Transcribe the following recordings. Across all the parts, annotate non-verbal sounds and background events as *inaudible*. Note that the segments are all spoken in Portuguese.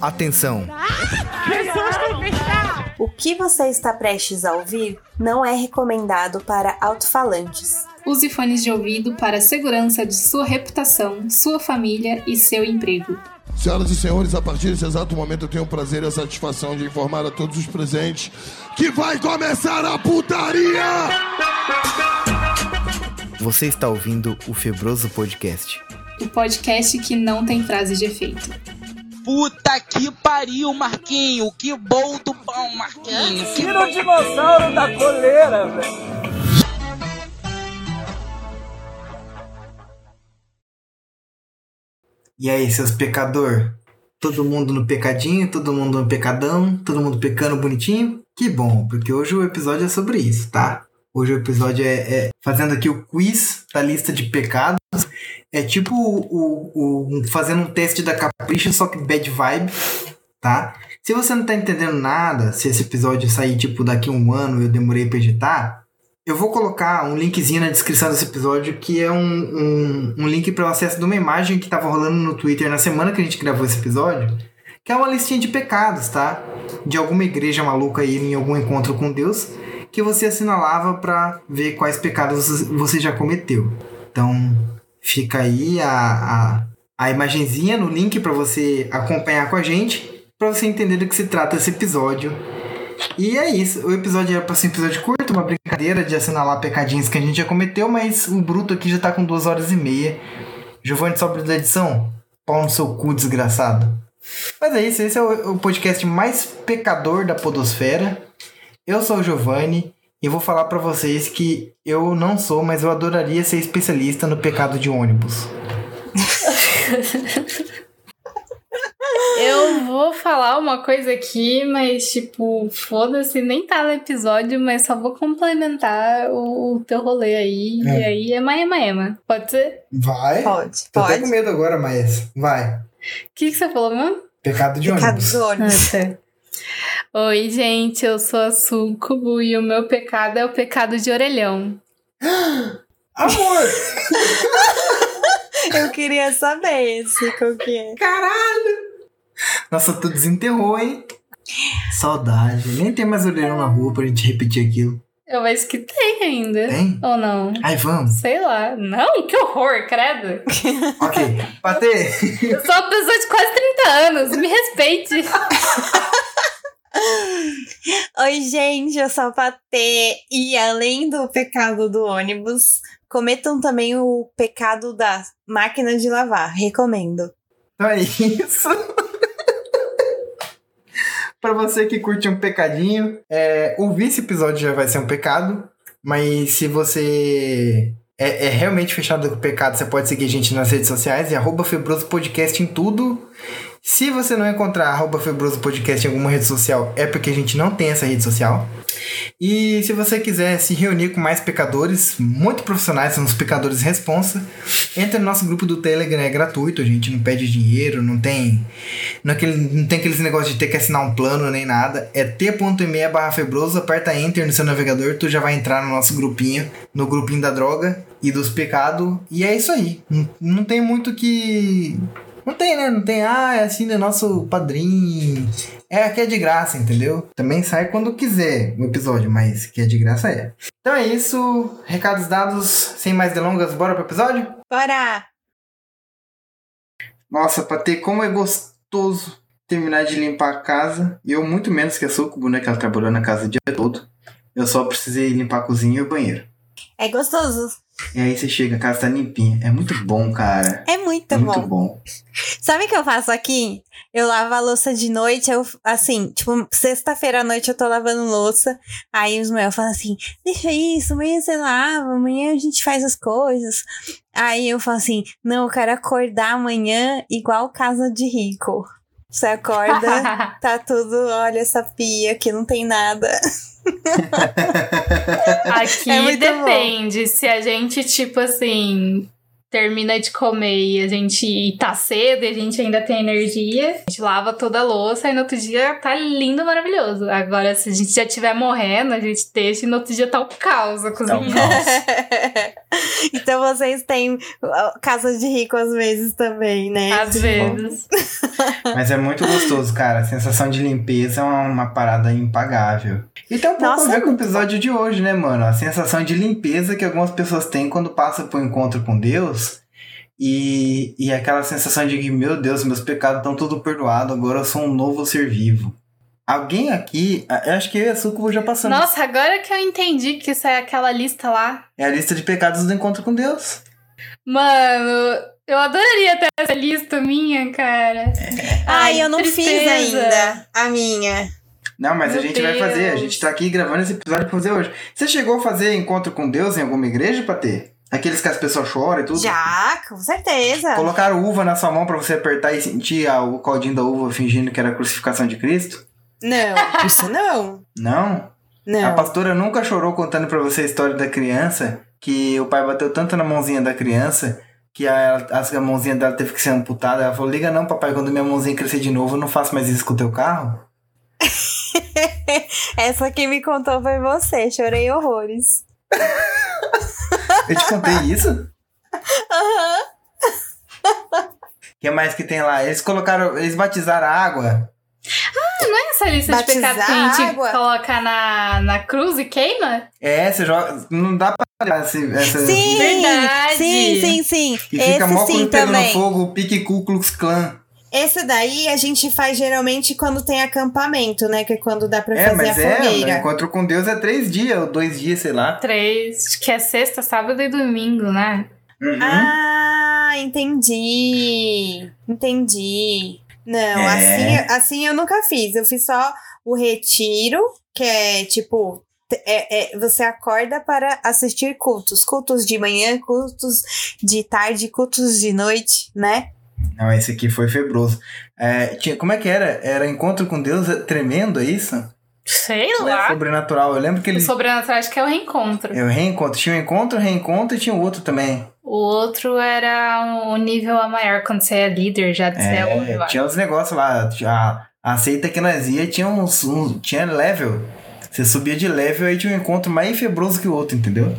Atenção! O que você está prestes a ouvir não é recomendado para alto-falantes. Use fones de ouvido para a segurança de sua reputação, sua família e seu emprego. Senhoras e senhores, a partir desse exato momento eu tenho o prazer e a satisfação de informar a todos os presentes que vai começar a putaria! Você está ouvindo o Febroso Podcast. O podcast que não tem frase de efeito. Puta que pariu, Marquinho. Que bom do pão, Marquinho. Que Tira o dinossauro da coleira, velho. E aí, seus pecador? Todo mundo no pecadinho, todo mundo no pecadão, todo mundo pecando bonitinho? Que bom, porque hoje o episódio é sobre isso, tá? Hoje o episódio é, é fazendo aqui o quiz da lista de pecados. É tipo o, o- o- fazendo um teste da capricha, só que bad vibe, tá? Se você não tá entendendo nada, se esse episódio sair tipo daqui a um ano e eu demorei pra editar, eu vou colocar um linkzinho na descrição desse episódio, que é um, um, um link para o acesso de uma imagem que tava rolando no Twitter na semana que a gente gravou esse episódio, que é uma listinha de pecados, tá? De alguma igreja maluca aí em algum encontro com Deus, que você assinalava para ver quais pecados você já cometeu. Então, fica aí a, a, a imagenzinha no link para você acompanhar com a gente, para você entender do que se trata esse episódio. E é isso, o episódio era pra ser um episódio curto, uma brincadeira de assinalar pecadinhos que a gente já cometeu, mas o bruto aqui já tá com duas horas e meia. Giovanni sobre da edição, pau no seu cu, desgraçado. Mas é isso, esse é o, o podcast mais pecador da podosfera. Eu sou o Giovanni e vou falar pra vocês que eu não sou, mas eu adoraria ser especialista no pecado de ônibus. Eu vou falar uma coisa aqui, mas tipo, foda-se, nem tá no episódio, mas só vou complementar o, o teu rolê aí. É. E aí é Maema Ema. Pode ser? Vai? Pode, Tô até com pode. medo agora, Maes. Vai. O que, que você falou mesmo? Pecado de Pecado ônibus. do Ah, ônibus. tá. Oi, gente, eu sou a Sucubo e o meu pecado é o pecado de orelhão. Amor! Eu queria saber esse qual que é. Nossa, tu desenterrou, hein? Saudade. Nem tem mais orelhão na rua pra gente repetir aquilo. Eu acho que tem ainda. Tem? Ou não? Ai, vamos. Sei lá. Não, que horror, credo. Ok. Patê, Eu sou uma pessoa de quase 30 anos, me respeite. Oi, gente, eu sou a Patê. E além do pecado do ônibus, cometam também o pecado da máquina de lavar. Recomendo. então é isso. *laughs* pra você que curte um pecadinho, é, ouvir esse episódio já vai ser um pecado. Mas se você é, é realmente fechado com o pecado, você pode seguir a gente nas redes sociais e arroba Febroso Podcast em tudo. Se você não encontrar arroba Febroso Podcast em alguma rede social, é porque a gente não tem essa rede social. E se você quiser se reunir com mais pecadores, muito profissionais, são os pecadores responsa, entra no nosso grupo do Telegram, é gratuito, a gente não pede dinheiro, não tem não, é aquele- não tem aqueles negócios de ter que assinar um plano nem nada. É t.me barra febroso, aperta enter no seu navegador, tu já vai entrar no nosso grupinho, no grupinho da droga e dos pecados, e é isso aí. Não, não tem muito que... Não tem, né? Não tem, ah, é assim, é nosso padrinho, é aqui é de graça, entendeu? Também sai quando quiser o episódio, mas que é de graça é. Então é isso, recados dados, sem mais delongas, bora pro episódio? Bora! Nossa, pra ter como é gostoso terminar de limpar a casa. E eu muito menos que a Sucubo, né? Que ela trabalhou na casa o dia todo. Eu só precisei limpar a cozinha e o banheiro. É gostoso. E aí você chega, a casa tá limpinha. É muito bom, cara. É muito, É muito bom. bom. Sabe o que eu faço aqui? Eu lavo a louça de noite, eu, assim, tipo, sexta-feira à noite eu tô lavando louça. Aí os meus falam assim: deixa isso, amanhã você lava, amanhã a gente faz as coisas. Aí eu falo assim: não, eu quero acordar amanhã igual casa de rico. Você *laughs* acorda, tá tudo, olha essa pia que não tem nada. *laughs* Aqui É muito depende. Se a gente, tipo assim, termina de comer e a gente e tá cedo e a gente ainda tem energia, a gente lava toda a louça e no outro dia tá lindo, maravilhoso. Agora, se a gente já tiver morrendo, a gente deixa e no outro dia tá o caos a Tá cozinha. um *laughs* caos. então vocês têm ó, casa de rico às vezes também, né? Às vezes. Mas é muito gostoso, cara. A sensação de limpeza é uma, uma parada impagável. E tem um pouco Nossa. a ver com o episódio de hoje, né, mano? A sensação de limpeza que algumas pessoas têm quando passam por um encontro com Deus. E, e aquela sensação de que, meu Deus, meus pecados estão tudo perdoados, agora eu sou um novo ser vivo. Alguém aqui, a- eu acho que eu e a Sucubo já passamos. Nossa, agora que eu entendi que isso é aquela lista lá. É a lista de pecados do encontro com Deus. Mano, eu adoraria ter essa lista minha, cara. É. Ai, eu não fiz tristeza. ainda a minha. Não, mas a Meu gente vai fazer. A Deus. gente tá aqui gravando esse episódio pra fazer hoje. Você chegou a fazer encontro com Deus em alguma igreja, Patê? Aqueles que as pessoas choram e tudo? Já, com certeza. Colocaram uva na sua mão pra você apertar e sentir a- o caldinho da uva fingindo que era a crucificação de Cristo? Não, isso não. Não. A Não. pastora nunca chorou contando pra você a história da criança que o pai bateu tanto na mãozinha da criança que a, a, a mãozinha dela teve que ser amputada. Ela falou: Liga não, papai, quando minha mãozinha crescer de novo, eu não faço mais isso com o teu carro. Essa que me contou foi você. Chorei horrores. Eu te contei isso? Aham. O que mais que tem lá? Eles colocaram. Eles batizaram a água. Não é essa lista Batizar de pecados que a gente água? coloca na, na cruz e queima? É, você joga. Não dá pra olhar esse- essa. Sim, Verdade. sim, sim, sim. E fica mó Esse sim quando pega no também. fogo, pique Ku Klux Klan. Esse daí a gente faz geralmente quando tem acampamento, né? Que é quando dá pra É, fazer mas a é, fogueira. o encontro com Deus é três dias, ou dois dias, sei lá. Três, acho que é sexta, sábado e domingo, né? Uhum. Ah, entendi. Entendi. Não, É. assim, assim eu nunca fiz. Eu fiz só o retiro, que é tipo. t- é- é, você acorda para assistir cultos. Cultos de manhã, cultos de tarde, cultos de noite, né? Não, esse aqui foi febroso. É, tinha, como é que era? Era encontro com Deus é tremendo, é isso? Sei Ou era lá. sobrenatural. Eu lembro que O eles. sobrenatural acho que é o reencontro. Eu reencontro. Tinha um encontro, reencontro e tinha o outro também. O outro era um, um nível a maior quando você é líder já de célula. eu É, acho. tinha uns negócios lá. A, a seita que nós ia tinha uns, uns- Tinha level. Você subia de level e tinha um encontro mais febroso que o outro, entendeu?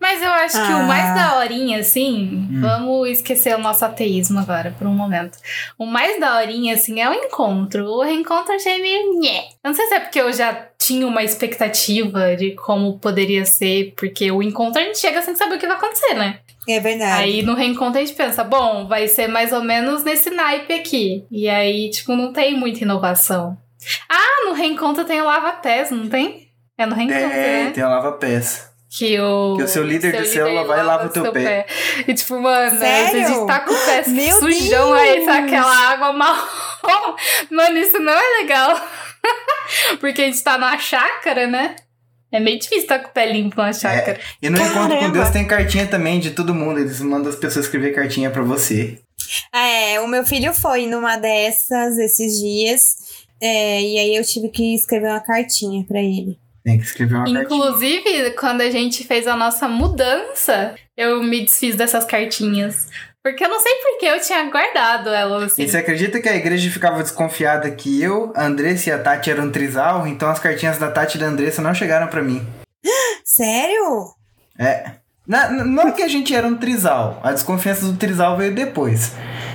Mas eu acho que o Ah. mais daorinha, assim, Hum. vamos esquecer o nosso ateísmo agora por um momento. O mais daorinha, assim, é o encontro. O reencontro eu achei meio nhé. Eu não sei se é porque eu já tinha uma expectativa de como poderia ser, porque o encontro a gente chega sem saber o que vai acontecer, né? É verdade. Aí no reencontro a gente pensa, bom, vai ser mais ou menos nesse naipe aqui. E aí, tipo, não tem muita inovação. Ah, no reencontro tem o lava-pés, não tem? É no reencontro, né? É, tem a lava pés. Que o, Que o seu líder de célula vai e lava o teu pé. E tipo, mano, aí você Sério? está tá com o pé Meu sujão, aí sai Deus! aquela água marrom. Mano, isso não é legal. *laughs* Porque a gente tá numa chácara, né? É meio difícil estar com o pé limpo É, na chácara. E no encontro com Caramba! Deus tem cartinha também de todo mundo. Eles mandam as pessoas escrever cartinha pra você. É, o meu filho foi numa dessas esses dias. é, e aí eu tive que escrever uma cartinha pra ele. Tem que escrever uma cartinha. Inclusive, quando a gente fez a nossa mudança, eu me desfiz dessas cartinhas. Porque eu não sei porque eu tinha guardado elas assim. E você acredita que a igreja ficava desconfiada que eu, a Andressa e a Tati eram trisal? Então as cartinhas da Tati e da Andressa não chegaram pra mim. Sério? É. Na- n- não que a gente era um trisal. A desconfiança do trisal veio depois. é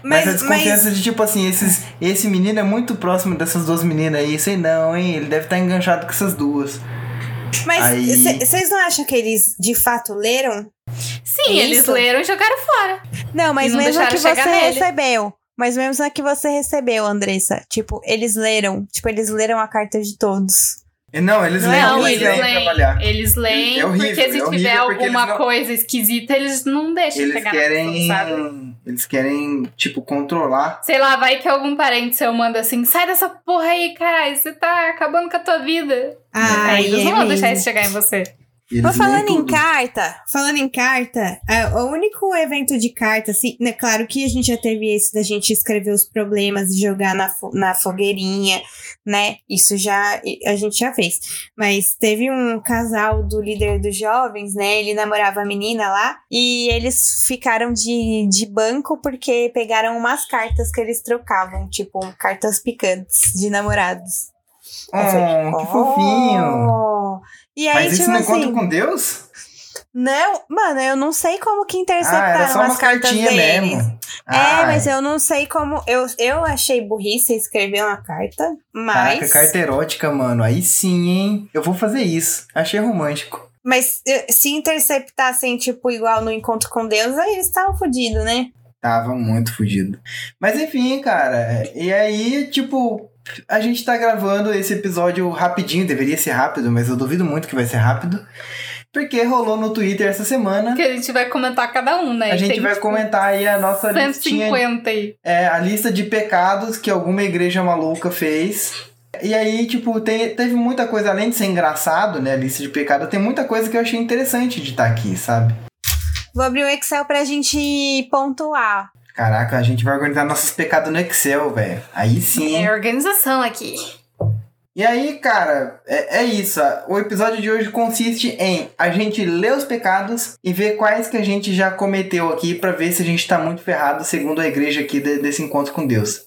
Mas, a desconfiança de tipo assim, esses, esse menino é muito próximo dessas duas meninas aí. Sei não, hein? Ele deve estar enganchado com essas duas. Mas Aí- vocês não acham que eles de fato leram? Sim, É eles isso? leram e jogaram fora. Não, mas não mesmo a deixaram que você chegar nele. recebeu. Mas mesmo a que você recebeu, Andressa. Tipo, eles leram. Tipo, eles leram a carta de todos. E Não, eles lembram Não, é um que eles eles vêm trabalhar. leem. Eles leem, É horrível, porque se é horrível tiver porque eles alguma não- coisa esquisita, eles não deixam Eles pegar na querem. pessoa, sabe? Eles querem, tipo, controlar. Sei lá, vai que algum parente seu manda assim, sai dessa porra aí, caralho, você tá acabando com a tua vida. Aí Ah, é é eles não vão deixar isso chegar em você. Eles Mas leem falando em tudo. carta, falando em carta, é, o único evento de carta, assim, né, claro que a gente já teve esse da gente escrever os problemas e jogar na, fo- na fogueirinha, né? Isso já a gente já fez. Mas teve um casal do líder dos jovens, né? Ele namorava a menina lá e eles ficaram de, de banco porque pegaram umas cartas que eles trocavam, tipo cartas picantes de namorados. Oh, que fofinho. Oh! E aí, Mas isso tipo não é assim. encontra com Deus? Não, mano, Né? eu não sei como que Ah, interceptaram era só uma as cartas cartinha deles. mesmo. É, Ah, mas eu não sei como. Eu, eu achei burrice escrever uma carta, mas. Caraca, carta erótica, mano. Aí sim, hein? Eu vou fazer isso. Achei romântico. Mas eh, se interceptassem, tipo, igual no encontro com Deus, aí eles estavam fodidos, né? Tava muito fudido. Mas enfim, cara. E aí, tipo, a gente tá gravando esse episódio rapidinho. Deveria ser rápido, mas eu duvido muito que vai ser rápido. Porque rolou no Twitter essa semana. Que a gente vai comentar cada um, né? A gente Tem, vai tipo, comentar aí a nossa listinha 150 aí. É, a lista de pecados que alguma igreja maluca fez. E aí, tipo, te- teve muita coisa, além de ser engraçado, né? A lista de pecado, tem muita coisa que eu achei interessante de estar aqui, sabe? Vou abrir o Excel pra gente pontuar. Caraca, a gente vai organizar nossos pecados no Excel, velho. Aí sim. É organização aqui. E aí, cara, é, é isso. ó. O episódio de hoje consiste em a gente ler os pecados e ver quais que a gente já cometeu aqui pra ver se a gente tá muito ferrado, segundo a igreja aqui de- desse encontro com *laughs* Deus.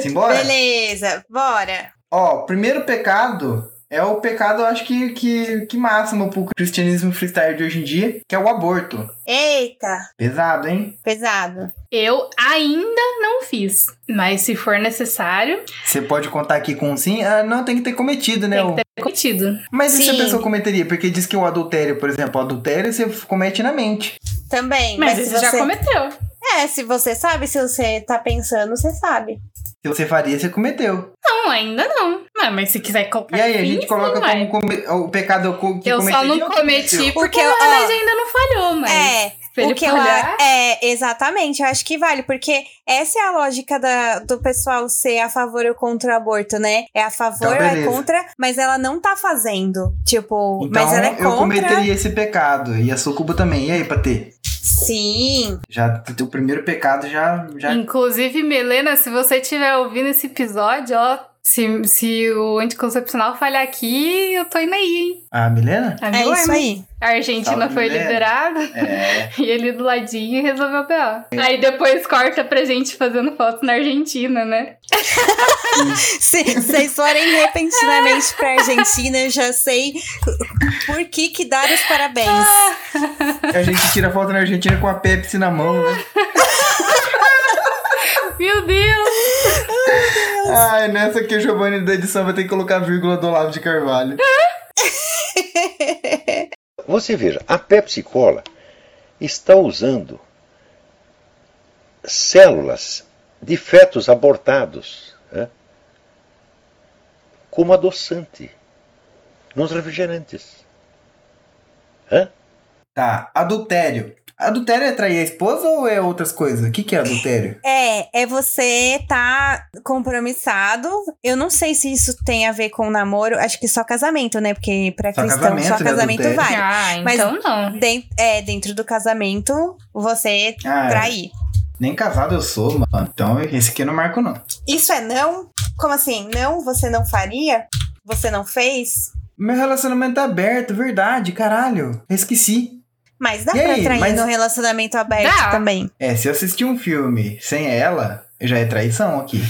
Simbora? Beleza, bora. Ó, o primeiro pecado é o pecado, eu acho que, que, que máximo pro cristianismo freestyle de hoje em dia, que é o aborto. Eita, Pesado, hein? pesado. Eu ainda não fiz, mas se for necessário, Você pode contar aqui com um sim? Ah, não, tem que ter cometido, né? tem o- que ter cometido. Mas e se a Sim. pessoa cometeria? Porque diz que o adultério, por exemplo, o adultério você comete na mente. Também. Mas, se você já você- cometeu. É, se você sabe, se você tá pensando, você sabe. Se você faria, você cometeu. Não, ainda não. Mas, mas se quiser colocar E aí, a sim, gente coloca sim, vai. como come- o pecado co- que Eu só cometeria não ou cometi cometeu? porque, Porque, na ó, Ah. verdade, é ainda não falhou, mas... é, se ele o que eu falhar- a- é exatamente, eu acho que vale, porque essa é a lógica da, do pessoal ser a favor ou contra o aborto, né? É a favor Então, ou é beleza. contra, mas ela não tá fazendo. Tipo, Então, mas ela é eu contra. cometeria esse pecado. E a Sucuba também. E aí, Patê? Sim. Já, o primeiro pecado já, já Inclusive, Melena, se você estiver ouvindo esse episódio, ó, se, se o anticoncepcional falhar aqui, eu tô indo aí, hein? Ah, Milena? A É Milena. isso aí. A Argentina Salve, foi Milena. liberada É. *laughs* e ele do ladinho resolveu o B.O. Aí depois corta pra gente fazendo foto na Argentina, né? Se vocês forem repentinamente pra Argentina, eu já sei por que que dar os parabéns. A gente tira foto na Argentina com a Pepsi na mão, né? Meu Deus! *laughs* Ai, nessa que o Giovanni da edição vai ter que colocar a vírgula do Olavo de Carvalho. Você veja, a Pepsi Cola está usando células de fetos abortados né, como adoçante nos refrigerantes. Hã? Tá, adultério. Adultério é trair a esposa ou é outras coisas? O que, que é adultério? É, é você tá compromissado. Eu não sei se isso tem a ver com namoro. Acho que só casamento, né? Porque pra Só cristão casamento, só né, casamento adultério. vai. Ah, mas- então não. Den- é, dentro do casamento, você Ah, trair. nem casado eu sou, mano. Então esse aqui eu não marco, não. Isso é não? Como assim? Não, você não faria? Você não fez? Meu relacionamento tá aberto, verdade, caralho. Esqueci. Mas dá E pra aí, trair mas- no relacionamento aberto Dá. também. É, se eu assistir um filme sem ela, já é traição aqui.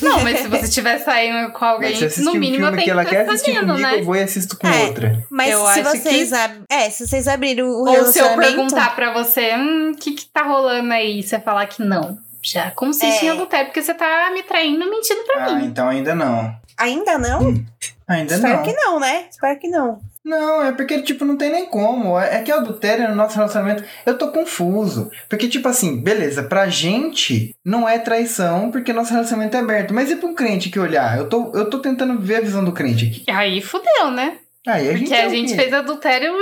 Não, mas *laughs* se você estiver saindo com alguém, Mas se eu assistir no um mínimo filme tem que ela tá quer assistir sabendo, comigo, eu né? vou e assisto com É. outra. Mas Eu se acho vocês que- ab- é, se vocês abrirem o Ou se eu relacionamento, perguntar pra você, hum, o que que tá rolando aí? E você falar que não. Já consiste É. em adultério, porque você tá me traindo, mentindo pra Ah, mim. então ainda não. ainda não? Ainda Espero não. que não, né? Espero que não. Não, é porque, tipo, não tem nem como. É é que o adultério no nosso relacionamento. Eu tô confuso. Porque, tipo assim, beleza, pra gente não é traição porque nosso relacionamento é aberto. Mas e pra um crente que olhar? Eu tô, eu tô tentando ver a visão do crente aqui. Aí fudeu, né? Aí a gente. Porque é a o gente quê? fez adultério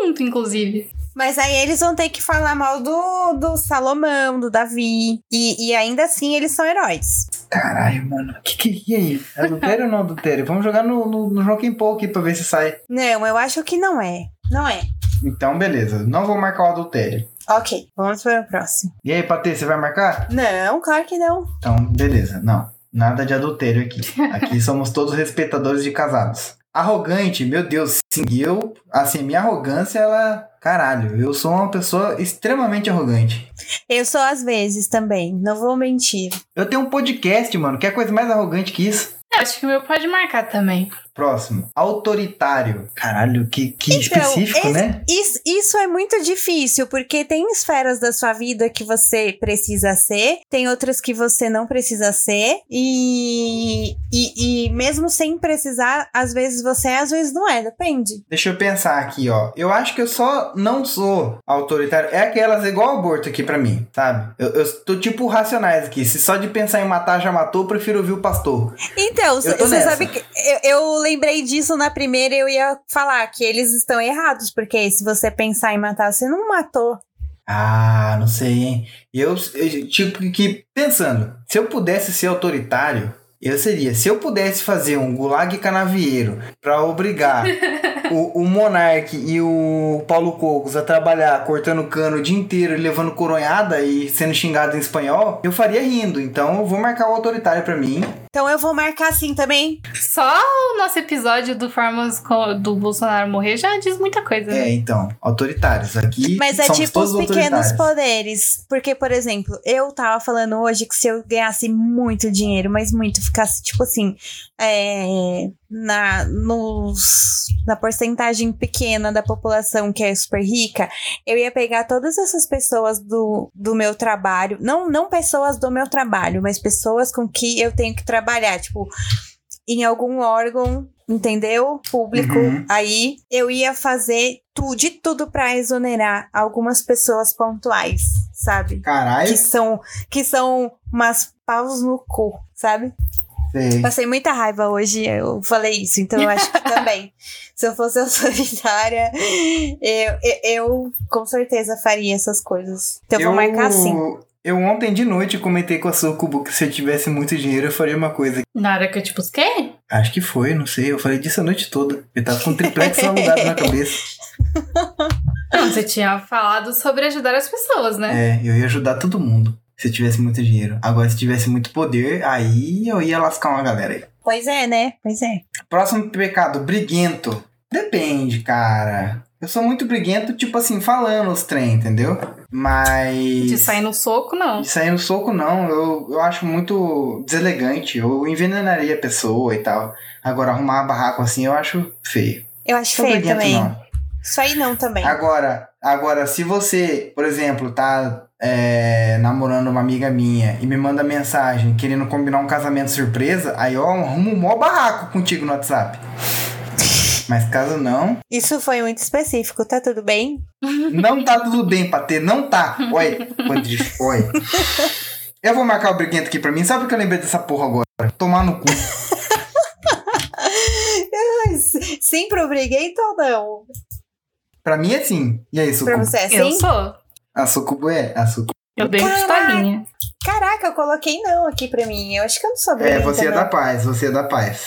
junto, inclusive. Mas aí eles vão ter que falar mal do, do Salomão, do Davi. E, e ainda assim eles são heróis. Caralho, mano. Que que e aí? Adultério ou não adultério? Vamos jogar no, no, no Rock and Roll aqui pra ver se sai. Não, eu acho que não é. Não é. Então, beleza. Não vou marcar o adultério. Ok, vamos para o próximo. E aí, Patê, você vai marcar? Não, claro que não. Então, beleza. Não, nada de adultério aqui. *laughs* Aqui somos todos respeitadores de casados. Arrogante, meu Deus, sim, eu, assim, minha arrogância, ela, caralho, eu sou uma pessoa extremamente arrogante. Eu sou às vezes também, não vou mentir. Eu tenho um podcast, mano, que é coisa mais arrogante que isso. Eu acho que o meu pode marcar também. Próximo. Autoritário. Caralho, que, que Então, específico, esse- né? Isso, isso é muito difícil, porque tem esferas da sua vida que você precisa ser, tem outras que você não precisa ser, e, e, e mesmo sem precisar, às vezes você é, às vezes não é, depende. Deixa eu pensar aqui, ó. Eu acho que eu só não sou autoritário. É aquelas igual aborto aqui pra mim, sabe? Eu, eu tô tipo racionais aqui. Se só de pensar em matar já matou, eu prefiro ouvir o pastor. Então, Eu tô você nessa. sabe que eu, eu lembrei disso na primeira e eu ia falar que eles estão errados, porque se você pensar em matar, você não matou. Ah, não sei, hein? Eu, eu tipo que pensando, se eu pudesse ser autoritário, eu seria. Se eu pudesse fazer um gulag canavieiro pra obrigar o, o Monark e o Paulo Cocos a trabalhar cortando cano o dia inteiro, e levando coronhada e sendo xingado em espanhol, eu faria rindo. Então eu vou marcar o autoritário pra mim. Então eu vou marcar assim também. Só o nosso episódio do Formas co- do Bolsonaro morrer já diz muita coisa, né? É, então, autoritários aqui. Mas é somos tipo todos os pequenos autoritários. poderes. Porque, por exemplo, eu tava falando hoje que se eu ganhasse muito dinheiro, mas muito, ficasse, tipo assim, é, na, nos, na porcentagem pequena da população que é super rica, eu ia pegar todas essas pessoas do, do meu trabalho. Não, não pessoas do meu trabalho, mas pessoas com que eu tenho que trabalhar. Tipo, em algum órgão, entendeu? Público. Uhum. Aí eu ia fazer tu, de tudo pra exonerar algumas pessoas pontuais, sabe? Caralho, Que são, que são umas paus no cu, sabe? sei. Passei muita raiva hoje, eu falei isso, então eu *laughs* acho que também. Se eu fosse autoritária, eu, eu, eu com certeza faria essas coisas. Então eu vou marcar assim. Eu ontem de noite comentei com a Sucubo que se eu tivesse muito dinheiro eu faria uma coisa. Na hora que eu, tipo, o quê? Acho que foi, não sei. Eu falei disso a noite toda. Eu tava com um triplex alugado na *laughs* cabeça. Não, você tinha falado sobre ajudar as pessoas, né? É, eu ia ajudar todo mundo se eu tivesse muito dinheiro. Agora, se tivesse muito poder, aí eu ia lascar uma galera aí. Pois é, né? Pois é. Próximo pecado, briguento. Depende, cara. Eu sou muito briguento, tipo assim, falando os trem, entendeu? Mas. De sair no soco, não. De sair no é um soco, não. Eu, eu acho muito deselegante. Eu envenenaria a pessoa e tal. Agora, arrumar barraco assim, eu acho feio. Eu acho Não sou feio briguento, também. não. Ah. Isso aí não também. Agora, agora, se você, por exemplo, tá é, namorando uma amiga minha e me manda mensagem querendo combinar um casamento surpresa, aí eu arrumo um maior barraco contigo no WhatsApp. Mas caso não, Isso foi muito específico, tá tudo bem? Não tá tudo bem, Patê, não tá. Oi, Rodrigo, oi. Eu vou marcar o briguento aqui pra mim, sabe porque eu lembrei dessa porra agora? Tomar no cu. S- Sempre obriguei, então não. Pra mim é assim. E aí, Pra Sucubo? você é Eu assim? sou. A Sucubo é? A Sucubo. Eu dei um uma Caraca. pistolinha. Caraca, eu coloquei não aqui pra mim. Eu acho que eu não sou É, briguenta, você é não. da paz, você é da paz.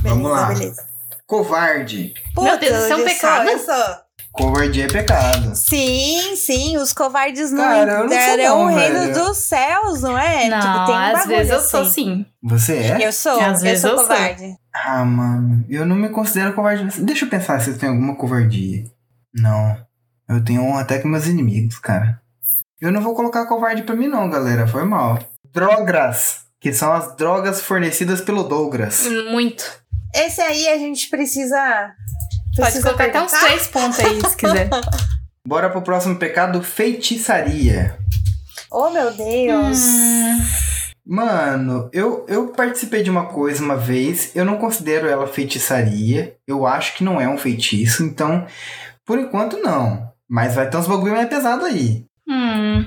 Vamos lá. Beleza. Covarde. Meu Deus, isso é um olha só, pecado? olha só. Covardia é pecado. Sim, sim, os covardes não Cara, eu não sou entrarão o não, reino velho. dos céus, não é? não, tipo, tem um às bagulho vezes eu sou assim. sim. Você é? Eu sou, Às eu vezes sou eu sou. covarde. Ah, mano, eu não me considero covarde. Deixa eu pensar se eu tenho alguma covardia. Não. Eu tenho honra até com meus inimigos, cara. Eu não vou colocar covarde pra mim, não, galera. Foi mal. Drogas. Que são as drogas fornecidas pelo Douglas. Muito. Esse aí a gente precisa. Pode precisa colocar até um uns perguntar? três pontos aí, se *laughs* quiser. Bora pro próximo pecado: feitiçaria. Oh, meu Deus. Hum, Mano, eu, eu participei de uma coisa uma vez. Eu não considero ela feitiçaria. Eu acho que não é um feitiço. Então, por enquanto, não. Mas vai ter uns bagulho mais pesado aí. Hum,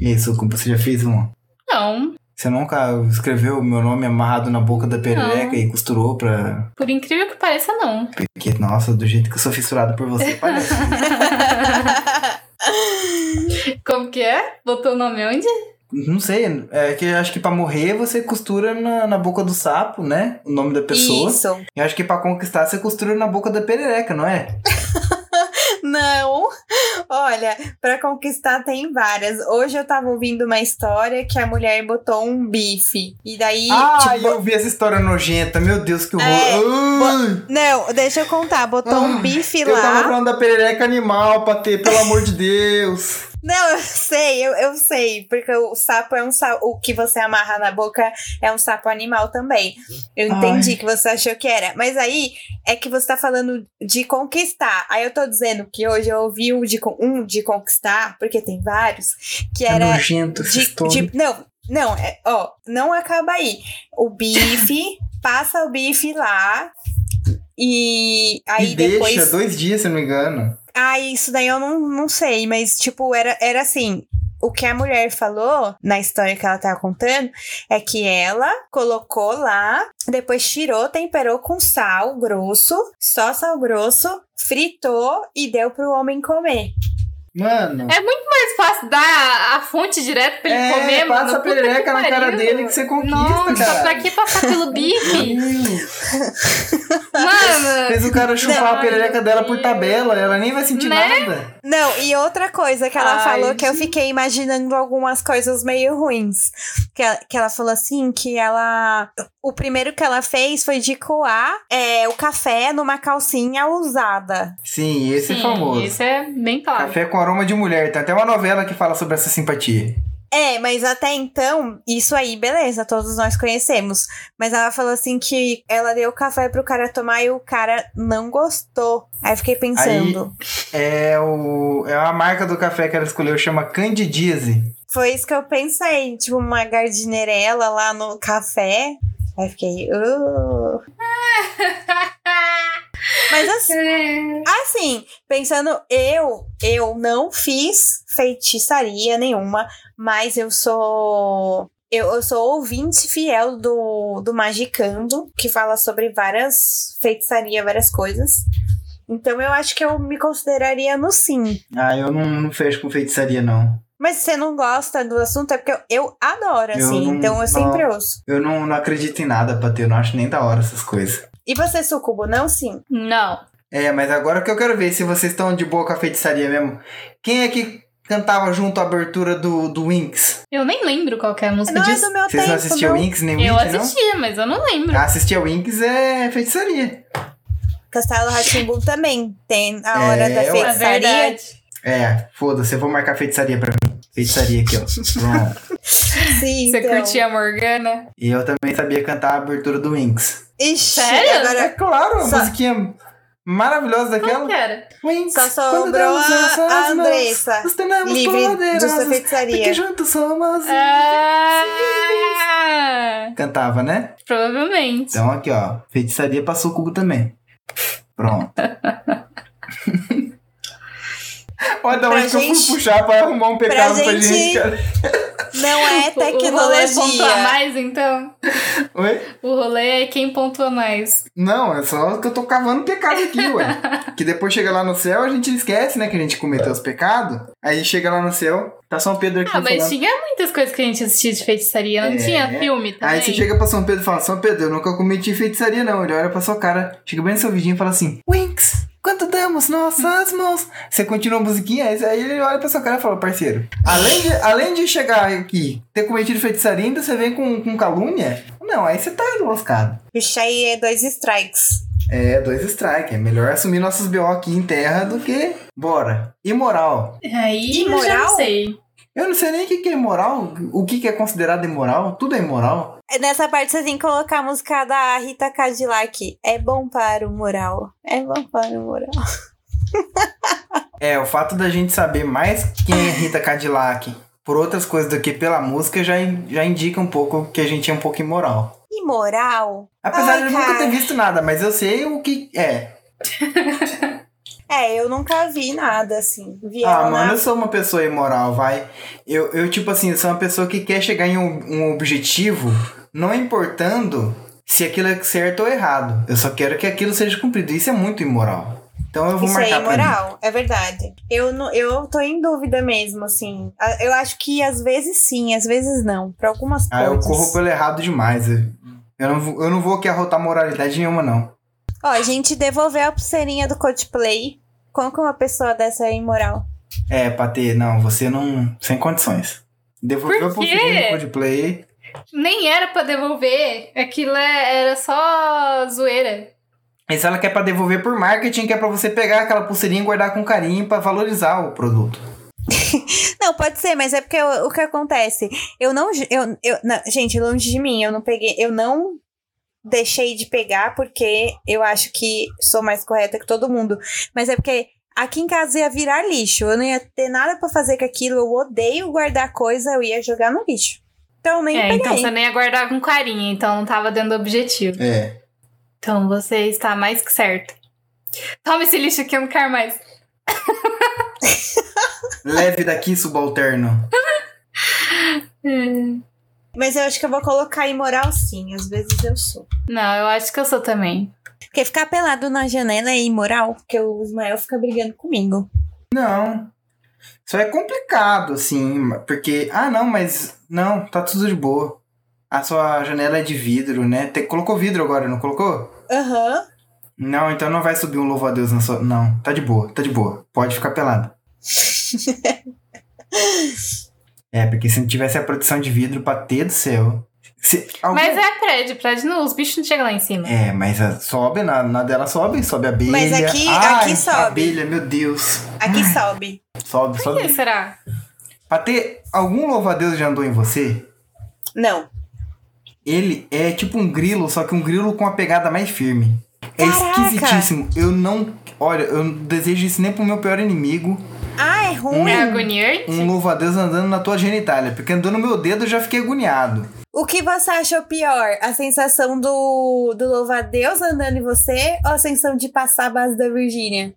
E aí, Sucubo, você já fez um? não. Você nunca escreveu o meu nome amarrado na boca da perereca Não. e costurou pra. Por incrível que pareça, não. *laughs* Porque, nossa, do jeito que eu sou fissurado por *laughs* você, parece. Hum. Como que é? Botou o nome onde? Não sei, é que eu acho que pra morrer você costura na, na boca do sapo, né? O nome da pessoa. Isso. E acho que pra conquistar você costura na boca da perereca, não é? Não, olha, pra conquistar tem várias. Hoje eu tava ouvindo uma história que a mulher botou um bife. E daí, ah, tipo. eu vi essa história nojenta, meu Deus, que horror. É, Ai, Não, deixa eu contar. Botou um Ah, bife eu tava lá. falando da perereca animal, Patê, pelo amor de Deus. Não, eu sei, eu, eu sei. Porque o sapo é um sapo. O que você amarra na boca é um sapo animal também. Eu entendi que você achou que era. Mas aí é que você tá falando de conquistar. Aí eu tô dizendo que hoje eu ouvi um de, con- um de conquistar, porque tem vários, que É *laughs* era. nojento essa De, tipo, história. de- não, não, é, ó, não acaba aí. O *laughs* bife, passa o bife lá. E aí e depois. deixa dois dias, se não me engano. Ah, isso daí eu não, não sei, mas tipo, era, era assim. O que a mulher falou na história que ela tava contando é que ela colocou lá, depois tirou, temperou com sal grosso, só sal grosso, fritou e deu pro homem comer. Mano. É muito mais fácil dar a fonte direto pra ele é, comer, passa mano. a Puta que perereca na cara pariu. dele que você é conquista, Nossa, cara. pra que assim, passar *laughs* pelo bife? Mano, Fez o cara chupar Não, a perereca meu dela por Deus. tabela, ela nem vai sentir Né? nada. Não, e outra coisa que ela Ai, falou que eu fiquei imaginando algumas coisas meio ruins. Que ela, que ela falou assim que ela. O primeiro que ela fez foi de coar é, o café numa calcinha usada. Sim, esse é sim, famoso. isso é bem claro. Café com aroma de mulher. Tem até uma novela que fala sobre essa simpatia. É, mas até então, isso aí, beleza, todos nós conhecemos. Mas ela falou assim que ela deu o café pro cara tomar e o cara não gostou. Aí eu fiquei pensando. É, o, é a marca do café que ela escolheu, chama Candidiase. Foi isso que eu pensei, tipo, uma gardinirela lá no café. Aí fiquei. "Uh". Mas assim, assim, pensando, eu, eu não fiz feitiçaria nenhuma, mas eu sou. Eu, eu sou ouvinte fiel do, do Magicando, que fala sobre várias feitiçaria, várias coisas. Então eu acho que eu me consideraria no sim. Ah, eu não, não fecho com feitiçaria, não. Mas se você não gosta do assunto, é porque eu, eu adoro, Eu assim. não- então eu não. sempre ouço. Eu não, não acredito em nada, Patê. Eu não acho nem da hora essas coisas. E você, Sucubo, não sim? Não. É, mas agora que eu quero ver se vocês estão de boa com a feitiçaria mesmo. Quem é que cantava junto à abertura do, do Winx? Eu nem lembro qual que é a música Não é disso. do meu Vocês tempo, não assistiam não. Winx nem Winx, Eu não? assistia, mas eu não lembro. Ah, Assistir a Winx é feitiçaria. Castelo Ratimbu também tem a hora É, da ué. É feitiçaria. verdade. É, foda-se, eu vou marcar feitiçaria pra mim. Feitiçaria aqui, ó. Pronto. Sim, Você então. curtia a Morgana? E eu também sabia cantar a abertura do Winx. Ixi, Sério? É agora claro, a Só- musiquinha maravilhosa Como daquela. que era? Winx, é? Só sobrou damos as a, a asas, Andressa. nos tornamos Livre de sua poderosos, porque feitiçaria. É. juntos somos... Ah, Cantava, né? provavelmente. Então aqui, ó. Feitiçaria passou o cubo também. Pronto. *laughs* Olha da Pra onde que eu gente- fui puxar pra arrumar um pecado pra, gente- gente, cara. *laughs* Não é O- O rolê é pontua tecnologia. mais, então? Oi? O rolê é quem pontua mais. Não, é só que eu tô cavando pecado aqui, ué. que depois chega lá no céu, a gente esquece, né? Que a gente cometeu os pecados. Aí chega lá no céu, tá São Pedro aqui Ah, mas falando. tinha muitas coisas que a gente assistia de feitiçaria. Não É. tinha filme também? Aí você chega pra São Pedro e fala, São Pedro, eu nunca cometi feitiçaria, não. Ele olha pra sua cara, chega bem no seu vidinho e fala assim, Winx, quanto damos nossas mãos? Você continua a musiquinha, aí aí ele olha pra sua cara e fala, parceiro, além de, além de chegar aqui, ter cometido feitiçaria, ainda você vem com, com calúnia? Não, aí você tá enroscado. Ixi, aí é dois strikes. É, dois strike. É melhor assumir nossos BO aqui em terra do que. Bora. Imoral. Aí eu já Imoral? não sei. Eu não sei nem o que, que é imoral, o que, que é considerado imoral. Tudo é imoral. Nessa parte você tem que colocar a música da Rita Cadillac. É bom para o moral. É bom para o moral. É, o fato da gente saber mais quem é Rita Cadillac por outras coisas do que pela música já, in- já indica um pouco que a gente é um pouco imoral. E moral? Apesar Ai, de eu nunca cara. ter visto nada, mas eu sei o que é. É, eu nunca vi nada assim. Vieram Ah, mano, na- eu sou uma pessoa imoral, vai. Eu, eu tipo assim, eu sou uma pessoa que quer chegar em um, um objetivo, não importando se aquilo é certo ou errado. Eu só quero que aquilo seja cumprido. Isso é muito imoral. Então eu vou Isso é marcar pra mim. imoral, é verdade. Eu, não, eu tô em dúvida mesmo, assim. A- Eu acho que às vezes sim, às vezes não. Pra algumas Ah, eu coisas. corro pelo errado demais. Eu, eu não, vou- eu não vou aqui arrotar moralidade nenhuma, não. Ó, a gente devolveu a pulseirinha do Coldplay. Como que uma pessoa dessa é imoral? É, Patê, não, você não. Sem condições. Devolveu Por pro quê? filho do Coldplay. Nem era pra devolver. Aquilo é- era só zoeira. E se ela quer pra devolver por marketing, que é pra você pegar aquela pulseirinha e guardar com carinho pra valorizar o produto. Não, pode ser, mas é porque o, o que acontece? Eu não, ju- eu, eu, não. Gente, longe de mim, eu não peguei. Eu não deixei de pegar porque eu acho que sou mais correta que todo mundo. Mas é porque aqui em casa ia virar lixo. Eu não ia ter nada pra fazer com aquilo. Eu odeio guardar coisa, eu ia jogar no lixo. Então eu nem É, peguei. então você nem ia guardar com carinho, então não tava dando objetivo. É. Então você está mais que certo. Toma esse lixo aqui, eu não quero mais. Leve daqui, subalterno. Mas eu acho que eu vou colocar imoral sim. Às vezes eu sou. Não, eu acho que eu sou também. Porque ficar pelado na janela é imoral, porque o Ismael fica brigando comigo. Não. Só é complicado, assim, porque. Ah, não, mas. Não, tá tudo de boa. A sua janela é de vidro, né? Te- colocou vidro agora, não colocou? Aham. Não, então não vai subir um louvo a Deus na sua. Não, tá de boa, tá de boa. Pode ficar *laughs* pelado. é, porque se não tivesse a proteção de vidro, bater do céu. Se, alguém- Mas é prédio, prédio não, os bichos não chegam lá em cima. É, mas a- sobe, na, na dela sobe, sobe a abelha. Mas aqui- Ai, aqui sobe. A abelha, meu Deus. Aqui sobe. Sobe, Por que sobe. será? Pra ter algum louva-a-Deus já andou em você, Não. ele é tipo um grilo, só que um grilo com uma pegada mais firme. É Caraca! esquisitíssimo. Eu não. Olha, eu não desejo isso nem pro meu pior inimigo. Ah, é ruim. É agoniante? Um louva-a-Deus andando na tua genitália. Porque andou no meu dedo eu já fiquei agoniado. O que você achou pior? A sensação do, do louvar Deus andando em você ou a sensação de passar a base da Virgínia?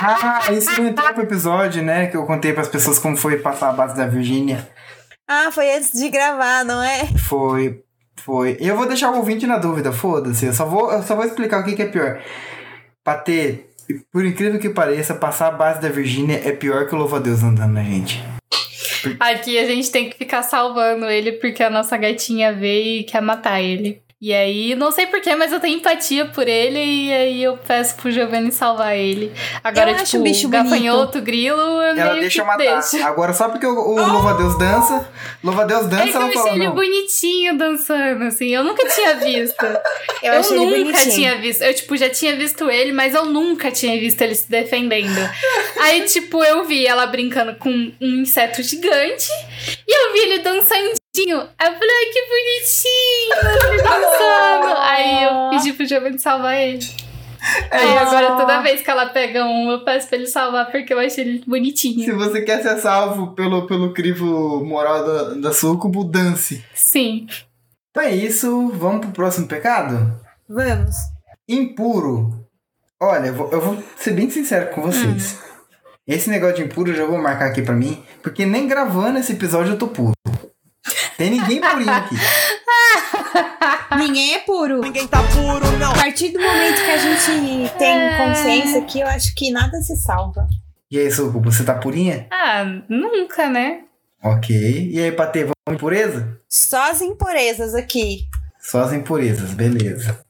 Ah, isso não entrou pro episódio, né? Que eu contei pras pessoas como foi passar a base da Virgínia. Ah, foi antes de gravar, não é? Foi. Foi. Eu vou deixar o ouvinte na dúvida, foda-se. Eu só vou, eu só vou explicar o que, que é pior. Bater, por incrível que pareça, passar a base da Virgínia é pior que o louva-a-Deus andando na gente. Aqui a gente tem que ficar salvando ele porque a nossa gatinha veio e quer matar ele. E aí, não sei porquê, mas eu tenho empatia por ele e aí eu peço pro Giovanni salvar ele. Agora, Eu tipo, acho o bicho gafanhoto, grilo, eu Ela meio deixa eu que matar. deixo. Agora, só porque o, o louva-a-Deus dança, louva-a-Deus É que dança, eu ela achei fala, ele não. bonitinho dançando, assim. Eu nunca tinha visto. Eu, achei nunca ele bonitinho. tinha visto. Eu, tipo, já tinha visto ele, mas eu nunca tinha visto ele se *laughs* defendendo. Aí, tipo, eu vi ela brincando com um inseto gigante e eu vi ele dançandinho. Aí eu falei, ai, que bonitinho, *laughs* ele dançando. Aí eu pedi pro Giovanni salvar ele. é Aí agora, toda vez que ela pega um, eu peço pra ele salvar porque eu achei ele Se bonitinho. você quer ser salvo pelo, pelo crivo moral da, da Sucubo, dance. Sim. Então é isso, vamos pro próximo pecado? Vamos. Impuro. Olha, eu vou, eu vou ser bem sincero com vocês. Esse negócio de impuro eu já vou marcar aqui pra mim, porque nem gravando esse episódio eu tô puro. Tem ninguém purinho aqui. Ninguém é puro. Ninguém tá puro, não. A partir do momento que a gente tem É. consciência que eu acho que nada se salva. E aí, Suco, você tá purinha? Ah, nunca, né? Ok. E aí, Patê, vamos em pureza? Só as impurezas aqui. Só as impurezas, beleza.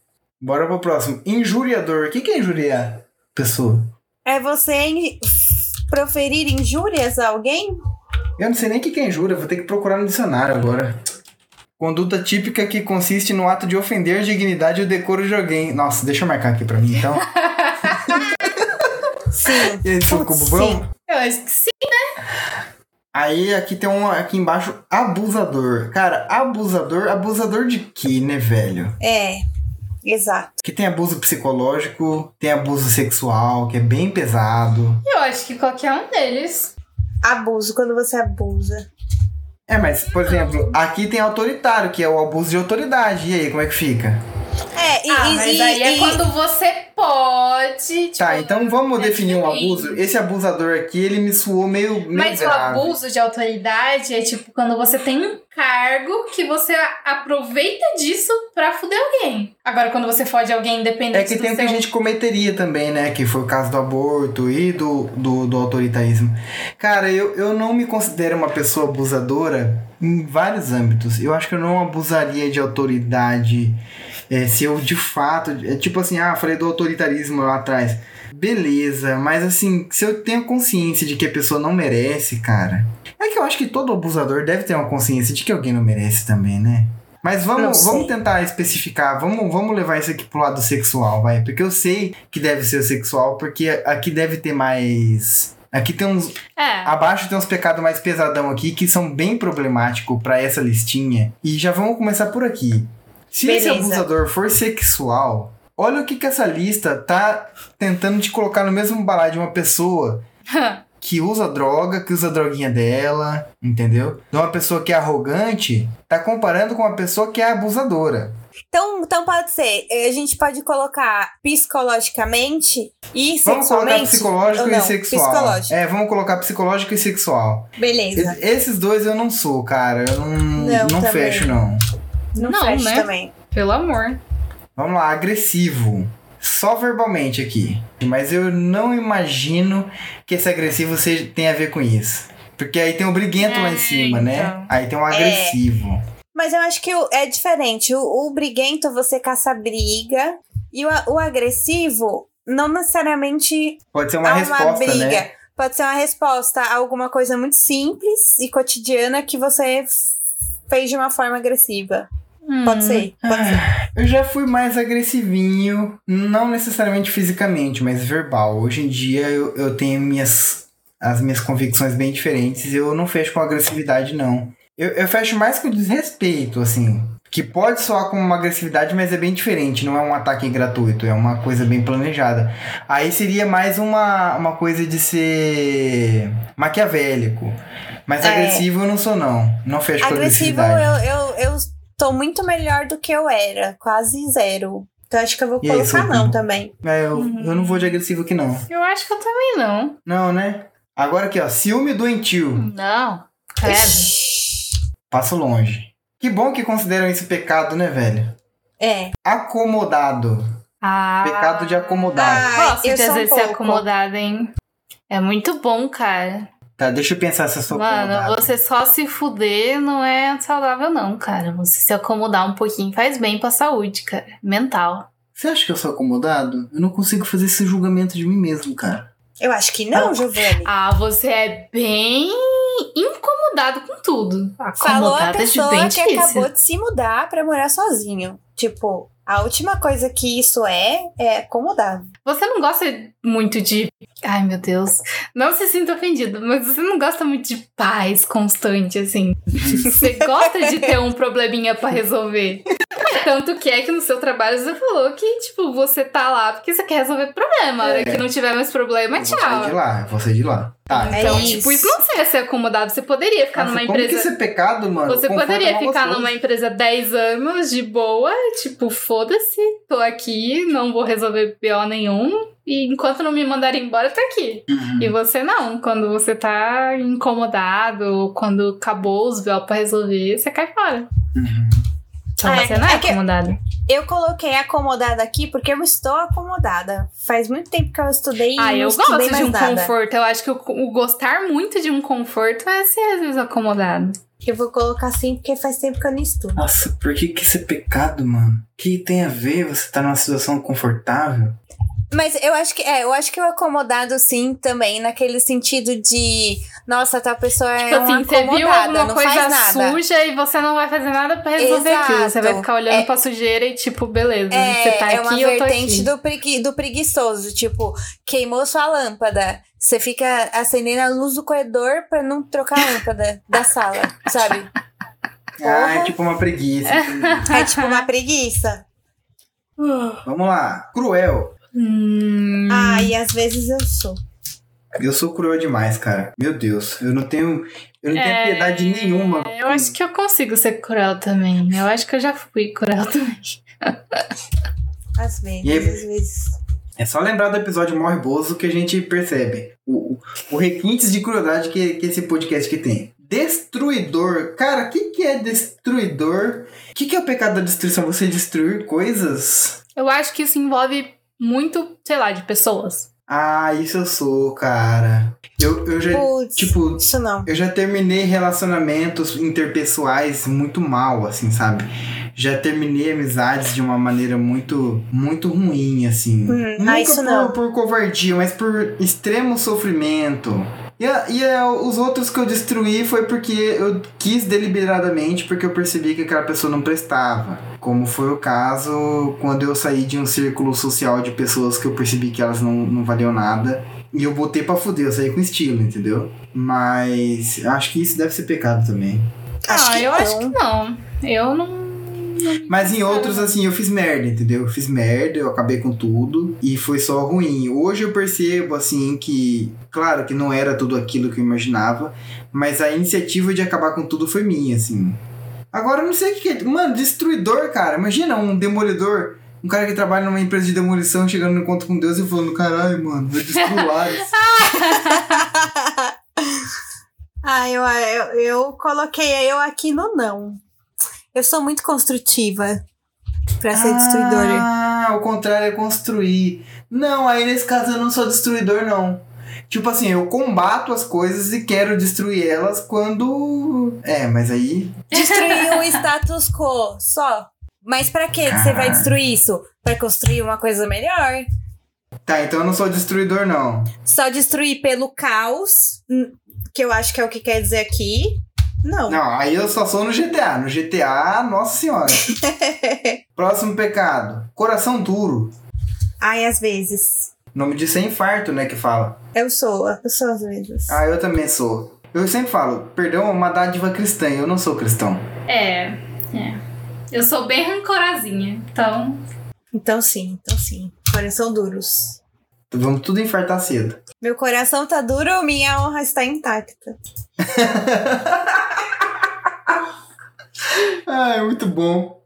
Bora pro próximo. Injuriador. O que que é injuriar? Pessoa. É você in- proferir injúrias a alguém? Eu não sei nem o que que é injúria, vou ter que procurar no dicionário agora. Conduta típica que consiste no ato de ofender a dignidade e o decoro de alguém. Nossa, deixa eu marcar aqui pra mim, *laughs* então. Sim. *laughs* E aí, seu Putz, cubo, vamos? sim. Eu acho que sim. Aí aqui tem um aqui embaixo, abusador. Cara, abusador, abusador de quê, né, velho? É. Exato. Que tem abuso psicológico, tem abuso sexual, que é bem pesado. Eu acho que qualquer um deles. Abuso, quando você abusa. É, mas, por exemplo, aqui tem autoritário, que é o abuso de autoridade. E aí, como é que fica? É, e, ah, e- mas e- aí é e- quando você pode. tipo, Tá, então vamos é definir um ruim. abuso. Esse abusador aqui, ele me suou meio, meio Mas o grave. abuso de autoridade é tipo quando você tem um cargo que você a- aproveita disso pra fuder alguém. Agora, quando você fode alguém É independente que do tem o que seu... a gente cometeria também, né? Que foi o caso do aborto e do, do, do autoritarismo. Cara, eu, eu não me considero uma pessoa abusadora em vários âmbitos. Eu acho que eu não abusaria de autoridade é, se eu de fato. É, tipo assim, ah, falei do autoritarismo lá atrás. Beleza, mas assim, se eu tenho consciência de que a pessoa não merece, cara. É que eu acho que todo abusador deve ter uma consciência de que alguém não merece também, né? Mas Não vamos, sei. vamos tentar especificar, vamos, vamos levar isso aqui pro lado sexual, vai. Porque eu sei que deve ser o sexual, porque aqui deve ter mais Aqui tem uns. É. Abaixo tem uns pecados mais pesadão aqui que são bem problemáticos pra essa listinha. E já vamos começar por aqui. Se esse Beleza. abusador for sexual, olha o que, que essa lista tá tentando te colocar no mesmo balaio de uma pessoa que usa droga, que usa a droguinha dela, entendeu? De uma pessoa que é arrogante, tá comparando com uma pessoa que é abusadora. Então, então pode ser. eh, A gente pode colocar psicologicamente e Vamos sexualmente. colocar psicológico ou e não? sexual. Psicológico. É, vamos colocar psicológico e sexual. Beleza. Es- Esses dois eu não sou, cara. Eu não, não, Não, também. fecho, não. Não, Não, fecha né? também. *laughs* Pelo amor. Vamos lá, agressivo. Só verbalmente aqui. Mas eu não imagino que esse agressivo seja, tenha a ver com isso. Porque aí tem o briguento lá em É, cima, né? então. Aí tem o agressivo. Mas eu acho que o- é diferente. O, o briguento você caça briga e o, a- o agressivo não necessariamente Pode ser uma há resposta, uma briga. né? Pode ser uma resposta a alguma coisa muito simples e cotidiana que você f- fez de uma forma agressiva. Pode Hum. ser. Pode ser. Eu já fui mais agressivinho, não necessariamente fisicamente, mas verbal. Hoje em dia eu, eu tenho minhas, as minhas convicções bem diferentes. Eu não fecho com agressividade, não. Eu, eu fecho mais com desrespeito, assim. Que pode soar como uma agressividade, mas é bem diferente. Não é um ataque gratuito, é uma coisa bem planejada. Aí seria mais uma, uma coisa de ser maquiavélico. Mas É. agressivo eu não sou, não. Não fecho com Agressivo, agressividade. eu, eu, eu tô muito melhor do que eu era. Quase zero. Então acho que eu vou E aí, colocar Socorro? não também. É, eu, eu não Uhum. vou de agressivo aqui, não. Hum, Eu acho que eu também não. Não, né? Agora aqui, ó. Ciúme doentio. Hum. Não. Credo. Passo longe. Que bom que consideram isso pecado, né, velho? É. Acomodado. Ah. Pecado de acomodado. Ai, Gosto de eu às sou um vezes ser pouco. é acomodada, hein? É muito bom, cara. Tá, deixa eu pensar se eu sou Mano, acomodado. você só se fuder não é saudável, não, cara. Você se acomodar um pouquinho faz bem pra saúde, cara. Mental. Você acha que eu sou acomodado? Eu não consigo fazer esse julgamento de mim mesmo, cara. Eu acho que não, Giovanni. Ah, você é bem incomodado com tudo. Falou a Acomodada de pessoa bem que é difícil. acabou de se mudar pra morar sozinho. Tipo, a última coisa que isso é, é acomodar. Você não gosta muito de. Ai, meu Deus. Não se sinta ofendido, mas você não gosta muito de paz *laughs* constante, assim. você gosta de ter um probleminha pra resolver. Tanto que é que no seu trabalho você falou que, tipo, você tá lá porque você quer resolver problema. A hora que não tiver mais problema, É. eu vou sair de tchau. lá, eu vou sair de lá. Tá. É Então, isso. tipo, isso não seria ser acomodado. Você poderia ficar Nossa, numa como que isso empresa. é pecado, mano? Você Conforto é poderia mal ficar gostoso. numa empresa 10 anos de boa, tipo, foda-se, tô aqui, não vou resolver BO nenhum. E enquanto não me mandarem embora, tá aqui. Uhum. E você não, quando você tá incomodado, ou quando acabou os BO pra resolver, você cai fora. Uhum. Então Ah, é. você não é, É que- acomodado. Eu coloquei acomodada aqui porque eu estou acomodada. Faz muito tempo que eu estudei e Ah, não eu estudei gosto de mais um nada. conforto. Eu acho que o, o gostar muito de um conforto é ser às vezes acomodado. Eu vou colocar assim porque faz tempo que eu não estudo. Nossa, por que que isso é pecado, mano? que tem a ver você estar numa situação confortável? Mas eu acho que é, eu acho que o acomodado sim também, naquele sentido de, nossa, tal pessoa é Tipo assim, uma você viu acomodada, alguma não coisa faz nada. suja e você não vai fazer nada pra resolver aquilo. Você vai Exato. ficar olhando É- pra sujeira e tipo, beleza, você É, tá é uma aqui, eu tô vertente aqui. do, pregui- do preguiçoso, tipo, queimou sua lâmpada. Você fica acendendo a luz do corredor pra não trocar a lâmpada da sala, sabe? Ah, é Porra. tipo uma *laughs* preguiça. É tipo uma preguiça. Vamos lá. Cruel. Hum, Ai, às vezes eu sou. Eu sou cruel demais, cara. Meu Deus, eu não tenho, eu não tenho piedade nenhuma. eu acho que eu consigo ser cruel também. Eu acho que eu já fui cruel *laughs* também. Às vezes, E aí- às vezes. É só lembrar do episódio Morre Bozo que a gente percebe o, o, o requintes de crueldade que, que esse podcast que tem. Destruidor. Cara, o que, que é destruidor? O que, que é o pecado da destruição? Você destruir coisas? Eu acho que isso envolve muito, sei lá, de pessoas. Ah, isso eu sou, cara. Eu, eu já, Putz, tipo, isso não. Eu já terminei relacionamentos interpessoais muito mal, assim, sabe? Já terminei amizades de uma maneira muito, muito ruim, assim. Hum, ah, Nunca isso por, não. por covardia, mas por extremo sofrimento. E, a- e a- os outros que eu destruí foi porque eu quis deliberadamente, porque eu percebi que aquela pessoa não prestava. Como foi o caso quando eu saí de um círculo social de pessoas que eu percebi que elas não, não valiam nada E eu botei pra fuder, eu saí com estilo, entendeu? Mas acho que isso deve ser pecado também. Acho ah, que eu *laughs* acho que não. não. Eu não. Mas em outros, assim, eu fiz merda, entendeu? Eu fiz merda, eu acabei com tudo e foi só ruim. Hoje eu percebo, assim, que, claro, que não era tudo aquilo que eu imaginava, mas a iniciativa de acabar com tudo foi minha, assim. Agora eu não sei o que que é. Mano, destruidor, cara. Imagina um demolidor. Um cara que trabalha numa empresa de demolição chegando no encontro com Deus e falando: caralho, mano, vou destruir Lares." Ah, eu, eu, eu coloquei eu aqui no não. Eu sou muito construtiva pra ser *laughs* destruidora. Ah, o contrário é construir. Não, aí nesse caso eu não sou destruidor, não. Tipo assim, eu combato as coisas e quero destruir elas quando. É, mas aí. Destruir o status quo, só. Mas pra que você vai Caralho. destruir isso? Pra construir uma coisa melhor? Tá, então eu não sou destruidor, não. Só destruir pelo caos, hum, que eu acho que é o que quer dizer aqui. Não. Não, aí eu só sou no GTA. No GTA, nossa senhora. Próximo pecado: coração duro. Ai, às vezes. Nome disso é infarto, né? Que fala. Eu sou, eu sou às vezes. Ah, eu também sou. Eu sempre falo, perdão é uma dádiva cristã, eu não sou cristão. É, é. Eu sou bem rancorazinha, então. Então sim, então sim. Coração duros. Então Vamos tudo infartar cedo. Meu coração tá duro, minha honra está intacta. Ah, é muito bom.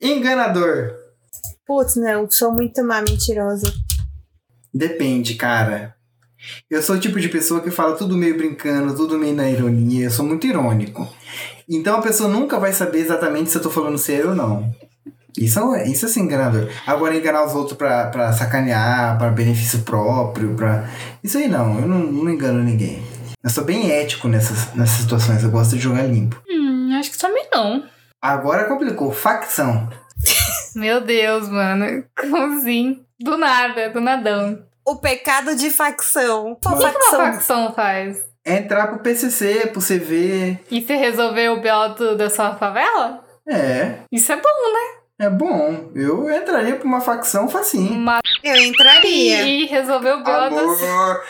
Enganador. Putz, não, sou muito má mentirosa. Depende, cara. Eu sou o tipo de pessoa que fala tudo meio brincando, tudo meio na ironia. Eu sou muito irônico. Então a pessoa nunca vai saber exatamente se eu tô falando sério ou não. Isso é, isso é ser enganador. Agora, enganar os outros pra, pra sacanear, pra benefício próprio, pra. Isso aí não, eu não, não engano ninguém. Eu sou bem ético nessas, nessas situações, eu gosto de jogar limpo. Hum, acho que também não. Agora complicou, facção. Meu Deus, mano. *laughs* Como assim? Do nada, do nadão. O pecado de facção. Pô, O que, que uma facção. facção faz? É entrar pro PCC, pro CV. E se resolver o BO do- da sua favela? É, Isso é bom, né? É bom, eu entraria pra uma facção facinho. Mas Eu entraria. e resolver o BO Ah, da Amor,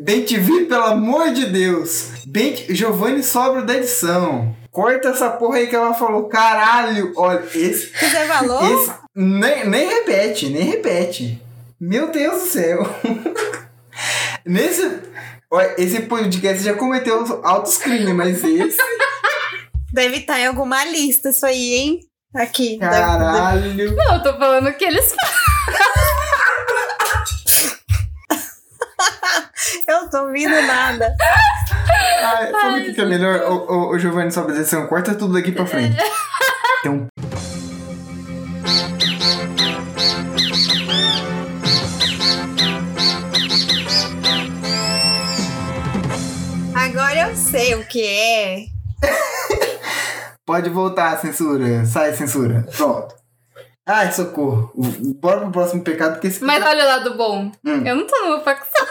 Bem te vi, pelo amor de Deus. Bem te- Giovanni Sobro da edição. Corta essa porra aí que ela falou. Caralho, olha, esse. Quiser valor? esse nem, nem repete, nem repete. Meu Deus do céu. *laughs* Nesse. Olha, esse podcast já cometeu altos crimes, mas esse. Deve estar em alguma lista isso aí, hein? Aqui. deve- Caralho. Não, eu tô falando o que eles fazem. deve- Eu tô ouvindo nada. Ai, sabe o que, que é melhor? Ô, ô, ô, Giovanni Sobro da edição, corta tudo daqui pra frente. Agora eu sei o que é. Pode voltar, censura. Sai, censura. Pronto. Ai, socorro. Bora pro próximo pecado, porque esse. Mas olha o lado bom. Hum. Eu não tô numa facção.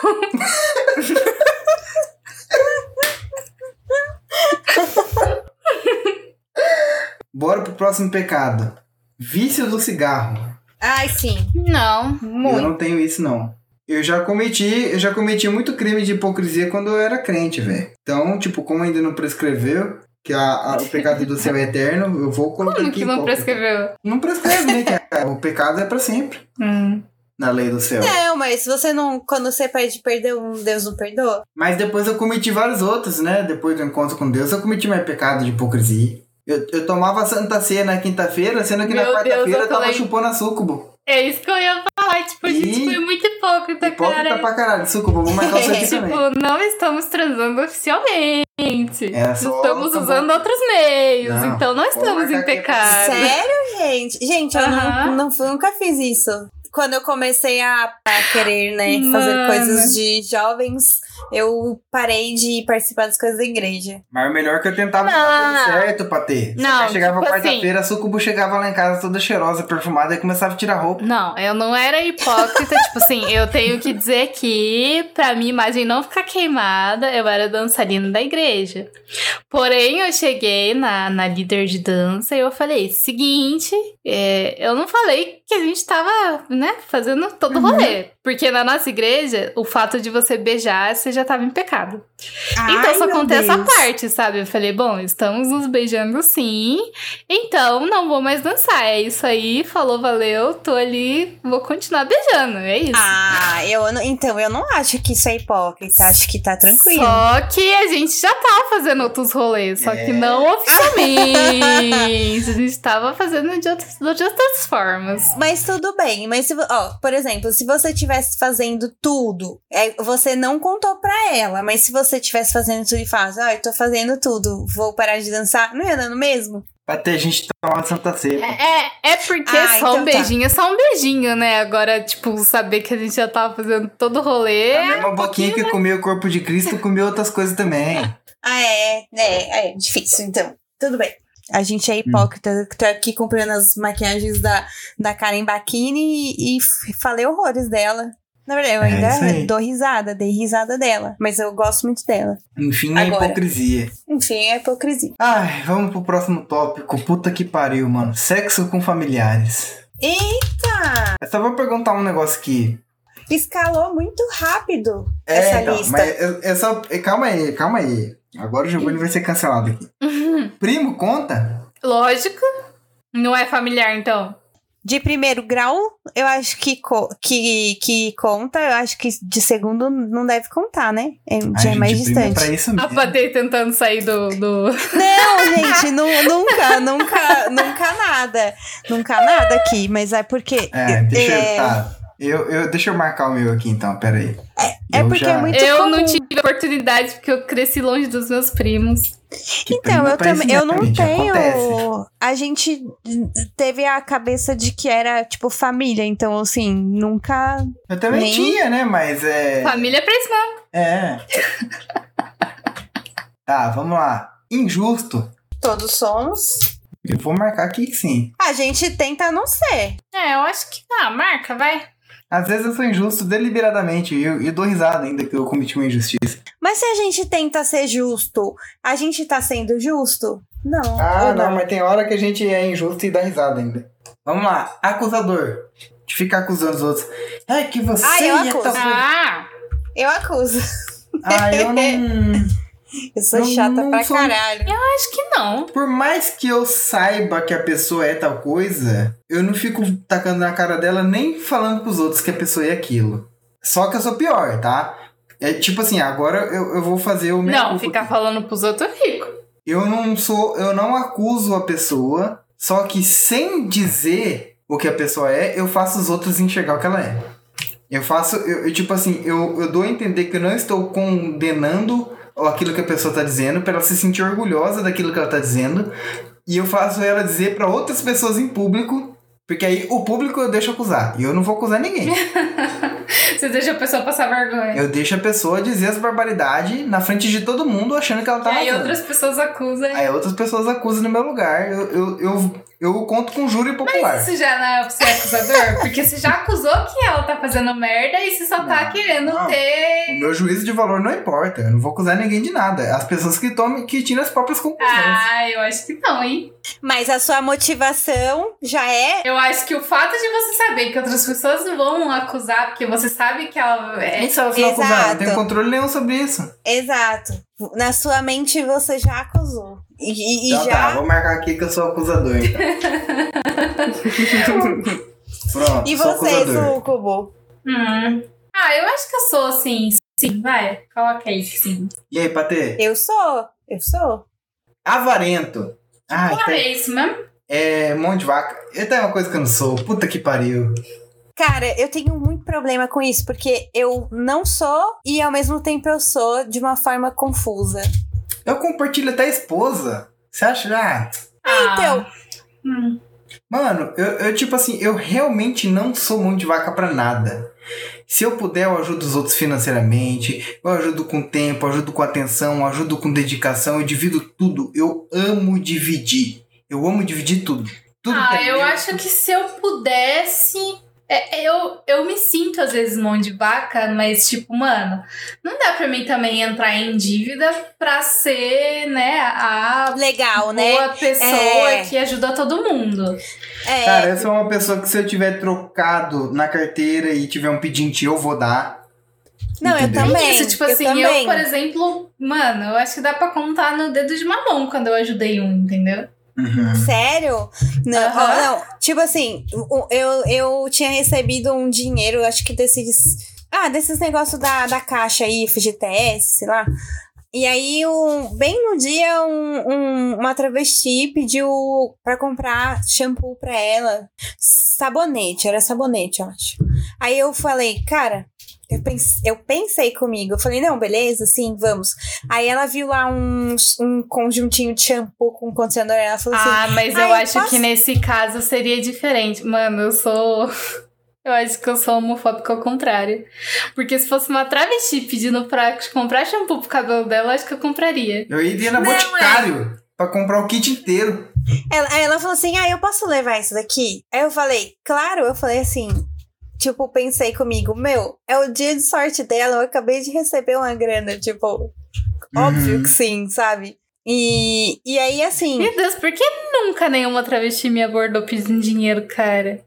Bora pro próximo pecado. Vício do cigarro. Ai, sim. Não. Eu não tenho isso, não. Eu já cometi, eu já cometi muito crime de hipocrisia quando eu era crente, velho. Então, tipo, como ainda não prescreveu, que a, a- o pecado do céu é eterno, eu vou colocar Como aqui. que não hipócrita. prescreveu? Não prescreve, né? cara? o pecado é pra sempre. Hum. Na lei do céu. Não, mas você não. Quando você pede perder um, Deus não perdoa? Mas depois eu cometi vários outros, né? Depois do encontro com Deus, eu cometi mais pecado de hipocrisia. Eu, eu tomava Santa Ceia na quinta-feira, sendo que na Meu Deus, quarta-feira eu eu tava falei- chupando a sucubo. É isso que eu ia falar. Tipo, a gente Ih, foi muito hipócrita, Hipócrita cara. pra caralho. Sucubo, vou *laughs* marcar isso aqui também. Tipo, não estamos transando oficialmente. É só. estamos acabou. usando outros meios. Não, Então não pode estamos marcar em que é pecado. Sério, gente? Gente, eu Aham. não, não- nunca fiz isso. Quando eu comecei a, a querer, né, fazer Mano. coisas de jovens, eu parei de participar das coisas da igreja. Mas o melhor é que eu tentava Não, dar não, tudo não. certo, Patê. Não, Aí chegava tipo quarta-feira, a sucubo chegava lá em casa toda cheirosa, perfumada, e começava a tirar roupa. Não, eu não era hipócrita. tipo assim, eu tenho que dizer que, pra minha imagem não ficar queimada, eu era dançarina da cerveja. Porém, eu cheguei na, na líder de dança e eu falei, seguinte, é, eu não falei que a gente tava, né, fazendo todo o rolê. Porque na nossa igreja, o fato de você beijar, você já tava em pecado. Então Ah. Ai, só meu contei essa Deus. parte, sabe? Eu falei, bom, estamos nos beijando sim, então não vou mais dançar. É isso aí, falou, valeu, tô ali, vou continuar beijando, é isso. Ah, eu não, então eu não acho que isso é hipócrita, acho que tá tranquilo. Só que a gente já tava fazendo outros rolês, só que É. não oficialmente. *laughs* a gente tava fazendo de outras, de outras formas. Mas tudo bem, mas se, vo- ó, por exemplo, se você tivesse fazendo tudo, é, você não contou pra ela, mas se você tivesse fazendo tudo e falasse, ó, eu tô fazendo tudo, vou parar de dançar, não ia dando mesmo? Até a gente tomar uma Santa Ceia. É, é porque Ah, só um então tá. beijinho é só um beijinho, né? Agora, tipo, saber que a gente já tava fazendo todo o rolê. a mesma boquinha que comeu o corpo de Cristo comeu outras coisas também. Ah, é, é, é difícil, então. Tudo bem. A gente é hipócrita, tô aqui comprando as maquiagens da, da Karen Bakini e, e f- falei horrores dela. Na verdade, eu É isso ainda aí. dou risada, dei risada dela, mas eu gosto muito dela. Enfim, a Agora. hipocrisia. Enfim, é hipocrisia. Ai, vamos pro próximo tópico. Puta que pariu, mano. Sexo com familiares. Eita! Eu só vou perguntar um negócio aqui. Escalou muito rápido É, essa então, lista. mas eu, eu só. eh, Calma aí, calma aí. Agora o Giovanni vai ser cancelado aqui. Uhum. Primo, conta? Lógico. Não é familiar, então. De primeiro grau, eu acho que, co- que, que conta, eu acho que de segundo não deve contar, né? É, já é Ai, mais gente, primo É distante. pra isso A mesmo. Patê tentando sair do. do... Não, gente, nu- nunca, nunca, nunca nada. Nunca nada aqui, mas é porque. É, deixa é, eu. Tá. Eu, eu, deixa eu marcar o meu aqui então, pera aí. é porque é muito- Eu comum. não tive oportunidade porque eu cresci longe dos meus primos. que Então, primo é eu pra isso também. Eu mesmo, não gente, tenho. Acontece. A gente teve a cabeça de que era, tipo, família. Então, assim, nunca. Eu também Nem- tinha, né? Mas é. Família é pra isso mesmo. É. tá, vamos lá. Injusto. Todos somos. Eu vou marcar aqui que sim. A gente tenta não ser. É, eu acho que. Ah, marca, vai. Às vezes eu sou injusto deliberadamente e eu, eu dou risada ainda que eu cometi uma injustiça. Mas se a gente tenta ser justo, a gente tá sendo justo? Não. ou Ah, mas tem hora que a gente é injusto e dá risada ainda. Vamos lá, acusador. De ficar acusando os outros. É que você Ah, eu e acuso. tal coisa." Ah! Eu acuso. Ah, eu *laughs* não. Eu sou Não- chata não pra sou- caralho. Acho que não. Então, Por mais que eu saiba que a pessoa é tal coisa, eu não fico tacando na cara dela nem falando pros outros que a pessoa é aquilo. Só que eu sou pior, tá? É tipo assim, agora eu, eu vou fazer o meu. Não, ficar falando pros outros eu fico. Eu não sou, eu não acuso a pessoa, só que sem dizer o que a pessoa é, eu faço os outros enxergar o que ela é. Eu faço, eu, eu, tipo assim, eu, eu dou a entender que eu não estou condenando aquilo que a pessoa tá dizendo, pra ela se sentir orgulhosa daquilo que ela tá dizendo, e eu faço ela dizer pra outras pessoas em público, porque aí o público eu deixo acusar, e eu não vou acusar *laughs* ninguém. *laughs* Você deixa a pessoa passar vergonha. Eu deixo a pessoa dizer as barbaridades na frente de todo mundo, achando que ela tá e aí arrasando. outras pessoas acusam. Aí outras pessoas acusam no meu lugar. Eu, eu, eu, eu conto com júri popular. Mas isso já não é pra ser acusador? Porque você já acusou que ela tá fazendo merda e você só tá Não, querendo não. ter. O meu juízo de valor não importa. Eu não vou acusar ninguém de nada. As pessoas que tomem, que tiram as próprias conclusões. Ah, eu acho que não, hein? Mas a sua motivação já é. Eu acho que o fato de você saber que outras pessoas vão acusar, porque você sabe que ela é. Isso elas não acusaram. Eu Não tenho exato. controle nenhum sobre isso. Exato. Na sua mente você já acusou. E, e- e Então tá, já. vou marcar aqui que eu sou *laughs* acusador. Então. Pronto, e sou você, acusador. Sucubo? Hum. Ah, eu acho que eu sou assim. Sim, vai. Coloca aí, sim. E aí, Patê? Eu sou. Eu sou. Avarento. Ah, Uma tem, vez mesmo. é mão de vaca. Eu tenho uma coisa que eu não sou. Puta que pariu. Cara, eu tenho muito problema com isso, porque eu não sou e ao mesmo tempo eu sou de uma forma confusa. Eu compartilho até a esposa. Você acha? Ah, Ah. Então, Hum. Mano, eu, eu, tipo assim, eu realmente não sou mão de vaca pra nada. Se eu puder, eu ajudo os outros financeiramente, eu ajudo com tempo, eu ajudo com atenção, eu ajudo com dedicação, eu divido tudo. Eu amo dividir. Eu amo dividir tudo. Tudo que Ah, é eu meu, acho que se eu pudesse. É, eu, eu me sinto às vezes mão de vaca, mas tipo, mano, não dá pra mim também entrar em dívida pra ser, né, a Legal, né? boa pessoa É. que ajuda todo mundo. É, Cara, eu sou uma pessoa que se eu tiver trocado na carteira e tiver um pedinte, eu vou dar. não, eu entendeu? também. é isso, tipo eu assim, também. eu, por exemplo, mano, eu acho que dá pra contar no dedo de uma mão quando eu ajudei um, entendeu? Uhum. Sério? Não, Aham. ó, não. Tipo assim, o- eu, eu tinha recebido um dinheiro, acho que desses. Ah, desses negócios da, da caixa aí, FGTS, sei lá. E aí, um, bem no dia, um- um- uma travesti pediu pra comprar shampoo pra ela. Sabonete, era sabonete, eu acho. Aí eu falei, cara, eu, pens- eu pensei comigo. Eu falei, não, beleza, sim, vamos. Aí ela viu lá um, um conjuntinho de shampoo com condicionador. Ela falou assim: Ah, mas eu Ah, eu acho posso- que nesse caso seria diferente. Mano, eu sou. *laughs* Eu acho que eu sou homofóbica ao contrário. Porque se fosse uma travesti pedindo pra comprar shampoo pro cabelo dela, eu acho que eu compraria. Eu iria na Não, Boticário pra comprar o kit inteiro. Ela, aí ela falou assim: Ah, eu posso levar isso daqui? Aí eu falei, claro, eu falei assim. Tipo, pensei comigo, meu, é o dia de sorte dela, eu acabei de receber uma grana, tipo, óbvio Uhum. que sim, sabe? E, e aí, assim, Meu Deus, por que nunca nenhuma travesti me abordou pedindo dinheiro, cara?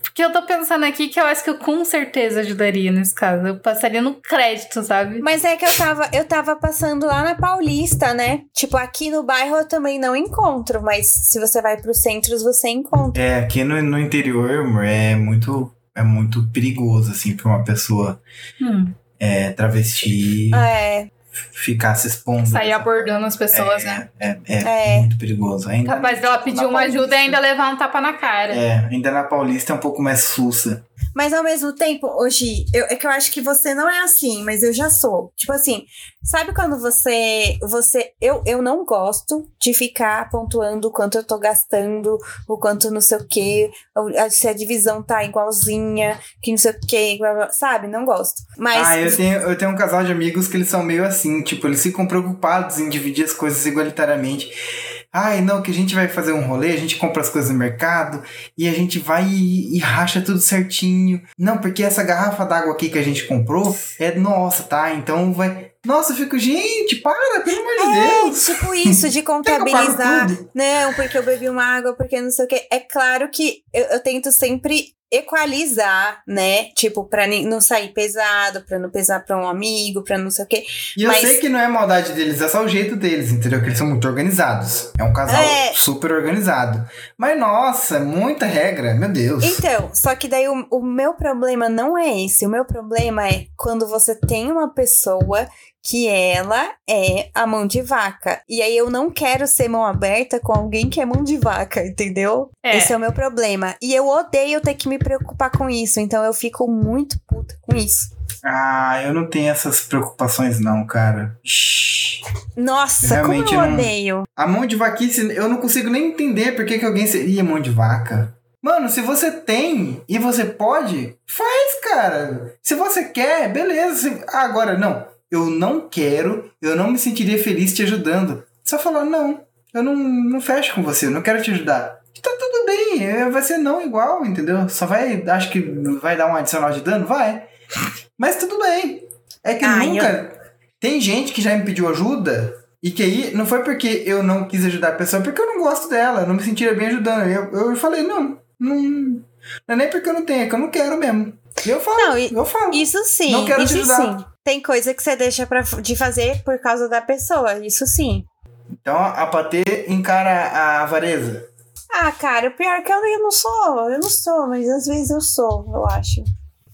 Porque eu tô pensando aqui que eu acho que eu com certeza ajudaria nesse caso. Eu passaria no crédito, sabe? mas é que eu tava, eu tava passando lá na Paulista, né? Tipo, aqui no bairro eu também não encontro, mas se você vai pros centros, você encontra. É, aqui no, no interior, amor, é muito, é muito perigoso, assim, pra uma pessoa Hum, é, travesti É, ficar se expondo. Ah. sair dessa abordando as pessoas, né? É, é, é É. muito perigoso. Ainda Capaz dela pedir na uma ajuda Paulista- e ainda levar um tapa na cara. É, ainda na Paulista é um pouco mais sussa. Mas ao mesmo tempo, hoje, eu, é que eu acho que você não é assim, mas eu já sou. Tipo assim, sabe quando você. você eu, eu não gosto de ficar pontuando o quanto eu tô gastando, o quanto não sei o quê, ou- a- se a divisão tá igualzinha, que não sei o quê, blá, blá, sabe? Não gosto. Mas. Ah, eu tenho, eu tenho um casal de amigos que eles são meio assim, tipo, eles ficam preocupados em dividir as coisas igualitariamente. Ai, não, que a gente vai fazer um rolê, a gente compra as coisas no mercado e a gente vai e, e racha tudo certinho. Não, porque essa garrafa d'água aqui que a gente comprou é nossa, tá? Então vai. Nossa, eu fico, gente, para, pelo amor de É, Deus. tipo isso, *laughs* de Quer que eu pare contabilizar. tudo? Não, porque eu bebi uma água, porque não sei o quê. É claro que eu, eu tento sempre equalizar, né? Tipo, pra ni- não sair pesado, pra não pesar pra um amigo, pra não sei o quê. E Mas- eu sei que não é maldade deles, é só o jeito deles, entendeu? Que eles são muito organizados. É um casal É. super organizado. Mas nossa, muita regra, meu Deus. Então, só que daí o, o meu problema não é esse. O meu problema é quando você tem uma pessoa que ela é a mão de vaca. E aí eu não quero ser mão aberta com alguém que é mão de vaca, entendeu? É. Esse é o meu problema. E eu odeio ter que me preocupar com isso. Então eu fico muito puta com isso. Ah, eu não tenho essas preocupações não, cara. Shhh. Nossa, Realmente como eu não- odeio. A mão de vaquice, eu não consigo nem entender por que, que alguém seria mão de vaca. Mano, se você tem e você pode, faz, cara. Se você quer, beleza. Se- ah, Agora, não. Eu não quero, eu não me sentiria feliz te ajudando. Só falar, não, eu não, não fecho com você, eu não quero te ajudar. Tá tudo bem, é, vai ser não igual, entendeu? Só vai, acho que vai dar um adicional de dano? Vai. Mas tudo bem. É que Ai, nunca. Tem gente que já me pediu ajuda e que aí não foi porque eu não quis ajudar a pessoa, é porque eu não gosto dela, eu não me sentiria bem ajudando. Eu, eu falei, não, não, não é nem porque eu não tenho, é que eu não quero mesmo. E eu falo, Não, e- eu falo. Isso sim, Não quero te isso ajudar. sim. Tem coisa que você deixa pra, de fazer por causa da pessoa, isso sim. Então a Patê encara a avareza. Ah, cara, o pior é que eu, eu não sou, eu não sou, mas às vezes eu sou, eu acho.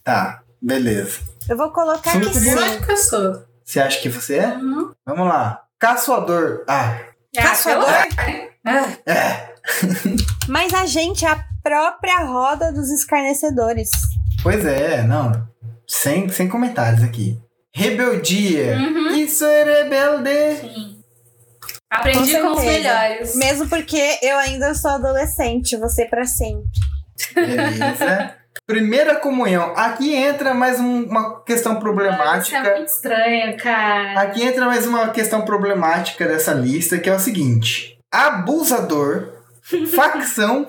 Tá, beleza. Eu vou colocar Sim, que tudo bem. sim. Eu acho que eu sou. Você acha que você é? Uhum. Vamos lá. Caçoador. Ah, Caçador? Ah, pelo- Ah, é. Mas a gente é a própria roda dos escarnecedores. Pois é, não. Sem, sem comentários aqui. Rebeldia. uhum. Isso é rebelde. Aprendi Com com, os certeza. melhores. Mesmo porque eu ainda sou adolescente, você pra sempre. *laughs* Beleza. Primeira comunhão. Aqui entra mais um- uma questão Isso é problemática. muito estranho, cara. Aqui entra mais uma questão problemática dessa lista, que é o seguinte: abusador, facção,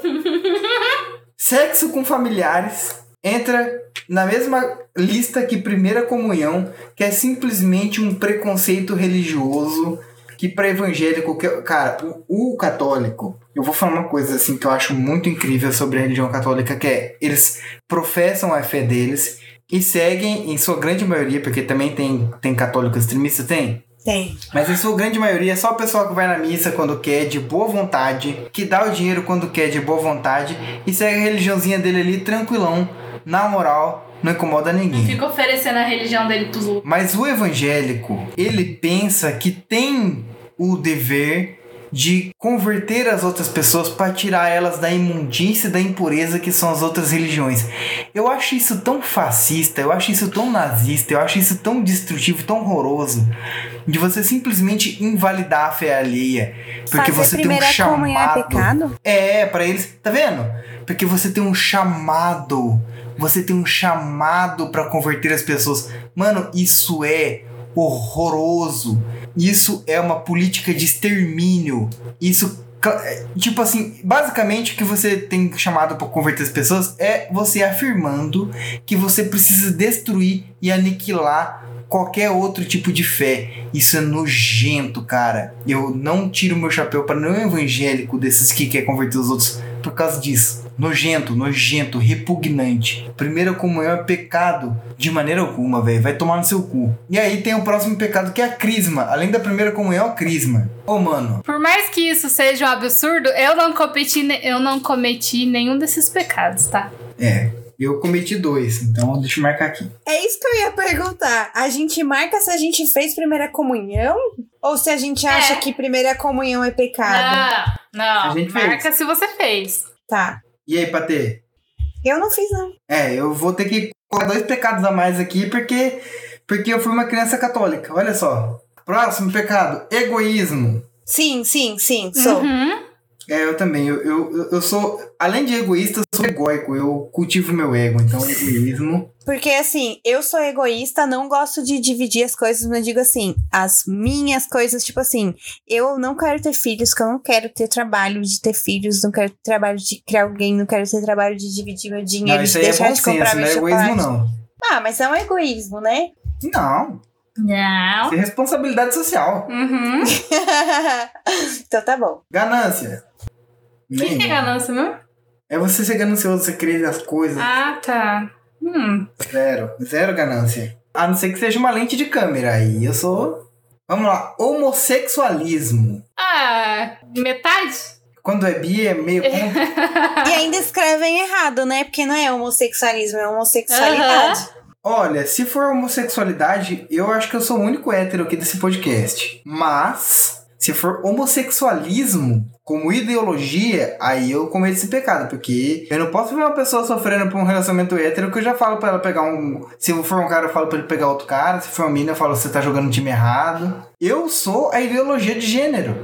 sexo com familiares, entra na mesma lista que Primeira Comunhão, que é simplesmente um preconceito religioso que para evangélico, que, é, cara, o, o católico, eu vou falar uma coisa assim que eu acho muito incrível sobre a religião católica, que é eles professam a fé deles e seguem, em sua grande maioria, porque também tem, tem católico extremista, tem? Tem. Mas em sua grande maioria é só o pessoal que vai na missa quando quer, de boa vontade, que dá o dinheiro quando quer, de boa vontade, e segue a religiãozinha dele ali tranquilão, na moral, não incomoda ninguém. Fica oferecendo a religião dele pros outros. Mas o evangélico, ele pensa que tem o dever de converter as outras pessoas para tirar elas da imundícia e da impureza que são as outras religiões. Eu acho isso tão fascista, eu acho isso tão nazista, eu acho isso tão destrutivo, tão horroroso, de você simplesmente invalidar a fé alheia, porque Fazer você tem um primeira comunhão é chamado. pecado? É, pra eles, tá vendo? Porque você tem um chamado, você tem um chamado pra converter as pessoas. Mano, isso é horroroso. Isso é uma política de extermínio. Isso ca- é, tipo assim, basicamente o que você tem chamado pra converter as pessoas é você afirmando que você precisa destruir e aniquilar qualquer outro tipo de fé. Isso é nojento, cara. Eu não tiro meu chapéu para nenhum evangélico desses que quer converter os outros por causa disso. Nojento, nojento, repugnante. Primeira comunhão é pecado de maneira alguma, velho. Vai tomar no seu cu. E aí tem o próximo pecado que é a crisma. Além da primeira comunhão, é a crisma. Ô, mano. Por mais que isso seja um absurdo, eu não cometi, ne- eu não cometi nenhum desses pecados, tá? É, eu cometi dois, então deixa eu marcar aqui. É isso que eu ia perguntar. A gente marca se a gente fez primeira comunhão? Ou se a gente acha É. que primeira comunhão é pecado? Não, A não. gente Marca fez. se você fez. Tá. E aí, Patê? Eu não fiz, não. É, eu vou ter que colocar dois pecados a mais aqui porque porque eu fui uma criança católica. Olha só. Próximo pecado, egoísmo. Sim, sim, sim. Sou. Uhum. É, eu também. Eu, eu, eu- eu sou, além de egoísta, eu sou egoico. Eu cultivo meu ego, então egoísmo. Porque assim, eu sou egoísta, não gosto de dividir as coisas, mas digo assim, as minhas coisas, tipo assim, eu não quero ter filhos, que eu não quero ter trabalho de ter filhos, não quero ter trabalho de criar alguém, não quero ter trabalho de dividir meu dinheiro, Não, de isso aí é deixar bom de comprar senso, não meu é chocolate. egoísmo, não. Ah, mas é um egoísmo, né? *laughs* Não, Não. isso é responsabilidade social. Uhum. O então tá bom. Ganância. que, *laughs* Nem. que é ganância, meu? É você ser ganancioso, você querer as coisas. Ah, tá. Hum. Zero. Zero ganância. A não ser que seja uma lente de câmera. Aí eu sou. Vamos lá, homossexualismo. Ah, metade? Quando é bi é meio ponto. E ainda escrevem errado, né? Porque não é homossexualismo, é homossexualidade. Olha, se for homossexualidade, eu acho que eu sou o único hétero aqui desse podcast. Mas, se for homossexualismo como ideologia, aí eu cometo esse pecado. Porque eu não posso ver uma pessoa sofrendo por um relacionamento hétero que eu já falo pra ela pegar um. Se for um cara, eu falo pra ele pegar outro cara. Se for uma mina, eu falo, você tá jogando no time errado. Eu sou a ideologia de gênero.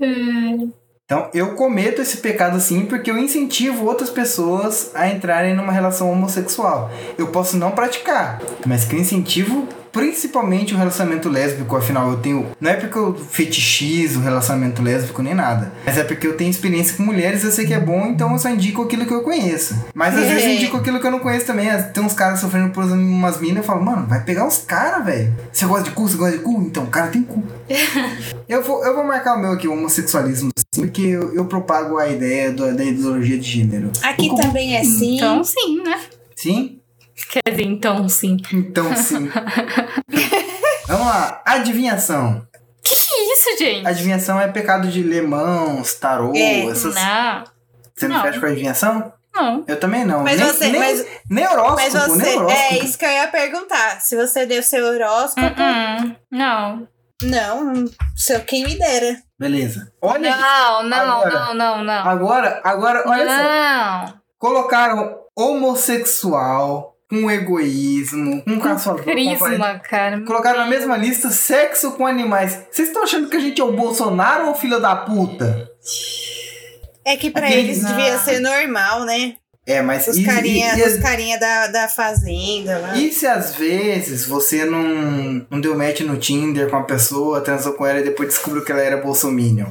Hum. Então, eu cometo esse pecado sim porque eu incentivo outras pessoas a entrarem numa relação homossexual. Eu posso não praticar, mas que eu incentivo principalmente o relacionamento lésbico, afinal eu tenho. Não é porque eu fetichizo o relacionamento lésbico nem nada, mas é porque eu tenho experiência com mulheres, eu sei que é bom, então eu só indico aquilo que eu conheço. Mas às vezes eu indico aquilo que eu não conheço também. ah, Tem uns caras sofrendo por umas minas, eu falo, mano, vai pegar uns caras, velho. Você gosta de cu? Você gosta de cu? Então, o cara tem cu. Eu vou, eu vou marcar o meu aqui, o homossexualismo, sim, porque eu, eu propago a ideia do- da ideologia de gênero. Aqui também é sim. Então sim, né? Sim? Quer dizer, então sim. Então *laughs* sim. Vamos lá, adivinhação. Que isso, gente? Adivinhação é pecado de lemãos, tarô, É, essas. Não. Você não, não. fecha com a adivinhação? Não. Eu também não. Mas nem, você- nem, mas- nem horóscopo, Mas nem você. um horóscopo. É isso que eu ia perguntar. Se você deu seu horóscopo. Hum, Não. Não, seu quem me dera. Beleza. Olha. Não, não, Agora. não, não, não. Agora, agora, é olha só. Não. Colocaram homossexual, com egoísmo, um caçador. com aparente- Crisma, cara. Colocaram na mesma lista sexo com animais. Vocês estão achando que a gente é o Bolsonaro ou filho da puta? É que pra Aquele- eles Não. devia ser normal, né? É, mas Os e, carinha, e- e- os carinha da, da fazenda lá. e se às vezes você não, não deu match no Tinder com a pessoa, transou com ela e depois descobriu que ela era bolsominion?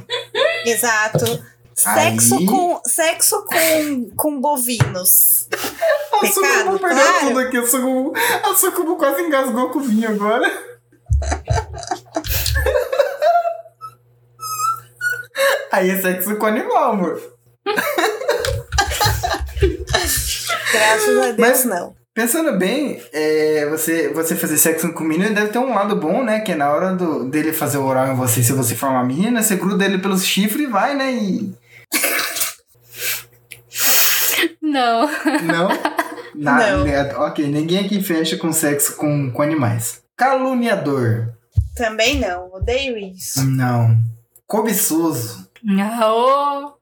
Exato. Sexo Aí- com sexo com, com bovinos. A Sucubu Pecado, perdeu claro. tudo aqui. A Sucubu, a Sucubu quase engasgou com o vinho agora. *laughs* Aí é sexo com animal, amor. Graças a Deus, Mas- não. Pensando bem, é, você, você fazer sexo com menino deve ter um lado bom, né? Que é na hora do, dele fazer o oral em você, se você for uma menina, você gruda ele pelos chifres e vai, né? *laughs* E. Não. Não? Nada. Não. né? Ok, ninguém aqui fecha com sexo com, com animais. Caluniador. Também não. Odeio isso. Não. Cobiçoso. Não.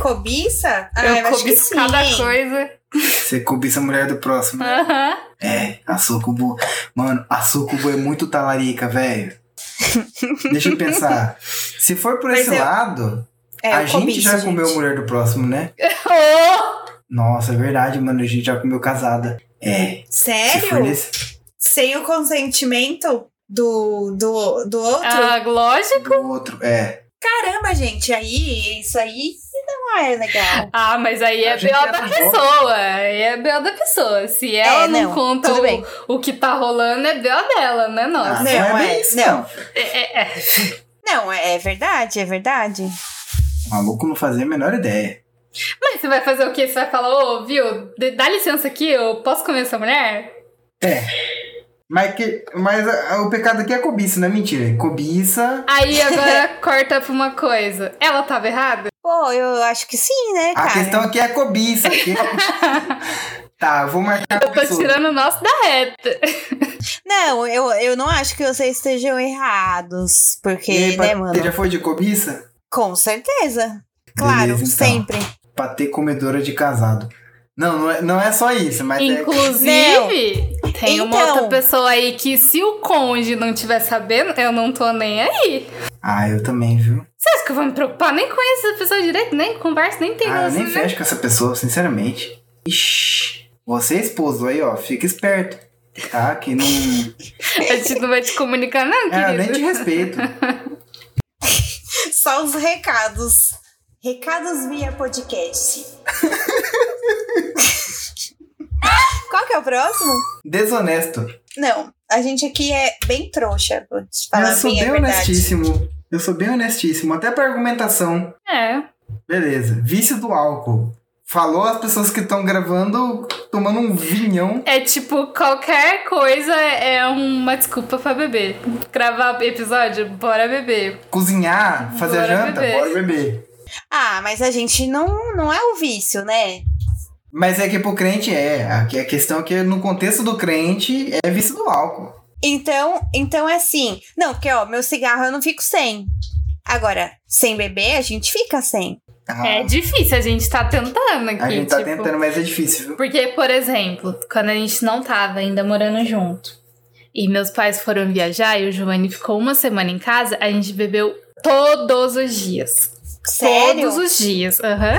Cobiça? Ah, eu acho que cobiço sim. É, cada hein? coisa. Você cobiça a mulher do próximo. né? Aham. É, a Sucubo. Mano, a Sucubo é muito talarica, velho. Deixa eu pensar. Se for por Mas esse eu- lado, É, a eu gente cobiço, já comeu a mulher do próximo, né? Oh. Nossa, é verdade, mano. A gente já comeu casada. É. Se for Sério? nesse. Sem o consentimento do, do, do outro? Ah, lógico. do outro. É. Caramba, gente, aí, isso aí não é legal. Ah, mas aí A é gente B.O. é da do jogo. pessoa. Aí é B.O. da pessoa. Se ela não, não, conta tudo bem. o, o que tá rolando, é B.O. dela, né? Ah, Nossa. não, é, não. É, é, é. Não, é é verdade, é verdade. O maluco não fazia a menor ideia. Mas você vai fazer o quê? Você vai falar, ô, viu? D- Dá licença aqui, eu posso comer essa mulher? Mas, que, mas ah, o pecado aqui é cobiça, não é mentira? Cobiça. Aí agora corta pra uma coisa. Ela tava errada? Pô, eu acho que sim, né, A cara? questão aqui é a cobiça. aqui. *laughs* tá, eu vou marcar Eu tô cobiçoso. tirando o nosso da reta. Não, eu, eu não acho que vocês estejam errados. Porque, E aí, né, Patê, mano? já foi de cobiça? Com certeza. Claro, Beleza, então. sempre. Pra ter comedora de casado. Não, não é, não é só isso, mas Inclusive, tem uma Então. outra pessoa aí que se o conge não tiver sabendo, eu não tô nem aí. é... Ah, eu também, viu? Você acha que eu vou me preocupar? Nem conheço essa pessoa direito, nem converso, nem né? tenho Ah, eu nem relacionamento. fecho com essa pessoa, sinceramente. Ixi, você esposo aí, ó, fica esperto. Tá, que *laughs* não... A gente não vai te comunicar, não, É, eu querido. nem te respeito. Só os recados. Recados via podcast. *laughs* Qual que é o próximo? Desonesto. Não, a gente aqui é bem trouxa, vou te falar eu sou é bem a bem verdade. honestíssimo. Eu sou bem honestíssimo, até pra argumentação. É. Beleza. Vício do álcool. Falou as pessoas que estão gravando tomando um vinhão. É tipo, qualquer coisa é uma desculpa pra beber. Gravar episódio, bora beber. Cozinhar, fazer Bora janta, beber. bora beber. Ah, mas a gente não, não é o vício, né? Mas é que pro crente é. A que- a questão é que no contexto do crente é vício do álcool. Então, então é assim. Não, porque ó, meu cigarro eu não fico sem. Agora, sem beber, a gente fica sem. Ah, É difícil, a gente tá tentando aqui. a gente tá tipo. tentando, mas é difícil, viu? Porque, por exemplo, quando a gente não tava ainda morando junto e meus pais foram viajar e o Giovanni ficou uma semana em casa, a gente bebeu todos os dias. Sério? Todos os dias. Aham.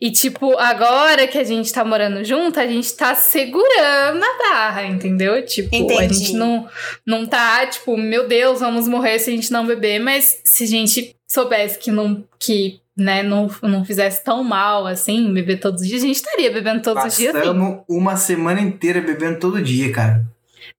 E, tipo, agora que a gente tá morando junto, a gente tá segurando a barra, entendeu? Tipo, a Entendi. gente não, não tá, tipo, meu Deus, vamos morrer se a gente não beber, mas se a gente soubesse que não. Que, né, não, não fizesse tão mal assim, beber todos os dias, a gente estaria bebendo todos os dias. Sim. Passamos uma semana inteira bebendo todo dia, cara.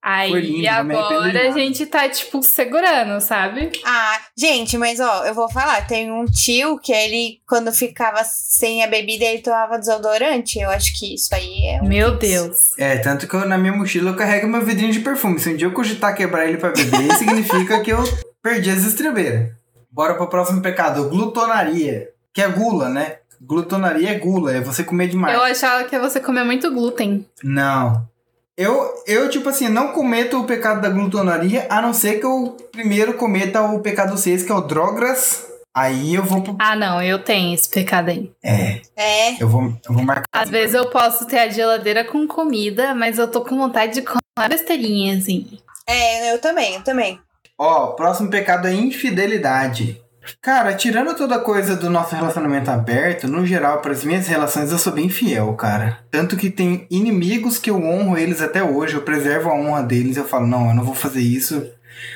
Aí Foi lindo, não me arrependo de agora a nada. gente tá, tipo, segurando, sabe? Ah, gente, mas ó, eu vou falar, tem um tio que ele, quando ficava sem a bebida, ele tomava desodorante. Eu acho que isso aí é. um- Meu Deus. É, tanto que eu, na minha mochila eu carrego meu vidrinho de perfume. Se um dia eu cogitar quebrar ele pra beber, significa que eu perdi as estrebeiras. Bora pro próximo pecado, glutonaria. Que é gula, né? Glutonaria é gula, é você comer demais. Eu achava que você comer muito glúten. Não. Eu, eu, tipo assim, não cometo o pecado da glutonaria, a não ser que eu primeiro cometa o pecado 6, que é o drogas. Aí eu vou pro... Ah, não, eu tenho esse pecado aí. É, É. eu vou, eu vou marcar. Às vezes eu posso ter a geladeira com comida, mas eu tô com vontade de comer uma besteirinha, assim. É, eu também, eu também. Ó, próximo pecado é infidelidade. Cara, tirando toda coisa do nosso relacionamento aberto, no geral, para as minhas relações eu sou bem fiel, cara. Tanto que tem inimigos que eu honro eles até hoje, eu preservo a honra deles, eu falo, não, eu não vou fazer isso.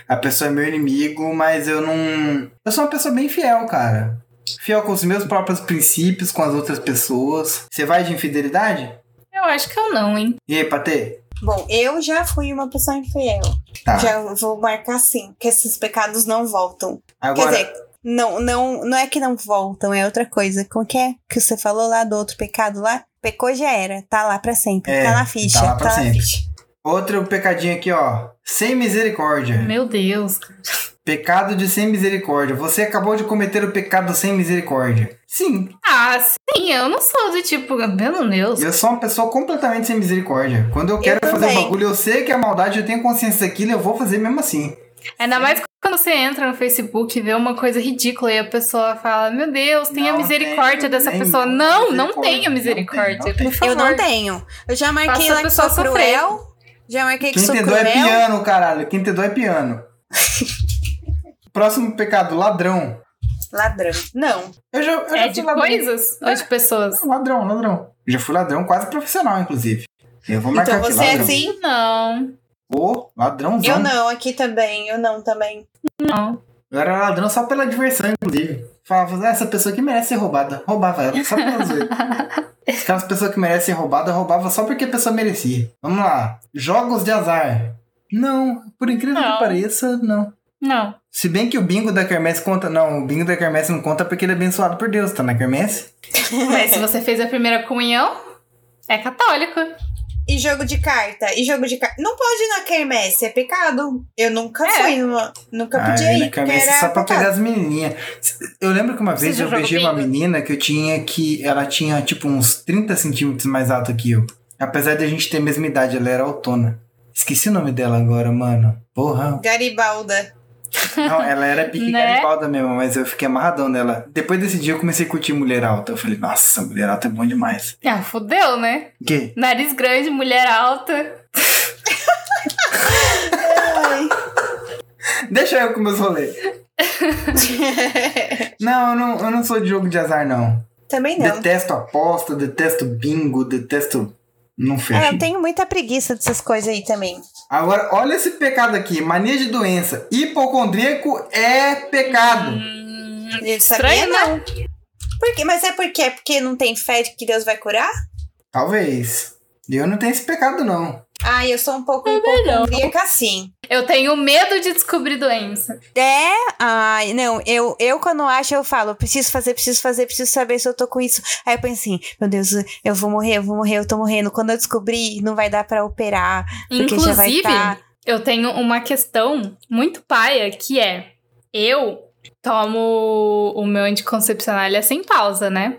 A pessoa é meu inimigo, mas eu não. Eu sou uma pessoa bem fiel, cara. Fiel com os meus próprios princípios, com as outras pessoas. Você vai de infidelidade? Eu acho que eu não, hein? E aí, Patê? Bom, eu já fui uma pessoa infiel. Tá. Já vou marcar sim, que esses pecados não voltam. Agora, Quer dizer, não, não, não é que não voltam, é outra coisa. Como que é que você falou lá do outro pecado lá? Pecou já era, tá lá pra sempre, É, tá na ficha, tá lá tá, pra na sempre. ficha. outro pecadinho aqui, ó. Sem misericórdia. Meu Deus. Pecado de sem misericórdia. Você acabou de cometer o pecado sem misericórdia. Sim, Ah, sim, eu não sou do tipo, meu Deus. eu sou uma pessoa completamente sem misericórdia. Quando eu quero fazer um também. bagulho, eu sei que é maldade, eu tenho consciência daquilo, eu vou fazer mesmo assim. Ainda mais quando você entra no Facebook e vê uma coisa ridícula e a pessoa fala, meu Deus, tenha Não misericórdia tenho, dessa nem pessoa. tenho Não, não misericórdia, tenha não misericórdia. tenho, não tenho. por favor. Eu não tenho. Eu já marquei Faça a lá que pessoa sou cruel. Já marquei que Quem né? sou te cruel. dói é piano, caralho. Quem te dói é piano. *laughs* Próximo pecado, ladrão. Ladrão. Não. Eu já, eu É já de fui ladrão. coisas ou de pessoas? Não, Ladrão, ladrão. Eu Já fui ladrão, quase profissional, inclusive. Eu vou marcar Então aqui, você é ladrão. assim? Não. Ô, ladrãozão. Eu não, aqui também. Eu não também. Eu era ladrão só pela diversão, inclusive. Falava, "Ah, essa pessoa que merece ser roubada. Roubava ela, só pela zoeira. Aquelas pessoas que merecem ser roubada, roubava só porque a pessoa merecia. Vamos lá. Jogos de azar. Não, por incrível Não. que pareça, não. *laughs* Não. Se bem que o bingo da quermesse conta. Não, o bingo da quermesse não conta porque ele é abençoado por Deus, tá na quermesse? Mas se você fez a primeira comunhão, é católico. E jogo de carta? E jogo de carta? Não pode ir na quermesse, é pecado. Eu nunca É. fui numa. Nunca Ah, podia eu ia na ir, porque quermesse era só pra pecado. pegar as menininhas. Eu lembro que uma vez Você eu jogou beijei uma bingo? menina que eu tinha que. Ela tinha tipo uns 30 centímetros mais alto que eu. Apesar de a gente ter a mesma idade, ela era autona. Esqueci o nome dela agora, mano. Porra. Garibalda. Não, ela era pique *laughs* Né? garibalda mesmo, mas eu fiquei amarradão nela. Depois desse dia eu comecei a curtir mulher alta. Eu falei, nossa, mulher alta é bom demais. Ah, fudeu, né? O quê? Nariz grande, mulher alta. Deixa eu com meus *laughs* rolês. Não, eu não, eu não sou de jogo de azar, não. Também não. Detesto aposta, detesto bingo, detesto. Não fecha. É, eu tenho muita preguiça dessas coisas aí também. Agora, olha esse pecado aqui: mania de doença. Hipocondríaco é pecado. Ele sabia Estranho, né? não. Por quê? Mas é porque é porque não tem fé de que Deus vai curar? Talvez. Eu não tenho esse pecado, não. Ah, eu sou um pouco É melhor. hipocondríaca assim. Eu tenho medo de descobrir doença. É, ai, não, eu, eu quando acho, eu falo, preciso fazer, preciso fazer, preciso saber se eu tô com isso. Aí eu penso assim, meu Deus, eu vou morrer, eu vou morrer, eu tô morrendo. Quando eu descobrir, não vai dar pra operar, porque já vai tá Inclusive, estar. eu tenho uma questão muito paia que é: eu tomo o meu anticoncepcional ele é sem pausa, né?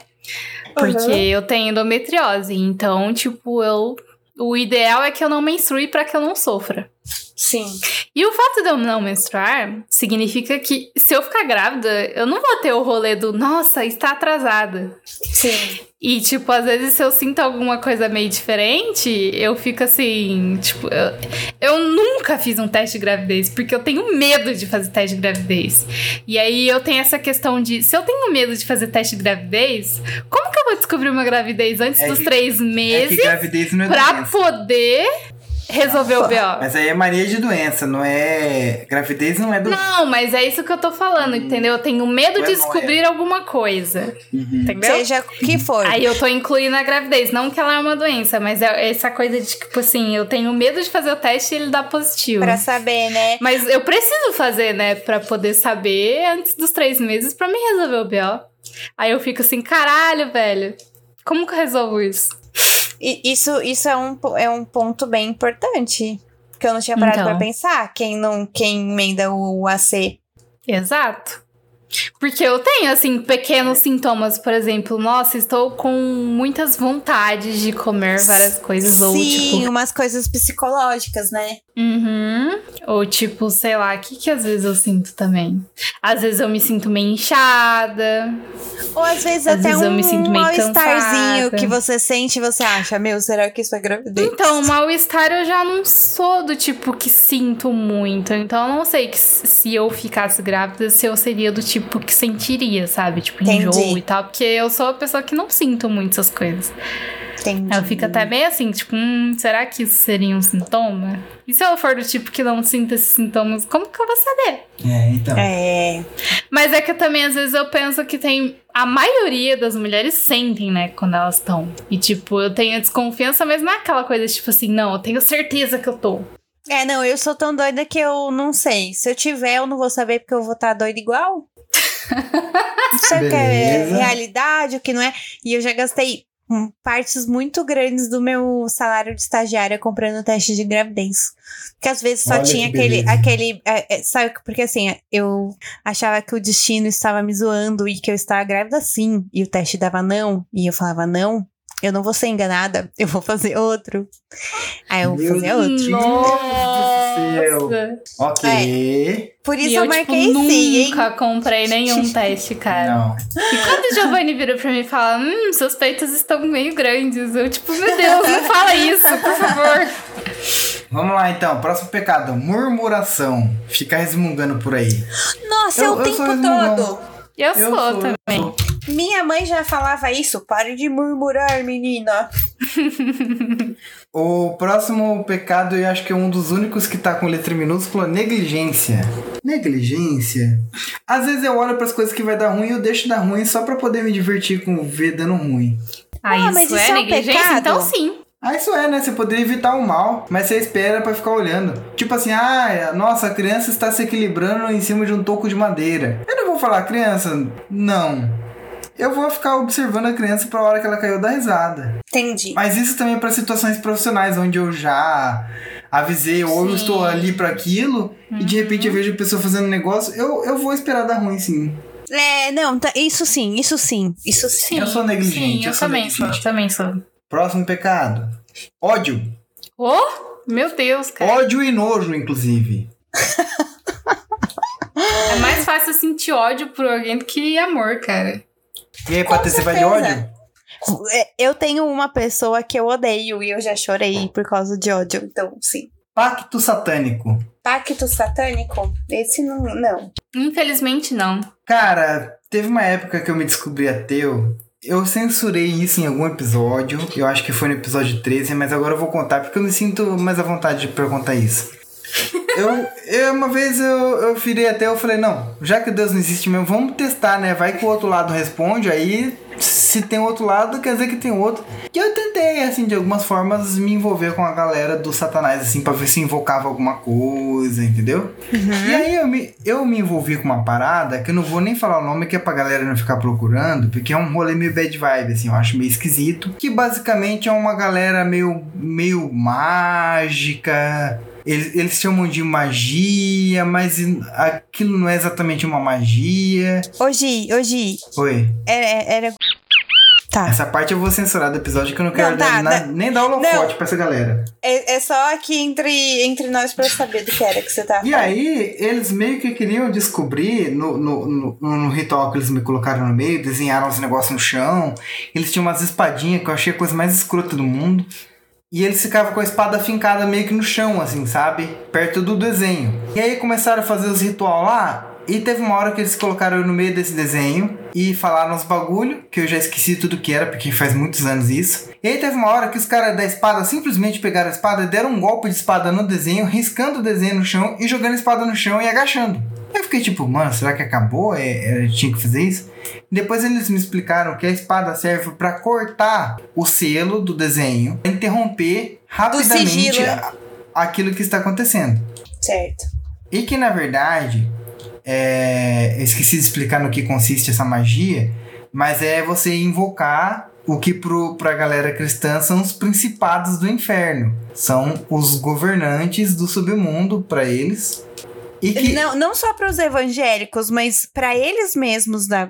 Porque Uhum. eu tenho endometriose, então, tipo, eu. O ideal é que eu não menstrue pra que eu não sofra. Sim. E o fato de eu não menstruar significa que se eu ficar grávida, eu não vou ter o rolê do nossa, está atrasada. Sim. E, tipo, às vezes se eu sinto alguma coisa meio diferente, eu fico assim, tipo, eu, eu nunca fiz um teste de gravidez, porque eu tenho medo de fazer teste de gravidez. E aí eu tenho essa questão de, se eu tenho medo de fazer teste de gravidez, como que eu vou descobrir uma gravidez antes É dos que- três É que meses gravidez não é pra doença. poder resolver o B.O.? Mas aí é mania de doença, não é. Gravidez não é doença. Não, mas é isso que eu tô falando, entendeu? Eu tenho medo de Paranoia. descobrir alguma coisa, é. Uhum. entendeu? Seja o que for. Aí eu tô incluindo a gravidez. Não que ela é uma doença, mas é essa coisa de, tipo assim, eu tenho medo de fazer o teste e ele dá positivo. Pra saber, né? Mas eu preciso fazer, né? Pra poder saber antes dos três meses pra me resolver o B.O. Aí eu fico assim, caralho, velho. Como que eu resolvo isso? E isso, isso é, um, po- é um ponto bem importante. Que eu não tinha parado Então. pra pensar. Quem não quem emenda o AC. Exato. Porque eu tenho, assim, pequenos sintomas. Por exemplo, nossa, estou com muitas vontades de comer várias coisas. ou, tipo, Sim, umas coisas psicológicas, né? Uhum. Ou tipo, sei lá, o que, que às vezes eu sinto também? Às vezes eu me sinto meio inchada. Ou às vezes Às até vezes eu um me sinto meio mal-estarzinho cansada. que você sente e você acha, meu, será que isso é gravidez? Então, mal-estar eu já não sou do tipo que sinto muito. Então eu não sei que se se eu ficasse grávida, se eu seria do tipo que sentiria, sabe? Tipo, Entendi. enjoo e tal. Porque eu sou a pessoa que não sinto muito essas coisas. Entendi. Ela fica até bem assim, tipo, hum, será que isso seria um sintoma? E se eu for do tipo que não sinta esses sintomas, como que eu vou saber? É, então. É. Mas é que eu também, às vezes, eu penso que tem. A maioria das mulheres sentem, né, quando elas estão. E, tipo, eu tenho a desconfiança, mas não é aquela coisa, tipo assim, não, eu tenho certeza que eu tô. É, não, eu sou tão doida que eu não sei. Se eu tiver, eu não vou saber porque eu vou estar *laughs* doida igual. Isso é que é Beleza. realidade, o que não é. E eu já gastei hum, partes muito grandes do meu salário de estagiária comprando teste de gravidez. Porque às vezes só Olha tinha que aquele. beleza. aquele é, é, sabe, porque assim, eu achava que o destino estava me zoando e que eu estava grávida sim. E o teste dava não. E eu falava, não, eu não vou ser enganada, eu vou fazer outro. Aí eu vou Meu fazer Deus outro. do céu. Ok. Por isso e eu, eu, marquei tipo, sim, hein? nunca comprei nenhum teste, cara. Não. E quando o Giovanni vira pra mim e fala, hum, seus peitos estão meio grandes, eu, tipo, meu Deus, não fala isso, por favor. Vamos lá então, próximo pecado: murmuração. Ficar resmungando por aí. Nossa, Eu- é o eu tempo sou resmungão. todo. Eu, sou, eu também. sou. Minha mãe já falava isso. Pare de murmurar, menina. O próximo pecado, eu acho que é um dos únicos que tá com letra minúscula: negligência. Negligência? Às vezes eu olho pras coisas que vai dar ruim e eu deixo dar ruim só pra poder me divertir com ver dando ruim. Ah, Ah, mas isso, isso é, é um negligência? pecado? Então sim. Ah, isso é, né? Você poderia evitar o mal, mas você espera pra ficar olhando. Tipo assim, ah, nossa, a criança está se equilibrando em cima de um toco de madeira. Eu não vou falar, criança, não. Eu vou ficar observando a criança pra hora que ela caiu da risada. Entendi. Mas isso também é para situações profissionais, onde eu já avisei, ou eu Sim. estou ali para aquilo, e de repente eu vejo a pessoa fazendo um negócio, eu, eu vou esperar dar ruim, sim. É, não, tá- isso sim, isso sim, isso sim. Sim, Eu sou negligente, Sim, eu, eu sou também sou, negligente. também sou. Próximo pecado: ódio. Oh, meu Deus, cara. Ódio e nojo, inclusive. É mais fácil sentir ódio por alguém do que amor, cara. E aí, Patrícia, você vai de certeza. ódio? É, Eu tenho uma pessoa que eu odeio e eu já chorei por causa de ódio, então sim. Pacto satânico. Pacto satânico? Esse não. Não. Infelizmente, não. Cara, teve uma época que eu me descobri ateu. Eu censurei isso em algum episódio. Eu acho que foi no episódio 13, mas agora eu vou contar porque eu me sinto mais à vontade pra contar isso. Eu, eu- uma vez eu, eu virei ateu, eu falei, não, já que Deus não existe mesmo, vamos testar, né? Vai que o outro lado responde, aí se tem outro lado, quer dizer que tem outro. E eu tentei, assim, de algumas formas, me envolver com a galera do Satanás, assim, pra ver se invocava alguma coisa, entendeu? E Uhum. aí eu me, eu me envolvi com uma parada que eu não vou nem falar o nome, que é pra galera não ficar procurando, porque é um rolê meio bad vibe, assim, eu acho meio esquisito. Que basicamente é uma galera meio, meio mágica. Eles, eles chamam de magia, mas aquilo não é exatamente uma magia. Hoje, hoje, Oi, era. é, era... Tá. essa parte eu vou censurar do episódio que eu não quero Não, tá, dar na- não. nem dar holofote pra essa galera. É, é só aqui entre, entre nós pra eu saber do que era que você tá tava E falando. aí, eles meio que queriam descobrir no, no, no, no ritual que eles me colocaram no meio, desenharam os negócios no chão. Eles tinham umas espadinhas que eu achei a coisa mais escrota do mundo. E eles ficavam com a espada fincada meio que no chão, assim, sabe? Perto do desenho. E aí começaram a fazer os ritual lá. E teve uma hora que eles colocaram eu no meio desse desenho e falaram uns bagulho, que eu já esqueci tudo que era, porque faz muitos anos isso. E aí teve uma hora que os caras da espada simplesmente pegaram a espada e deram um golpe de espada no desenho, riscando o desenho no chão e jogando a espada no chão e agachando. Eu fiquei tipo, mano, será que acabou? É, é, tinha que fazer isso? Depois eles me explicaram que a espada serve pra cortar o selo do desenho, interromper rapidamente sigilo, a- aquilo que está acontecendo. Certo. E que na verdade, é, eu esqueci de explicar no que consiste essa magia, mas é você invocar o que pro, pra galera cristã são os principados do inferno. São os governantes do submundo pra eles. E que Não, não só para os evangélicos, mas para eles mesmos da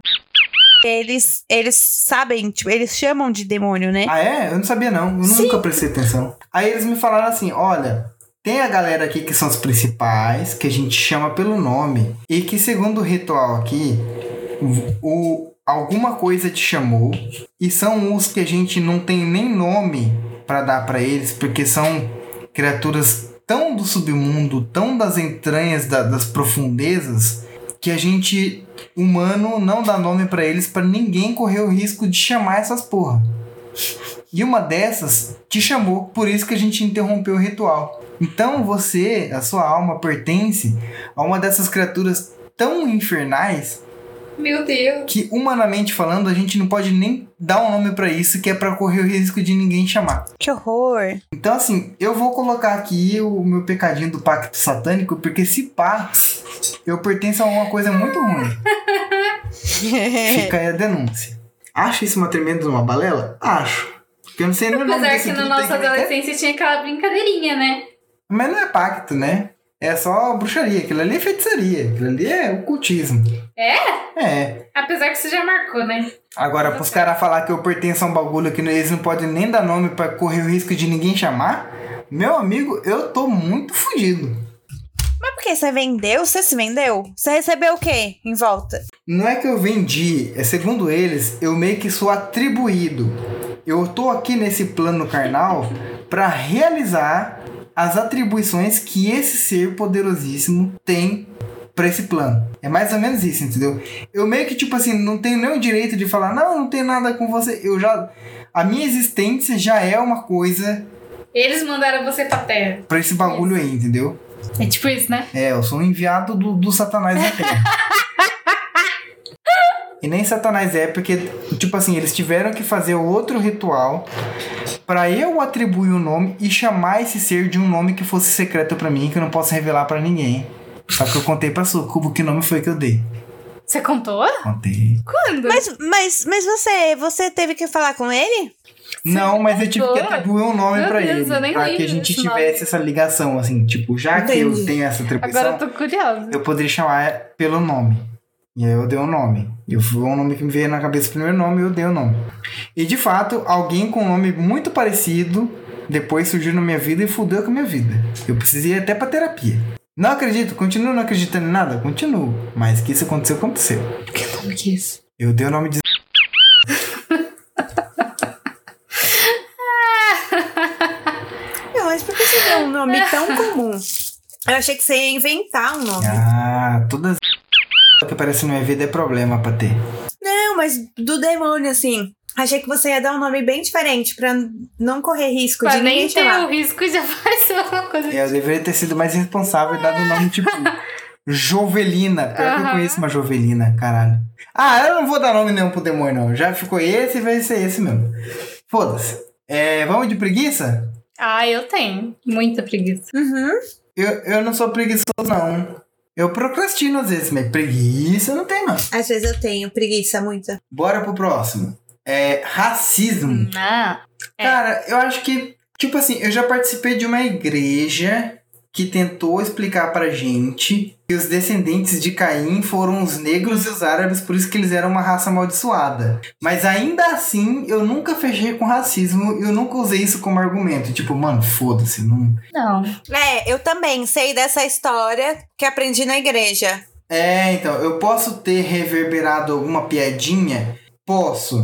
eles eles sabem, tipo, eles chamam de demônio, né? Ah, é? Eu não sabia, não. Eu Sim. nunca prestei atenção. Aí eles me falaram assim: olha, tem a galera aqui que são os principais, que a gente chama pelo nome, e que segundo o ritual aqui, o, alguma coisa te chamou, e são os que a gente não tem nem nome pra dar pra eles, porque são criaturas tão do submundo, tão das entranhas, da- das profundezas, que a gente, humano, não dá nome pra eles pra ninguém correr o risco de chamar essas porra. E uma dessas te chamou, por isso que a gente interrompeu o ritual. Então você, a sua alma, pertence a uma dessas criaturas tão infernais Meu Deus. que, humanamente falando, a gente não pode nem dar um nome pra isso, que é pra correr o risco de ninguém chamar. Ah, Que *laughs* horror. Então, assim, eu vou colocar aqui o meu pecadinho do pacto satânico, porque se pá, eu pertenço a uma coisa muito ruim. É. Fica aí a denúncia. Acho isso uma tremenda uma balela? Acho. Porque eu não um sei nem o nome Apesar desse que na grupo é nossa técnico. adolescência tinha aquela brincadeirinha, né? Mas não é pacto, né? É só bruxaria. Aquilo ali é feitiçaria. Aquilo ali é ocultismo. É? É. Apesar que você já marcou, né? Agora, pros caras falar que eu pertenço a um bagulho que eles não podem nem dar nome pra correr o risco de ninguém chamar, meu amigo, eu tô muito fudido. Mas por que você vendeu? Você se vendeu? Você recebeu o quê em volta? Não é que eu vendi, é segundo eles, eu meio que sou atribuído. Eu tô aqui nesse plano carnal para realizar as atribuições que esse ser poderosíssimo tem para esse plano. É mais ou menos isso, entendeu? Eu meio que tipo assim, não tenho nem o direito de falar, não, não tem nada com você. Eu já a minha existência já é uma coisa Eles mandaram você pra terra. para esse bagulho aí, entendeu? É tipo isso, né? É, eu sou um enviado do, do Satanás na Terra. e nem Satanás é, porque, tipo assim, eles tiveram que fazer outro ritual pra eu atribuir o nome e chamar esse ser de um nome que fosse secreto pra mim, que eu não posso revelar pra ninguém. Só que eu contei pra Sucubo que nome foi que eu dei. Você contou? Contei. Quando? Mas, mas, mas você, você teve que falar com ele? não, mas eu tive que contou? atribuir um nome Meu pra Deus, eu ele. nem Pra lembro que a gente desse tivesse nome. essa ligação, assim, tipo, já que eu Entendi. tenho essa atribuição. Agora eu tô curiosa. eu poderia chamar pelo nome. E aí eu dei o nome. Eu fui o nome que me veio na cabeça o primeiro nome, eu dei o nome. E de fato, alguém com um nome muito parecido depois surgiu na minha vida e fudeu com a minha vida. Eu precisei ir até pra terapia. Não acredito, continuo não acreditando em nada, continuo. Mas que isso aconteceu, aconteceu. Que nome que é esse? Eu dei o nome de. Não, mas por que você deu um nome *laughs* tão comum? Eu achei que você ia inventar um nome. Ah, todas *laughs* que aparece na minha vida é problema pra ter. Não, mas do demônio, assim. Achei que você ia dar um nome bem diferente pra não correr risco Pra de ninguém nem ter chamar. o risco de *laughs* aparecer alguma coisa. É, Eu deveria ter sido mais responsável e dado um nome tipo Jovelina. Pior que eu Aham. conheço uma Jovelina, caralho. Ah, eu não vou dar nome nenhum pro demônio, não. Já ficou esse e vai ser esse mesmo. Foda-se. É, vamos de preguiça? Ah, eu tenho. Muita preguiça. Uhum. Eu, eu não sou preguiçoso, não. Eu procrastino às vezes, mas preguiça eu não tem, não. Às vezes eu tenho preguiça muita. Bora pro próximo. É, racismo. Ah. É. Cara, eu acho que, tipo assim, eu já participei de uma igreja que tentou explicar pra gente que os descendentes de Caim foram os negros e os árabes, por isso que eles eram uma raça amaldiçoada. Mas ainda assim, eu nunca fechei com racismo, eu nunca usei isso como argumento. Tipo, mano, foda-se, não. Não. É, eu também sei dessa história que aprendi na igreja. É, então, eu posso ter reverberado alguma piadinha? Posso.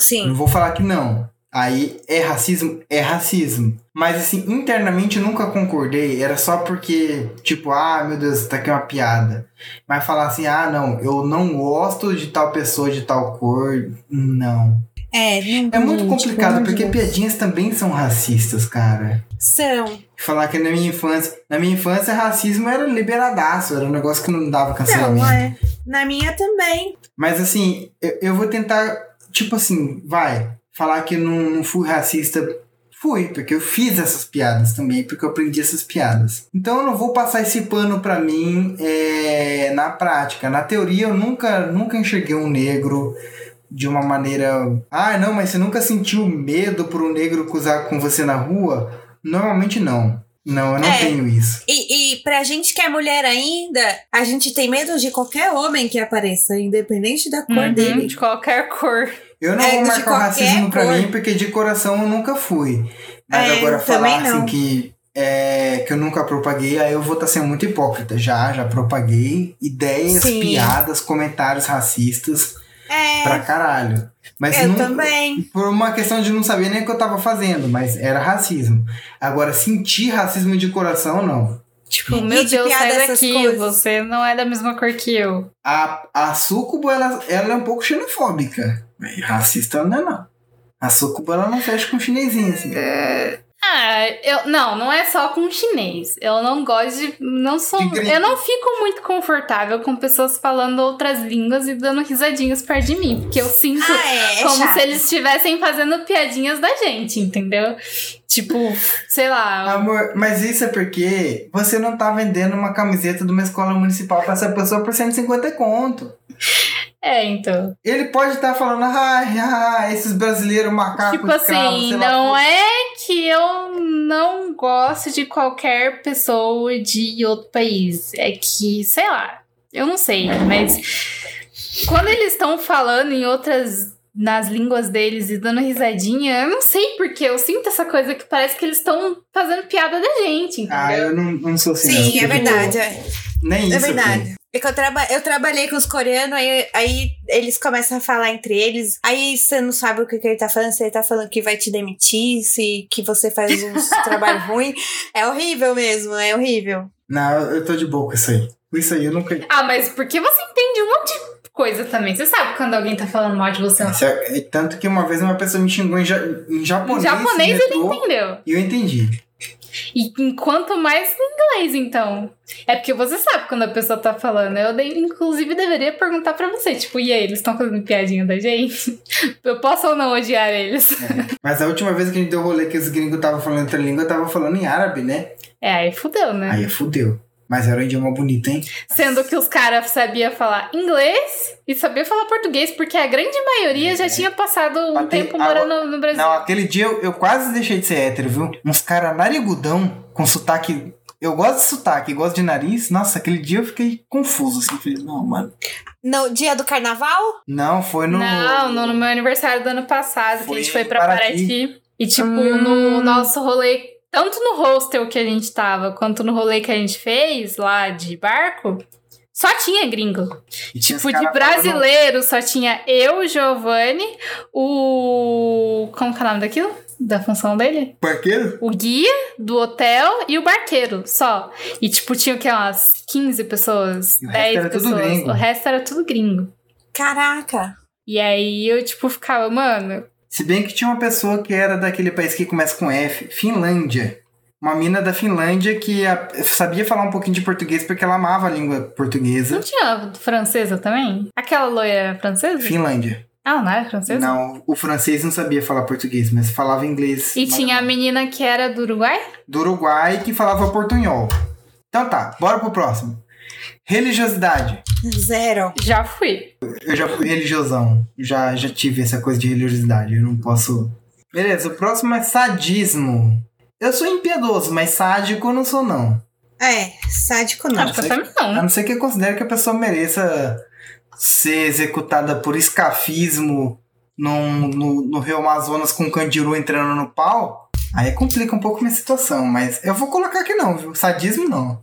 Não Sim. vou falar que não. Aí é racismo, é racismo. Mas assim, internamente eu nunca concordei. Era só porque, tipo, ah, meu Deus, tá aqui uma piada. Mas falar assim, ah, não, eu não gosto de tal pessoa de tal cor. Não. É, não- É muito tipo, complicado, não porque digo. piadinhas também são racistas, cara. São. Falar que na minha infância. Na minha infância, racismo era liberadaço, era um negócio que não dava cancelamento. Não, é. Na minha também. Mas assim, eu, eu vou tentar, tipo assim, vai, falar que eu não, não fui racista. Fui, porque eu fiz essas piadas também, porque eu aprendi essas piadas. Então eu não vou passar esse pano pra mim é, na prática. Na teoria eu nunca, nunca enxerguei um negro de uma maneira. Ah, não, mas você nunca sentiu medo por um negro cruzar com você na rua? Normalmente não. Não, eu não É. tenho isso. E, e pra gente que é mulher ainda, a gente tem medo de qualquer homem que apareça, independente da cor Uhum, dele. De qualquer cor. Eu não É, vou de marcar o racismo qualquer pra cor. mim, porque de coração eu nunca fui. Mas É, agora eu falar também não. assim que, é, que eu nunca propaguei, aí eu vou estar sendo muito hipócrita. Já, já propaguei ideias, Sim. piadas, comentários racistas É, pra caralho. Mas eu nunca- também. *laughs* por uma questão de não saber nem o que eu tava fazendo, mas era racismo. Agora, sentir racismo de coração, não. Tipo, meu E de Deus, piada sai essas daqui. coisas. Você não é da mesma cor que eu. A, a Sucubo, ela, ela é um pouco xenofóbica. Mas Racista ela não é, não. A sucuba ela não fecha com o chinesinho, assim. Ah, eu, não, não é só com chinês. Eu não gosto de. Não sou, De gringo. eu não fico muito confortável com pessoas falando outras línguas e dando risadinhas perto de mim. Porque eu sinto Ah, é, é como chato. se eles estivessem fazendo piadinhas da gente, entendeu? Tipo, sei Ah. lá. Amor, mas isso é porque você não tá vendendo uma camiseta de uma escola municipal pra essa pessoa por 150 conto. É, então. Ele pode estar falando, ai, ai, esses brasileiros macacos tipo assim, não é que eu não gosto de qualquer pessoa de outro país. É que, sei lá, eu não sei, né? mas quando eles estão falando em outras. Nas línguas deles e dando risadinha, eu não sei porque eu sinto essa coisa que parece que eles estão fazendo piada da gente. Entendeu? Ah, eu não, não sou assim. não. Sim, é Eu digo, verdade. É. Nem isso. É eu tenho. verdade. É que eu, traba eu trabalhei com os coreanos, aí, aí eles começam a falar entre eles. Aí você não sabe o que, que ele tá falando, se ele tá falando que vai te demitir, se que você faz um trabalho ruim. É horrível mesmo, é horrível. Não, eu tô de boa com isso aí. Com Isso aí eu nunca. Ah, mas porque você entende um monte de coisa também. Você sabe quando alguém tá falando mal de Então. você. Isso é- é Tanto que uma vez uma pessoa me xingou em, ja- em Em japonês. um né, japonês no ele metrô, entendeu. E eu entendi. E enquanto mais no inglês, então. É porque você sabe quando a pessoa tá falando. Eu, de- inclusive, deveria perguntar pra você. Tipo, e aí, eles estão fazendo piadinha da gente? *laughs* Eu posso ou não odiar eles? Mas a última vez que a gente deu rolê que os gringos estavam falando outra língua, eu tava falando em árabe, né? É, aí fudeu, né? Aí fudeu. Mas era um idioma bonito, hein? Sendo que os caras sabiam falar inglês e sabiam falar português, porque a grande maioria já tinha passado um É, Mas tem- tempo morando no Brasil. Não, aquele dia eu, eu quase deixei de ser hétero, viu? Uns caras narigudão, com sotaque. Eu gosto de sotaque, gosto de nariz. Nossa, aquele dia eu fiquei confuso, assim. Falei, não, mano. No dia do carnaval? Não, foi no. Não, no, no meu aniversário do ano passado, que Foi a gente foi pra Paraty. Paraty. E, tipo, no nosso rolê, tanto no hostel que a gente tava, quanto no rolê que a gente fez lá de barco, só tinha gringo. E tinha os Tipo, de cara brasileiro, só tinha eu, o Giovanni, o. Como que é o nome daquilo? Da função dele? falando, Barqueiro? O guia do hotel e o barqueiro, só. E, tipo, tinha o quê? Umas 15 pessoas, E o resto 10 era tudo pessoas. gringo. O resto era tudo gringo. Caraca! E aí eu, tipo, ficava, mano, Se bem que tinha uma pessoa que era daquele país que começa com F, Finlândia. Uma mina da Finlândia que a- sabia falar um pouquinho de português porque ela amava a língua Não portuguesa. tinha francesa também? Aquela loira era francesa? Finlândia. Ah, não era francesa? Não, o francês não sabia falar português, mas falava inglês. E Mas- tinha a menina que era do Uruguai? do Uruguai que falava portunhol. Então tá, bora pro próximo. Religiosidade. Zero. Já fui. Eu já fui religiosão. Já, já tive essa coisa de religiosidade. Eu não posso. Beleza, o próximo é sadismo. Eu sou impiedoso, mas sádico eu não sou, não. É, sádico Não, não. acho que eu sei. também A não. não é ser que eu considere que a pessoa mereça ser executada por escafismo num, no, no Rio Amazonas com um candiru entrando no pau. Aí complica um pouco minha situação, mas eu vou colocar que não, viu? Sadismo não. Uhum.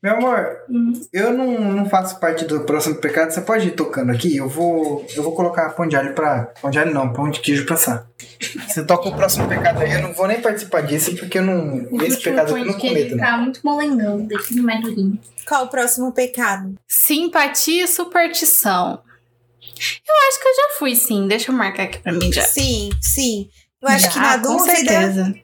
Meu amor, Hum. Eu não, não faço parte do próximo pecado, você pode ir tocando aqui. Eu vou, eu vou colocar pão de alho pra. Pão de alho não, pão de queijo pra assar. Você toca o próximo pecado aí, eu não vou nem participar disso porque eu não. Esse pecado aqui eu não cometo, não. tá muito molengão, daqui não é no rim. Qual o próximo pecado? Simpatia e superstição. Eu acho que eu já fui, sim. Deixa eu marcar aqui pra mim já. Sim, sim. Eu acho Já, que na É. Ah, com dúvida. certeza.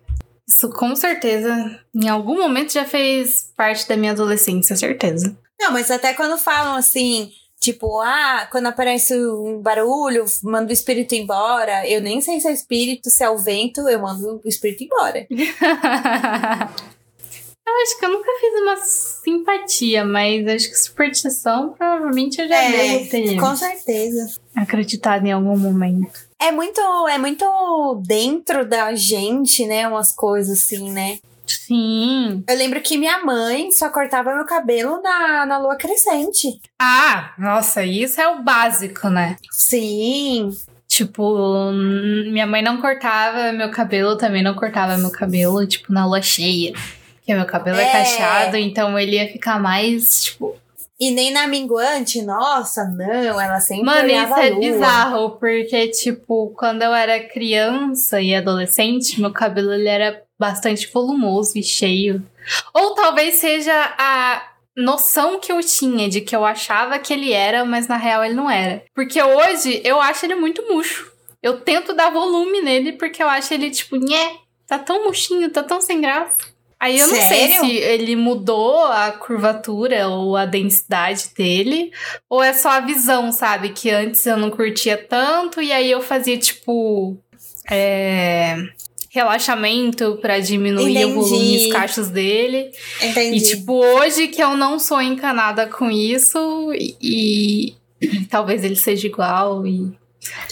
Isso com certeza. Em algum momento já fez parte da minha adolescência, certeza. Não, mas até quando falam assim. Tipo, ah, quando aparece um barulho, manda o espírito embora. Eu nem sei se é espírito, se é o vento, eu mando o espírito embora. eu acho que eu nunca fiz uma simpatia, mas acho que superstição provavelmente eu já devo ter É, com certeza. acreditado em algum momento. É muito, é muito dentro da gente, né? Umas coisas assim, né? Sim. Eu lembro que minha mãe só cortava meu cabelo na, na lua crescente. Ah, nossa, isso é o básico, né? Sim. Tipo, hum, minha mãe não cortava meu cabelo, também não cortava meu cabelo, tipo, na lua cheia. Porque meu cabelo é, É. cacheado, então ele ia ficar mais, tipo... E nem na minguante, nossa, não, ela sempre Mano, isso olhava a é lua. bizarro, porque, tipo, quando eu era criança e adolescente, meu cabelo ele era bastante volumoso e cheio. Ou talvez seja a noção que eu tinha de que eu achava que ele era, mas na real ele não era. Porque hoje eu acho ele muito murcho. Eu tento dar volume nele porque eu acho ele tipo, nhé, tá tão murchinho, tá tão sem graça. Aí eu não sei Sério? se ele mudou a curvatura ou a densidade dele, ou é só a visão, sabe? Que antes eu não curtia tanto e aí eu fazia tipo. é, Relaxamento pra diminuir o volume e Entendi. os cachos dele. Entendi. E, tipo, hoje que eu não sou encanada com isso e, e *clears throat* talvez ele seja igual e.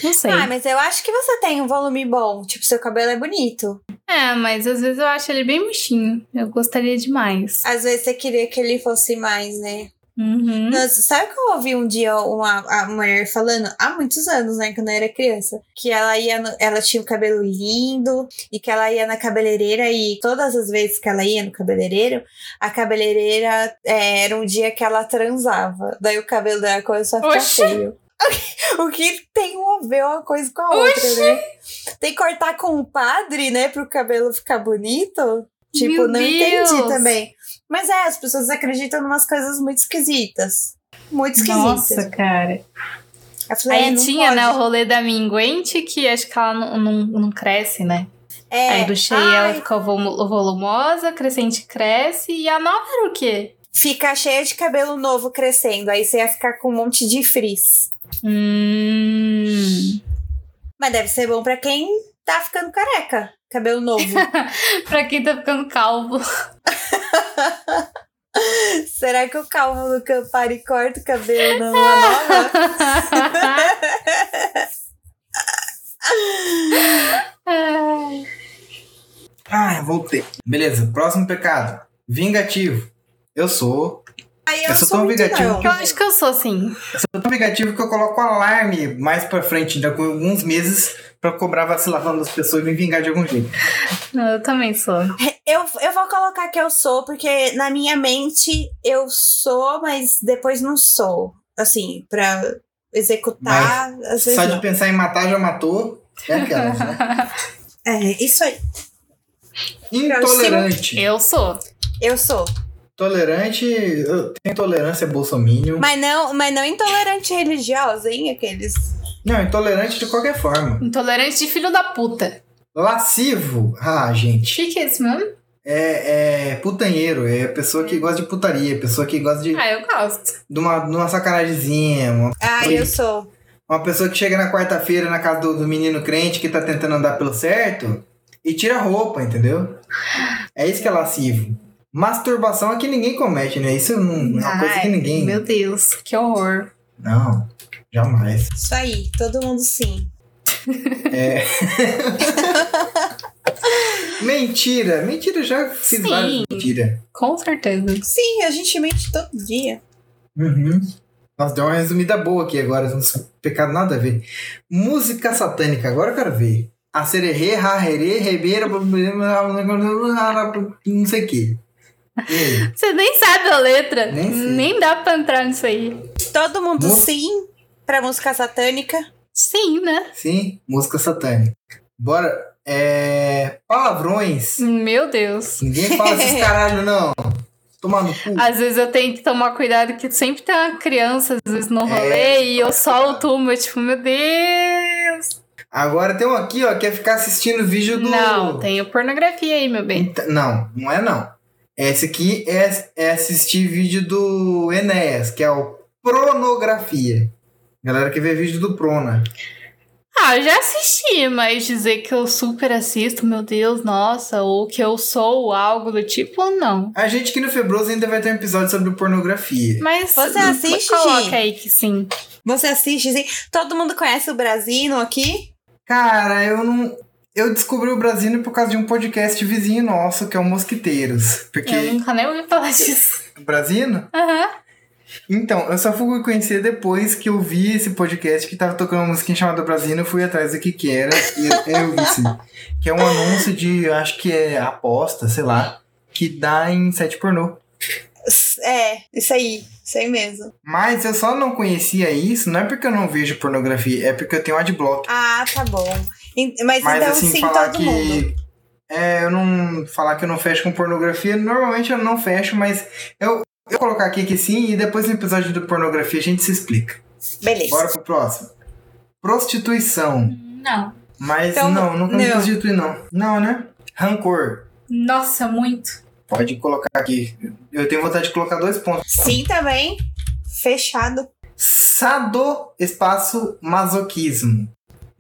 Não sei. Ah, mas eu acho que você tem um volume bom. Tipo, seu cabelo é bonito. É, mas às vezes eu acho ele bem murchinho. Eu gostaria demais. Às vezes você queria que ele fosse mais, né? Uhum. Nossa, sabe que eu ouvi um dia uma, a mulher falando, há muitos anos, né? Quando eu era criança. Que ela ia no- ela tinha o cabelo lindo e que ela ia na cabeleireira e todas as vezes que ela ia no cabeleireiro, a cabeleireira é, era um dia que ela transava. Daí o cabelo dela começou a ficar Oxi! feio. *laughs* O que tem a ver uma coisa com a outra, né? Tem que cortar com o padre, né? Pro cabelo ficar bonito. Tipo, Meu não entendi Deus! também. Mas é, as pessoas acreditam em umas coisas muito esquisitas. Muito esquisitas. Nossa, cara. Eu falei, é, Aí não tinha, pode. né, o rolê da minguente, que acho que ela não, não, não cresce, né? É. Aí do cheio Ai, ela fica volu- volumosa, crescente cresce, e a nova era o quê? Fica cheia de cabelo novo crescendo. Aí você ia ficar com um monte de frizz. Hum. Mas deve ser bom pra quem tá ficando careca. Cabelo novo. *laughs* *laughs* pra quem tá ficando calvo. Será que o calvo do Campari corta o cabelo na lua nova? É. Ah, voltei. Beleza, próximo pecado. Vingativo. Eu sou. Aí eu, Eu não sou sou tão muito, vingativo não. que Eu acho que eu sou assim. Eu sou tão vingativo que eu coloco alarme mais pra frente, daqui a alguns meses, pra cobrar vacilação das pessoas e me vingar de algum jeito. Eu também sou. Eu, eu vou colocar que eu sou, porque na minha mente eu sou, mas depois não sou. Assim, pra executar, às vezes. Só não. de pensar em matar já matou. É aquelas, né? É, isso aí. Intolerante. *laughs* Eu sou. Eu sou. Tolerante, eu tenho tolerância bolsominion. Mas não, mas não intolerante religiosa, hein? Aqueles. Não, intolerante de qualquer forma. Intolerante de filho da puta. Lascivo. Ah, gente. Que que é esse mesmo? É, é putanheiro, é pessoa que gosta de putaria, pessoa que gosta de, Ah, eu gosto. de, uma, de uma sacanagemzinha, uma, Ah, Oi. eu sou. uma pessoa que chega na quarta-feira na casa do, do menino crente que tá tentando andar pelo certo e tira a roupa, entendeu? É isso que é lascivo. Masturbação é que ninguém comete, né? Isso não é uma coisa Ai, que ninguém. Meu Deus, que horror. Não, jamais. Isso aí. Todo mundo sim. Mentira! Mentira, eu já fiz Sim. várias mentiras. Com certeza. Sim, a gente mente todo dia. Uhum. Nossa, deu uma resumida boa aqui agora, uns pecados nada a ver. Música satânica, agora eu quero ver. A sererê, rarerê, rebeira, blá, blá, blá, blá, blá, blá, não sei o que. Você nem sabe a letra. Nem sei. dá pra entrar nisso aí. Todo mundo Mu- sim pra música satânica. Sim, né? Sim, música satânica. Bora. É. Palavrões. Meu Deus. Ninguém fala esses caralho, não. Tomar no cu. Às vezes eu tenho que tomar cuidado que sempre tem uma criança, às vezes no É. rolê, e eu solto uma, tipo, meu Deus. Agora tem um aqui, ó, que é ficar assistindo vídeo do. Não, tenho pornografia aí, meu bem. Ent- Não, não é não. Esse aqui é, é assistir vídeo do Enéas, que é o Pronografia. Galera que vê vídeo do Prona. Ah, eu já assisti, mas dizer que eu super assisto, meu Deus, nossa, ou que eu sou algo do tipo, não. A gente aqui no Febroso ainda vai ter um episódio sobre pornografia. Mas Você assiste, coloca Gi? aí que sim. Você assiste sim. Todo mundo conhece o Brasino aqui? Cara, eu não. Eu descobri o Brasil por causa de um podcast vizinho nosso, que é o Mosquiteiros. Eu Porque. nunca nem ouvi falar disso. Brasino? Aham. Então, eu só fui conhecer depois que eu vi esse podcast que tava tocando uma musiquinha chamada Brasília, eu fui atrás do que que era e eu vi sim. Que é um anúncio de, acho que é aposta, sei lá, que dá em site pornô. S- É, isso aí. Isso aí mesmo. Mas eu só não conhecia isso, não é porque eu não vejo pornografia, é porque eu tenho adblock. Ah, tá bom. En- Mas, Mas então assim, sim, falar todo que... mundo. É, eu não... Falar que eu não fecho com pornografia, normalmente eu não fecho, mas eu... Eu vou colocar aqui que sim e depois no É episódio do pornografia a gente se explica. Beleza. Bora pro próximo. Prostituição. Não. Mas Então, não, nunca me não. prostituí, não. Não, né? Rancor. Nossa, muito. Pode colocar aqui. Eu tenho vontade de colocar dois pontos. Sim, também. Fechado. Sado espaço masoquismo.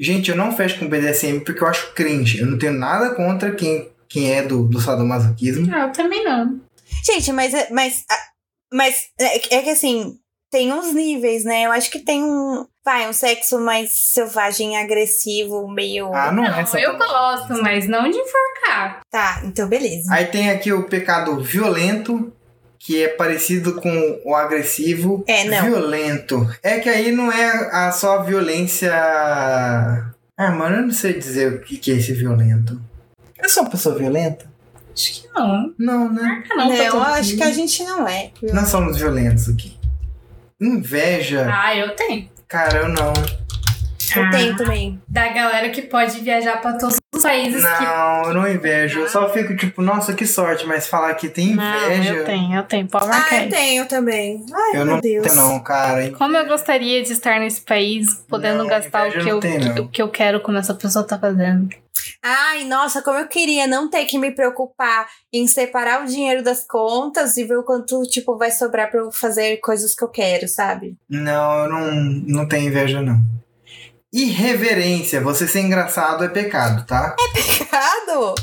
Gente, eu não fecho com BDSM porque eu acho cringe. Eu não tenho nada contra quem, quem é do, do sadomasoquismo. Ah, eu também não. Gente, mas. é- mas, ah, mas é que- é que assim, tem uns níveis, né? Eu acho que tem um. Vai, um sexo mais selvagem, agressivo, meio. Ah, não, é eu gosto, sadomasoquismo. mas não de enforcar. Tá, então beleza. Aí tem aqui o pecado violento, que é parecido com o agressivo. É, não. Violento. É que aí não é a só a violência. Ah, mano, eu não sei dizer o que que é esse violento. Eu sou uma pessoa violenta? Acho que não. Não, né? Ah, Não, não, tá eu tudo- acho que a gente não é. Nós somos violentos aqui. Inveja? Ah, eu tenho. Cara, eu não. Eu Ah. tenho também. Da galera que pode viajar pra todos os países que. Não, eu não invejo. Eu só fico tipo, nossa, que sorte, mas falar que tem inveja. eu tenho, eu tenho. Pode Ah, eu tenho também. Ai, meu não Deus. tenho, não, cara. hein? Como eu gostaria de estar nesse país, podendo Não, gastar o inveja que não eu, tem, não. o que eu quero como essa pessoa tá fazendo. Ai, nossa, como eu queria não ter que me preocupar em separar o dinheiro das contas e ver o quanto, tipo, vai sobrar pra eu fazer coisas que eu quero, sabe? Não, eu não, não tenho inveja, não. Irreverência. Você ser engraçado é pecado, tá? Pecado?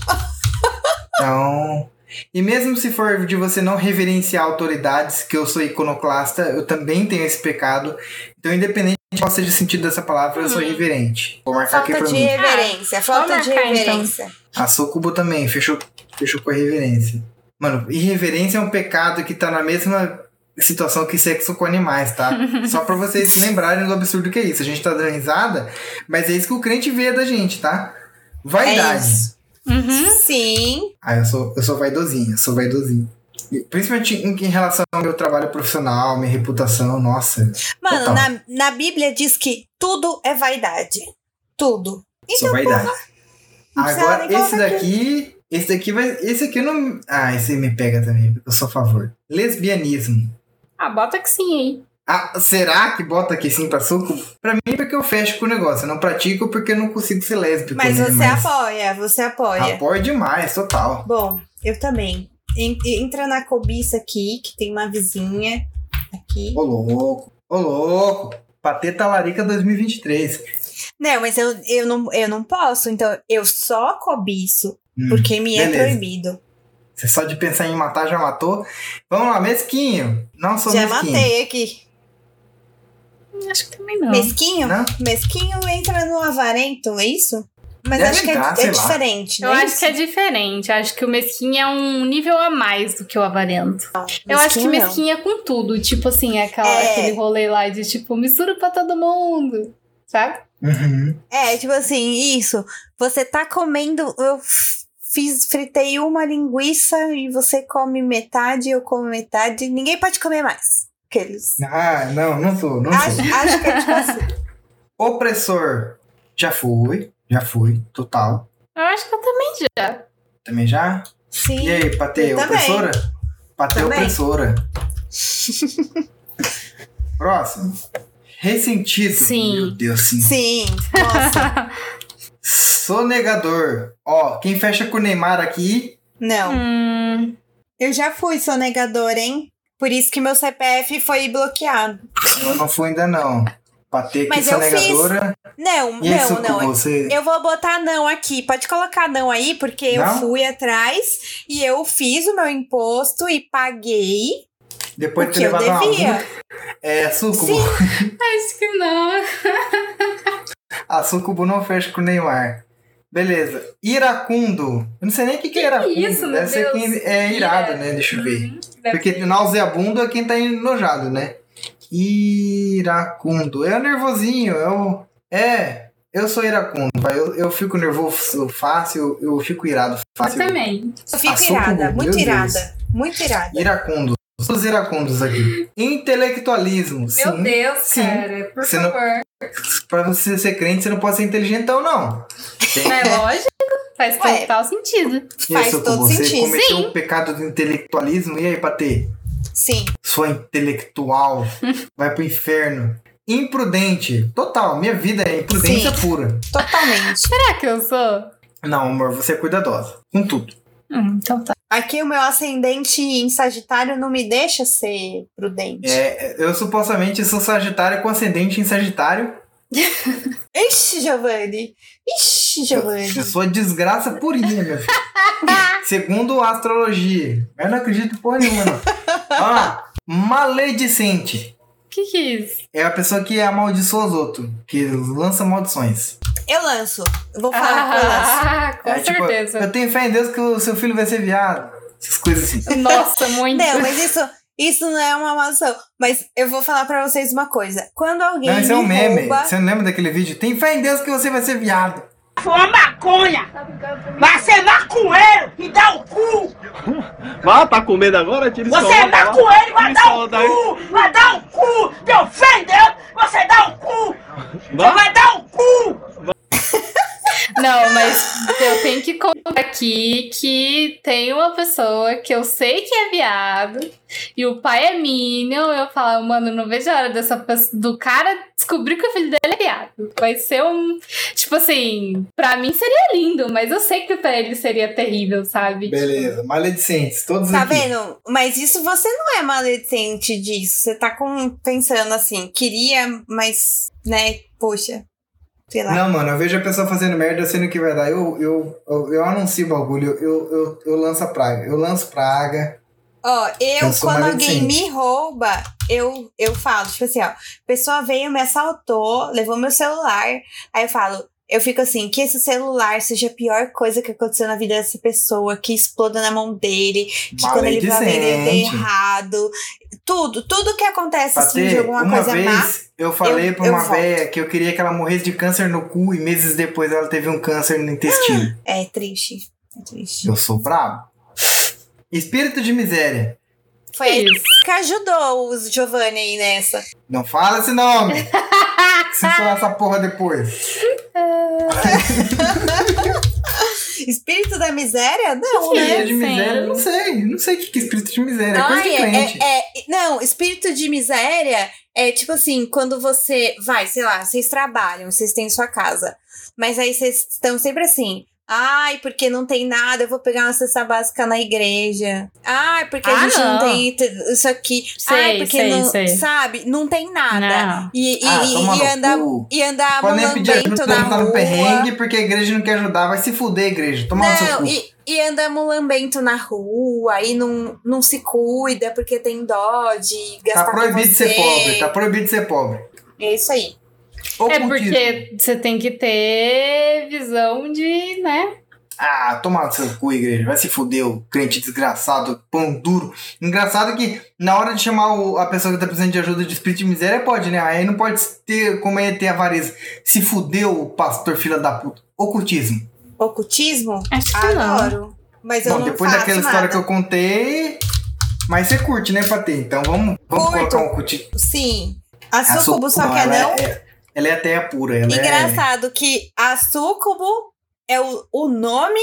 Então. E mesmo se for de você não reverenciar autoridades, que eu sou iconoclasta, eu também tenho esse pecado. Então, independente de qual seja o sentido dessa palavra, eu sou irreverente. Vou marcar Uhum. aqui Falta pra de mim. reverência, falta de marcar, então. reverência. A Socubo também, fechou, fechou com a irreverência. Mano, irreverência é um pecado que tá na mesma situação que sexo com animais, *laughs* tá? Só pra vocês se lembrarem do absurdo que é isso. A gente tá dando risada, mas é isso que o crente vê da gente, tá? É Vaidade. isso. Uhum. Sim. ah, eu sou, eu sou vaidosinho, eu sou vaidosinho. E Principalmente em, em relação ao meu trabalho profissional, minha reputação, nossa. Mano, Total. na, na Bíblia diz que tudo é vaidade. Tudo. Então, sou vaidade. não precisa Agora, nem esse colocar daqui. Esse daqui vai. Esse aqui eu não. Ah, esse me pega também, porque eu sou a favor. Lesbianismo. Ah, bota que sim aí. Ah, será que bota aqui sim pra suco? Pra mim é porque eu fecho com o negócio. Eu não pratico porque eu não consigo ser lésbico. Mas né? você apoia, você apoia. Apoio demais, total. Bom, eu também. En- Entra na cobiça aqui, que tem uma vizinha aqui. Ô louco, ô louco. Pateta Larica 2023. Não, Né, mas eu, eu, não, eu não posso, então eu só cobiço, Hum, porque me é beleza. proibido. Você só de pensar em matar já matou. Vamos lá, mesquinho. Não sou Já mesquinho. matei aqui. Acho que também não. Mesquinho? Não? Mesquinho entra no avarento, é isso? Mas Deve acho que é- entrar, é, sei lá. diferente, Eu não é acho que é diferente. Acho que o mesquinho é um nível a mais do que o avarento. eu acho que Mesquinho não. mesquinho é com tudo. Tipo assim, aquela, É. aquele rolê lá de tipo, mistura pra todo mundo. Sabe? Uhum. É, tipo assim, isso. Você tá comendo. Eu f- fiz, fritei uma linguiça e você come metade, eu como metade. Ninguém pode comer mais. Aqueles. Ah, não, não sou, não Acho, sou. acho que é tipo assim. Opressor. Já fui, já fui, total. Eu acho que eu também já. Também já? *laughs* E Sim. aí, Patê, Eu também. opressora? Patê, Também. opressora. *laughs* Próximo. Ressentido. Sim. Meu Deus, sim. Sim. Nossa. Sonegador. Ó, quem fecha com o Neymar aqui. Não. *laughs* Hum, Eu já fui sonegadora, hein? Por isso que meu CPF foi bloqueado. Eu não fui ainda, não. Patê, que Mas eu sonegadora. Não, E isso não, com não. é você. Eu vou botar não aqui. Pode colocar não aí, porque eu Não? fui atrás e eu fiz o meu imposto e paguei Depois o de que ter eu levado uma devia. multa. É, Sucubo. *laughs* Sim. acho que não. A Sucubo Ah, não fecha com o Neymar. Beleza. Iracundo. Eu não sei nem o que, que é iracundo. isso, meu Deve ser Deus. quem é irado, Ira. né? Deixa eu ver. Uhum. Deve Porque nauseabundo é quem tá enojado, né? Iracundo. É o nervosinho, é o. É, eu sou iracundo, vai. Eu, eu fico nervoso fácil, eu fico irado Eu fácil. também. Eu fico Açúcar, irada, Ah, meu muito Deus. irada, muito irada. Iracundo. Todos iracundos *laughs* aqui. Intelectualismo. Meu sim. Deus, sim. cara. Por Você não- favor. Pra você ser crente, você não pode ser inteligentão, não. *laughs* É lógico. Faz Ué. total sentido. Faz Isso, todo você sentido. cometeu o pecado do intelectualismo. E aí, Patê? Sim. Sua intelectual vai pro inferno. Imprudente. Total. Minha vida é imprudência Sim. pura. Totalmente. Será que eu sou? Não, amor, você é cuidadosa. Com tudo. Hum, então tá. Aqui o meu ascendente em Sagitário não me deixa ser prudente. É, eu supostamente sou Sagitário com ascendente em Sagitário. Ixi, Giovanni. Ixi, Giovanni. Eu sou desgraça purinha, meu filho. Segundo a astrologia. Eu não acredito em porra nenhuma, não. Ah, maledicente. O que que é isso? É a pessoa que amaldiçoa os outros, que lança maldições. Eu lanço. Eu vou falar que eu lanço. Ah, com é, tipo, certeza. eu tenho fé em Deus que o seu filho vai ser viado. Essas coisas assim. Nossa, muito. Não, mas isso, isso não é uma maldição. Mas eu vou falar pra vocês uma coisa. Quando alguém Não, isso é me um meme. rouba... Você não lembra daquele vídeo? Tem fé em Deus que você vai ser viado. Fuma maconha! Mas você é maconheiro! Me dá o cu! Vá, tá com medo agora? Tira Você é maconheiro! Vai dar o cu! Vai dar o cu! Meu fé em Deus! Você dá o cu! Você vai dar o cu! Não, mas eu tenho que contar aqui que tem uma pessoa que eu sei que é viado e o pai é Minion. Eu falo, mano, não vejo a hora dessa pessoa- do cara descobrir que o filho dele é viado. Vai ser um. Tipo assim, pra mim seria lindo, mas eu sei que pra ele seria terrível, sabe? Tipo, Beleza, maledicentes, todos Tá é um aqui. vendo? Mas isso você não é maledicente disso. Você tá com, pensando assim, queria, mas, né, poxa, sei lá. Não, mano, eu vejo a pessoa fazendo merda, eu sei no que vai dar. Eu, eu, eu, eu anuncio o bagulho, eu, eu, eu lanço a praga. Eu lanço praga. Ó, eu, Eu sou quando alguém maledicente. me rouba, eu, eu falo, tipo assim, ó, a pessoa veio, me assaltou, levou meu celular, aí eu falo, eu fico assim, que esse celular seja a pior coisa que aconteceu na vida dessa pessoa, que exploda na mão dele, que quando ele vai vender ele dê Maledicente. errado, tudo, tudo que acontece assim de Bater, alguma uma coisa vez má. eu falei eu- pra eu uma volto. véia que eu queria que ela morresse de câncer no cu e meses depois ela teve um câncer no *gasps* intestino. É triste, é triste. eu sou brabo. Espírito de miséria. Foi a Isso. que ajudou o Giovanni aí nessa. Não fala esse nome. *laughs* Se falar essa porra depois. Espírito da miséria? Não, Que é né? Espírito de Sim. miséria, eu não sei. Não sei o que que é espírito de miséria. É coisa Ai, de crente. é, é- não, espírito de miséria é tipo assim, quando você vai, sei lá, vocês trabalham, vocês têm sua casa, mas aí vocês estão sempre assim. Ai, porque não tem nada, eu vou pegar uma cesta básica na igreja. Ai, porque a Ah, gente não, não. tem t- isso aqui. Ai, Sei, porque sei, não, sei. sabe? Não tem nada. Não. E, e, Ah, e- toma e no andar cu. e andar Pode nem pedir mulambento ajuda, na não tá no rua. perrengue, porque a igreja não quer ajudar. Vai se fuder, igreja. Toma no seu Não, cu. e, e anda mulambento na rua e não, não se cuida porque tem dó de Tá gastar com proibido de você. ser pobre. Tá proibido de ser pobre. É isso aí. É Ocultismo. porque você tem que ter visão de, né? Ah, toma no seu cu, igreja. Vai se fuder, o crente desgraçado, pão duro. Engraçado que na hora de chamar o- a pessoa que tá precisando de ajuda de espírito de miséria, pode, né? Aí não pode ter como é ter avareza. Se fudeu, o pastor filha da puta. Ocultismo. Ocultismo? Acho que não. Adoro. Mas eu Bom, não depois faço daquela nada. história que eu contei. Mas você curte, né, Patê? Então vamos, vamos Curto. colocar um ocultismo. Sim. A A Sucubo só quer ela não. é- É, ela é a terra pura. Ela Engraçado que a Sucubo é o, o nome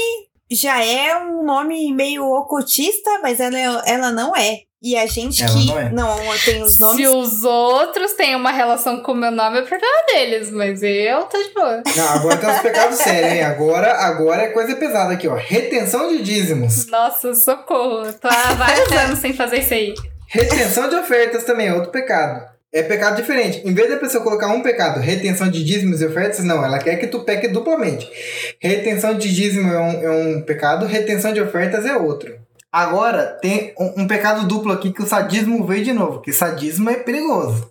já é um nome meio ocultista, mas ela, é- ela não é. E a gente Ela que não é. não, tem os nomes. Se os outros têm uma relação com o meu nome, é problema deles, mas eu tô de boa. É... Não, agora tem uns pecados sérios, hein? Agora, agora é coisa pesada aqui, ó. Retenção de dízimos. Nossa, socorro. Eu Tô há vários anos sem fazer isso aí. Retenção de ofertas também é outro pecado. É pecado diferente. Em vez da pessoa colocar um pecado, retenção de dízimos e ofertas, não. Ela quer que tu peque duplamente. Retenção de dízimo é um, é um pecado, retenção de ofertas é outro. Agora, tem um, um pecado duplo aqui que o sadismo veio de novo. Que sadismo é perigoso.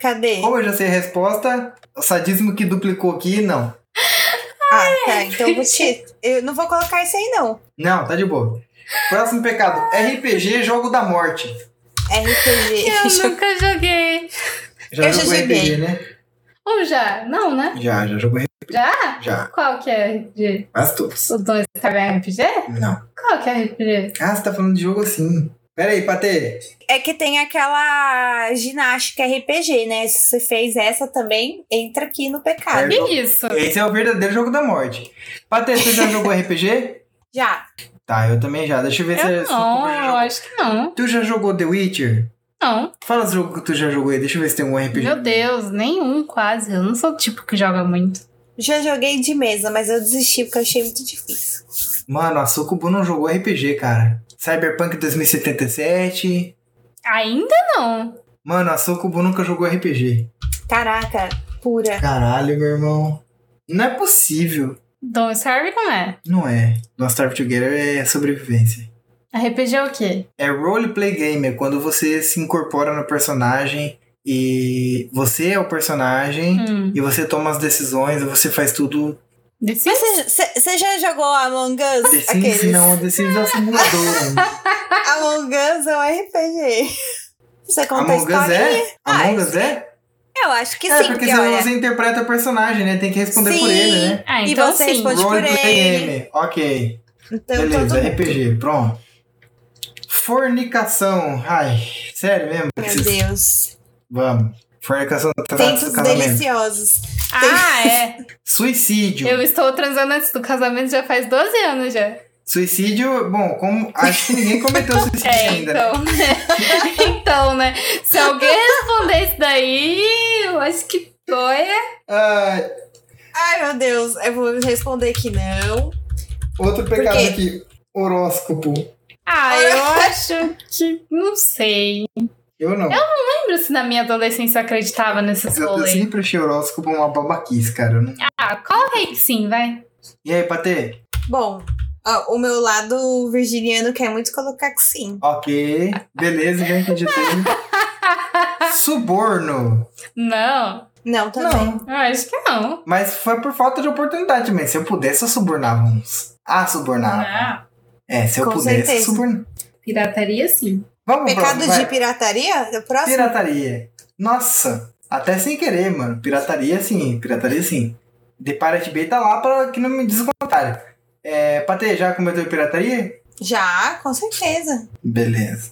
Cadê? Como eu já sei a resposta, o sadismo que duplicou aqui, não. Ah, tá. Então eu vou *laughs* te- eu não vou colocar isso aí, não. Não, tá de boa. Próximo pecado: RPG Jogo da Morte. RPG. Eu nunca joguei. Já Eu já jogou joguei. RPG, né? Ou já? Não, né? Já, já jogou RPG. Já? Já, Qual que é RPG? quase todos. O 2 também é RPG? Não. Qual que é RPG? Ah, você tá falando de jogo assim. Pera aí, Patê. É que tem aquela ginástica RPG, né? Se você fez essa também, entra aqui no pecado. É. Que isso? Esse é o verdadeiro jogo da morte. Patê, você já jogou RPG? Já. Tá, eu também já. Deixa eu ver se Eu se- não, se- eu acho que não. Tu já jogou The Witcher? Não. Fala os jogos que tu já jogou aí, deixa eu ver se tem um algum RPG. Meu Deus, nenhum quase. Eu não sou o tipo que joga muito. Já joguei de mesa, mas eu desisti porque eu achei muito difícil. Mano, a Sucubu não jogou RPG, cara. Cyberpunk 2077. Ainda não. Mano, a Sucubu nunca jogou RPG. Caraca, pura. Caralho, meu irmão. Não é possível. Don't Starve como é? Não é. No Starve Together é sobrevivência. RPG é o quê? É roleplay game, é quando você se incorpora no personagem e você é o personagem Hum. e você toma as decisões e você faz tudo. The Mas Sims? você- você você já jogou Among Us? The Sims, não, The Sims é um simulador. né? Among Us é um RPG. Você *laughs* conta Among Us história? é? Among Us é? Eu acho que É, sim, porque porque senão olha... você interpreta o personagem, né? Tem que responder por Sim. ele, né? Ah, E então você sim. responde por Roleplay ele. game. Ok. Então, Beleza, é todo... RPG, pronto. Fornicação. Ai, sério mesmo? Meu Deus. Vamos. Fornicação tá no trato do Tempos casamento. deliciosos. Ah, é. Suicídio. Eu estou transando antes do casamento já faz 12 anos já. Suicídio, bom, como acho que ninguém cometeu suicídio É, ainda. então, né? né? *laughs* então, né? Se alguém responder isso daí, eu acho que é- foi. Ah, Ai, meu Deus. Eu vou responder que não. outro pecado quê? aqui, horóscopo. Ah, eu acho que. Não sei. Eu não. Não lembro se na minha adolescência eu acreditava nesses Eu, assim- eu rolês. sempre achei horóscopo uma babaquice, cara. eu não- Ah, coloca aí que sim, vai. E aí, Patê? Bom, ó, o meu lado virginiano quer muito colocar que sim. Ok, beleza, já acreditei. Suborno. Não, Não, também. Não, eu acho que não. mas foi por falta de oportunidade também. Se eu pudesse, eu subornava uns. Ah, subornava. Ah, É, se eu Com pudesse, certeza. subornava. pirataria sim. Vamos pro Pecado próximo, vai. de pirataria? O próximo? Pirataria. Nossa, até sem querer, mano. Pirataria sim, pirataria sim. The Pirate Bay tá lá pra que não me diz o contrário. É, Patê, já cometeu pirataria? Já, com certeza. Beleza.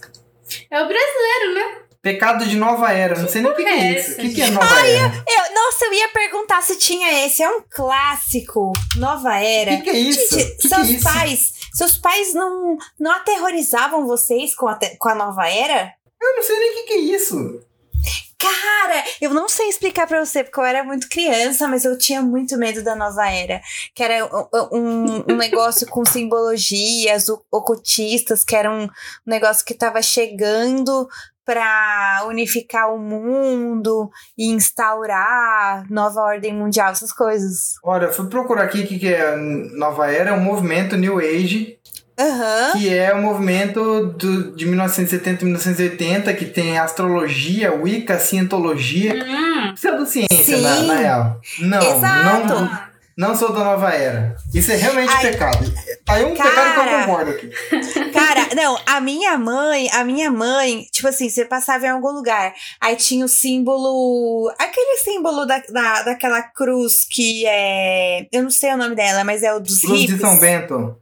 É o brasileiro, né? Pecado de nova era. Não sei nem o que, que porra é é isso. O essa, que, que é nova era? Eu, nossa, eu ia perguntar se tinha esse. É um clássico. Nova O era. que, que é isso? Gente, O que, que é seus isso? pais, seus pais não, não aterrorizavam vocês com a, te- com a nova era? Eu não sei nem o que, que é isso. Cara, eu não sei explicar pra você, porque eu era muito criança, mas eu tinha muito medo da nova era. Que era um, um- um negócio com simbologias o- ocultistas, que era um negócio que tava chegando pra unificar o mundo e instaurar nova ordem mundial, essas coisas. Olha, eu fui procurar aqui o que, que é nova era. É um movimento New Age, Aham. que é um movimento do- de 1970 1980, que tem astrologia, Wicca, cientologia. Hum. pseudociência, na, Sim. na real. Não, Exato. não, não sou da nova era. Isso é realmente Ai, pecado. Tá aí um pecado que eu cara. concordo aqui. Cara, não, a minha mãe, a minha mãe, tipo assim, você passava em algum lugar, aí tinha o símbolo, aquele símbolo da, da, daquela cruz que é, eu não sei o nome dela, mas é o dos Cruz de hippies. São Bento.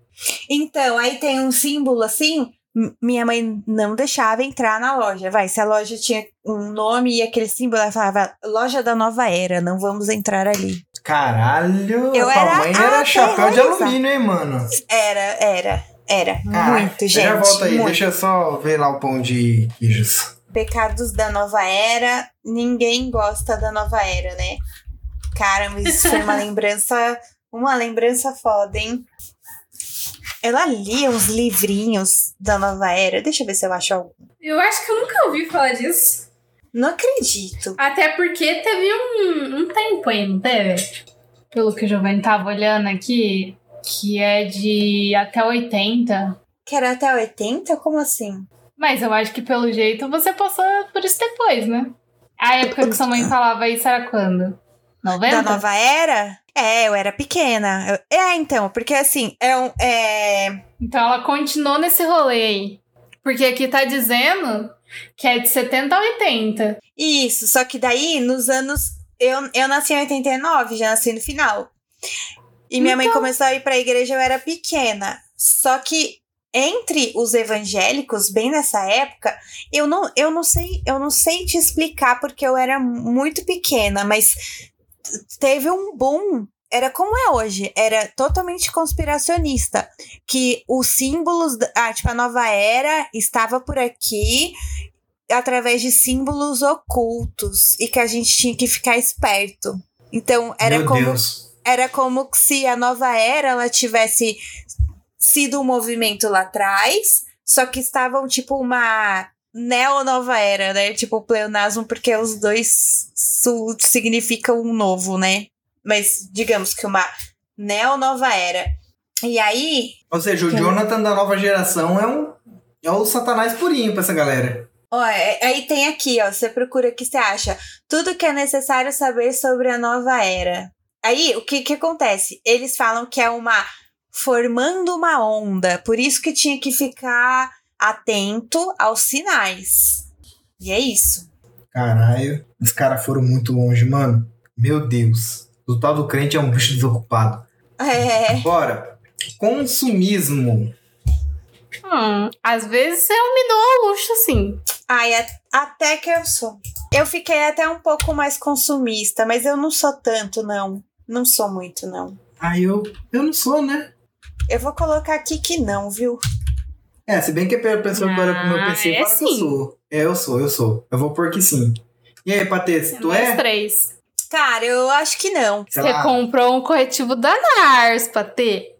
Então, aí tem um símbolo assim, m- minha mãe não deixava entrar na loja, vai, se a loja tinha um nome e aquele símbolo, ela falava, loja da nova era, não vamos entrar ali. Caralho, Eu tua era mãe era chapéu de aterrorizada. alumínio, hein, mano? Era, era, era, Caralho. muito, Eu gente, Ah, Já volto aí, né? muito. deixa eu só ver lá o pão de queijos. pecados da nova era, ninguém gosta da nova era, né? Caramba, isso foi uma lembrança, uma lembrança foda, hein? Ela lia uns livrinhos da nova era. Deixa eu ver se eu acho algum. Eu acho que eu nunca ouvi falar disso. Não acredito. Até porque teve um, um tempo aí, não teve? Pelo que o Giovanni tava olhando aqui, que é de até 80. Que era até 80? Como assim? Mas eu acho que pelo jeito você passou por isso depois, né? A época que sua mãe falava isso era quando? 90? Da nova era? É, eu era pequena. Eu- é, então, porque assim, é um. É... Então ela continuou nesse rolê aí. Porque aqui tá dizendo que é de 70 a 80. Isso, só que daí, nos anos. Eu, eu nasci em 89, já nasci no final. E minha mãe começou a ir pra igreja, eu era pequena. Só que entre os evangélicos, bem nessa época, eu não, eu não sei, eu não sei te explicar porque eu era muito pequena, mas teve um boom. Era como é hoje, era totalmente conspiracionista. Que os símbolos, da- ah, tipo, a nova era estava por aqui, através de símbolos ocultos e que a gente tinha que ficar esperto. Então era Meu como Deus. era como se a nova era ela tivesse sido um movimento lá atrás, só que estavam tipo uma neo-nova era, né? Tipo pleonasmo, porque os dois su- significam um novo, né? Mas digamos que uma neo-nova era. E aí, Ou seja, o Que- Jonathan da nova geração é um. É o satanás purinho pra essa galera. Ó, é- aí tem aqui, ó. Você procura o que você acha. Tudo que é necessário saber sobre a nova era. Aí, o que que acontece? Eles falam que é uma formando uma onda, por isso que tinha que ficar atento aos sinais. E é isso. Caralho. Os caras foram muito longe, mano. Meu Deus. O tal do crente é um bicho desocupado. É. Bora. Consumismo. Hum, às vezes eu me dou ao luxo, sim. Ai, a- até que eu sou. Eu fiquei até um pouco mais consumista, mas eu não sou tanto, não. Não sou muito, não. Aí eu. Eu não sou, né? Eu vou colocar aqui que não, viu? É, se bem que a pessoa que olha pro meu Ah, PC é fala que eu sim. sou. É, eu sou, eu sou. Eu vou pôr que sim. E aí, Patê, tu Nós é? três. Cara, eu acho que não. Sei Você lá. comprou um corretivo da NARS pra ter.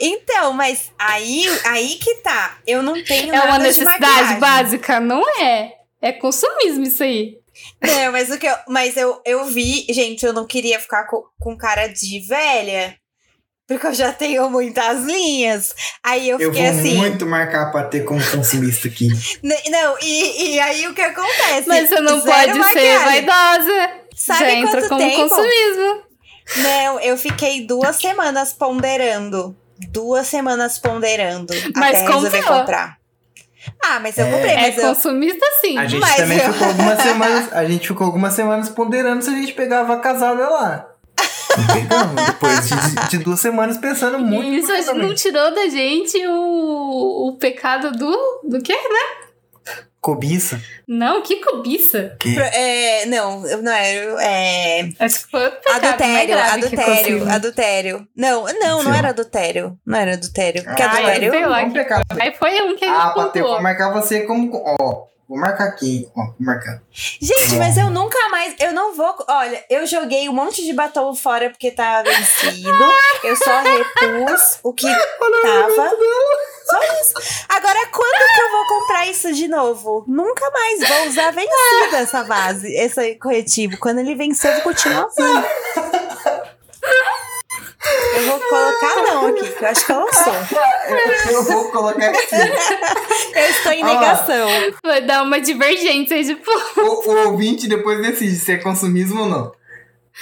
Então, mas aí, aí que tá. Eu não tenho É nada uma de necessidade maquiagem. básica? Não é. É consumismo isso aí. Não, mas o que eu, mas eu, eu vi, gente, eu não queria ficar co- com, cara de velha, porque eu já tenho muitas linhas. Aí eu é Eu fiquei vou assim, muito marcar a Patê como consumista aqui. "N- não, e, e aí o que acontece? Mas você não Zero pode ser maquiagem. vaidosa. Sabe Já quanto entra como tempo? consumismo. Não, eu fiquei duas semanas ponderando. Duas semanas ponderando. Mas até resolver comprou. comprar. Ah, mas eu comprei, É mas eu, consumista sim. A gente Mas também eu- ficou *laughs* algumas semanas. A gente ficou algumas semanas ponderando se a gente pegava a casada lá. Não pegamos. Depois de, de duas semanas pensando é muito. Isso a gente não profundamente. tirou da gente o, o pecado do. do quê, né? Cobiça. Não, que cobiça. pro- é, não, eu- não era, é, Acho que foi outro pecado. mais Adultério, grave que adultério, consumismo. adultério. Não, não, não Enfim. era adultério. Não era adultério. Porque Ai, adultério. sei lá. Vamos pecar. Aí foi um que a gente é um Ah, Patê, eu pontuou. vou marcar você como. Ó, vou marcar aqui. Ó, vou marcar. Gente, mas eu nunca mais. Eu não vou. Olha, eu joguei um monte de batom fora porque tava vencido. eu só repus o que tava. Só isso. Agora, quando que eu vou comprar isso de novo? Nunca mais vou usar vencida essa base, esse corretivo. Quando ele vencer, eu vou continuar usando. Eu vou colocar não aqui, que eu acho que eu não sou. Eu, eu vou colocar aqui. Eu estou em Ó. negação. Foi dar uma divergência, tipo. O, o ouvinte depois decide se é consumismo ou não.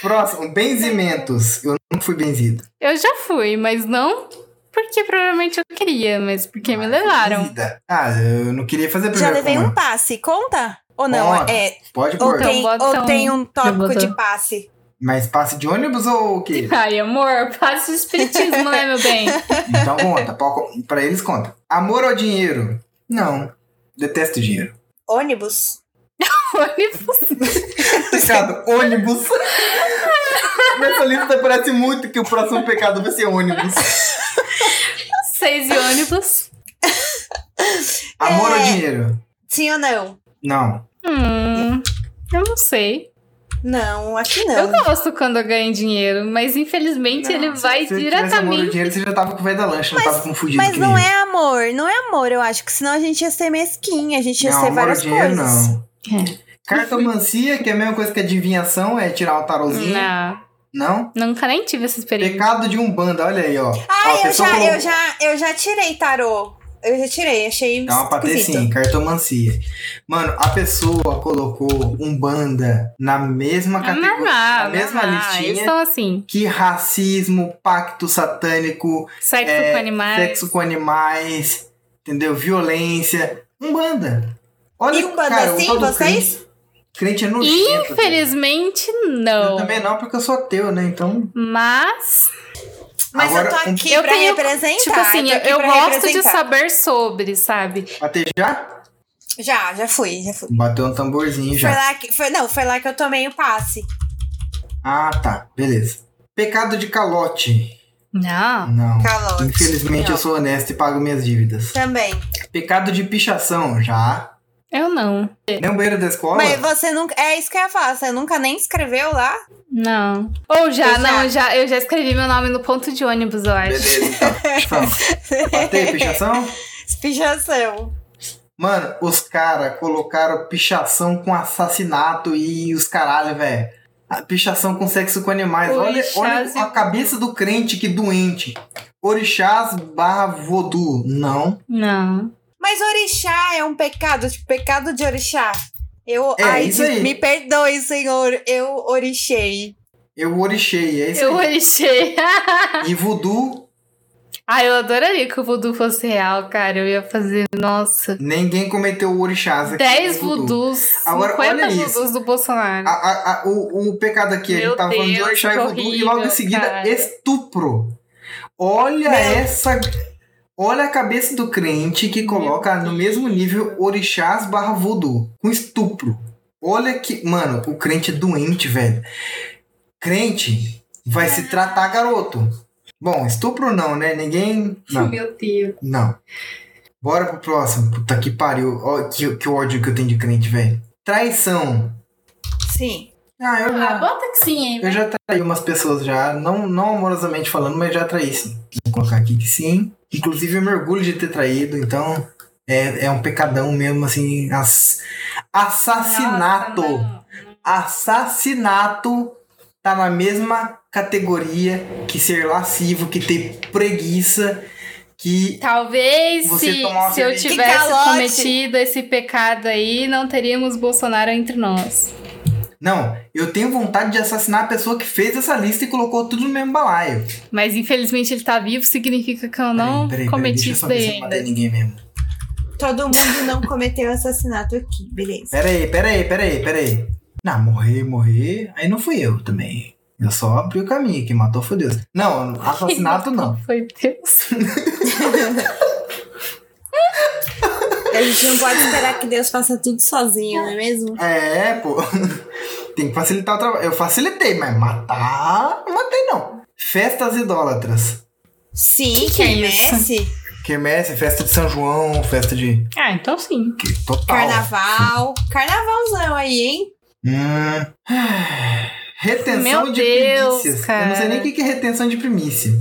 Próximo, benzimentos. Eu não fui benzido. Eu já fui, mas não porque provavelmente eu queria, mas porque me levaram. Benzida. Ah, eu não queria fazer Já primeiro. levei um comando. passe. Conta? Ou não? Conta. É, Pode ou, pôr. Então tem, bota ou um- tem um tópico botou. de passe. Mas passe de ônibus ou o *laughs* quê? Ai, amor, passa o espiritismo, né, *laughs* meu bem? Então conta, pau- pra eles conta. Amor ou dinheiro? Não. Detesto *laughs* dinheiro. Ônibus? Ônibus. Pecado, Tá ônibus. *laughs* Nessa lista parece muito que o próximo pecado vai ser ônibus. Seis e ônibus. Amor É. ou dinheiro? Sim ou não? Não. Hum, eu não sei. Não, aqui Eu não. gosto quando eu ganho dinheiro, mas infelizmente ele vai Se você tivesse amor ou diretamente. dinheiro, você já tava com o velho da lancha, não tava confundido Mas que não nem eu. é amor, não é amor, eu acho que senão a gente ia ser mesquinha, a gente ia Não, ser amor várias ou dinheiro, coisas. É. não. Cartomancia, que é a mesma coisa que adivinhação, é tirar o tarozinho. Não, Não? nunca nem tive essa experiência. Pecado de umbanda, olha aí, ó. Ah, Ó, a eu pessoa já, colocou- eu já, eu já tirei tarô. Eu já tirei, achei Calma, pra ter esquisito. sim, cartomancia. Mano, a pessoa colocou Umbanda na Ah, mesma É categoria, na normal. mesma normal. Eles listinha são assim. que racismo, pacto satânico, Sexo É, com animais. sexo com animais, entendeu? Violência. Umbanda. Olha E Umbanda cara, o sim, tal do vocês? Crente, crente é nojento. cara. Infelizmente, Eu não. também não, porque eu sou ateu, né? Então. Mas, Mas agora, um- eu tô aqui Eu pra tenho- representar. tipo assim, tô eu, aqui eu pra gosto de representar. saber sobre, sabe? Até já? Já, já fui, já fui. Bateu um tamborzinho Foi já. lá que, foi, não, foi lá que eu tomei o passe. Ah, tá. Beleza. Pecado de calote. Não. Não. Calote. Infelizmente eu sou honesto e pago minhas dívidas. Também. Pecado de pichação, já. Eu não. Nem o banheiro da escola? Mas você nunca. É isso que eu ia falar. Você nunca nem escreveu lá? Não. Ou já, Eu já- não, já. eu já escrevi meu nome no ponto de ônibus, eu acho. então. Bateu pichação? Pichação. Mano, os caras colocaram pichação com assassinato e os caralho, velho. A Pichação com sexo com animais. Olha, Orixás olha e- a cabeça do crente que doente. Orixás barra vodu. Não. Não. Mas orixá é um pecado, tipo, pecado de orixá. Eu, É, ai, isso de- aí. me perdoe, senhor, eu orixei. Eu orixei, é isso Eu aí. orixei. *laughs* E vodu, ah, eu adoraria que o voodoo fosse real, cara. Eu ia fazer. Nossa. ninguém cometeu orixás aqui. 10 voodoo. voodoos, Agora, 50 olha isso. voodoos do Bolsonaro. A- a- a- o, o pecado aqui, a Meu gente tava falando de Deus, orixá e que vodu, e logo em horrível, seguida cara. estupro. Olha Meu- essa. Olha a cabeça do crente que coloca no mesmo nível orixás barra vodu, com estupro. Olha que. Mano, o crente é doente, velho. Crente vai se tratar, garoto. Bom, estupro não, né? Ninguém. Não. Meu Deus. Não. Bora pro próximo. Puta que pariu. Ó, que, que ódio que eu tenho de crente, velho. Traição. Sim. Ah, eu já. Ah, bota que sim, hein? Eu já traí umas pessoas já, não, não amorosamente falando, mas já traí sim. Vou colocar aqui que sim. Inclusive eu me orgulho de ter traído, então é, é um pecadão mesmo, assim. as- assassinato. Nossa, não. assassinato tá na mesma categoria que ser lascivo, que ter preguiça, que. Talvez Você se, tomar uma se eu cerveja. Que tivesse calote! cometido esse pecado aí, não teríamos Bolsonaro entre nós. Não, eu tenho vontade de assassinar a pessoa que fez essa lista e colocou tudo no mesmo balaio. Mas infelizmente ele tá vivo, significa que eu Peraí, não peraí, peraí, cometi deixa eu isso só ver se eu daí não ainda. matei ninguém mesmo. Todo mundo não cometeu assassinato aqui, beleza. Pera aí, pera aí, pera aí, pera aí. Não, morrer, morrer, aí não fui eu também. Eu só abri o caminho, quem matou foi Deus. Não, assassinato não. *laughs* Foi Deus. A gente não pode esperar que Deus faça tudo sozinho, não é mesmo? É, pô. *laughs* Tem que facilitar o trabalho. Eu facilitei, mas matar, não matei não. Festas idólatras. Sim, Que que é quermesse, Quermesse, festa de São João, festa de. Ah, então sim. que- Total. carnaval. Carnavalzão aí, hein? Hum. Retenção Meu de Deus, primícias. Eu não cara. sei nem o que que é retenção de primícia.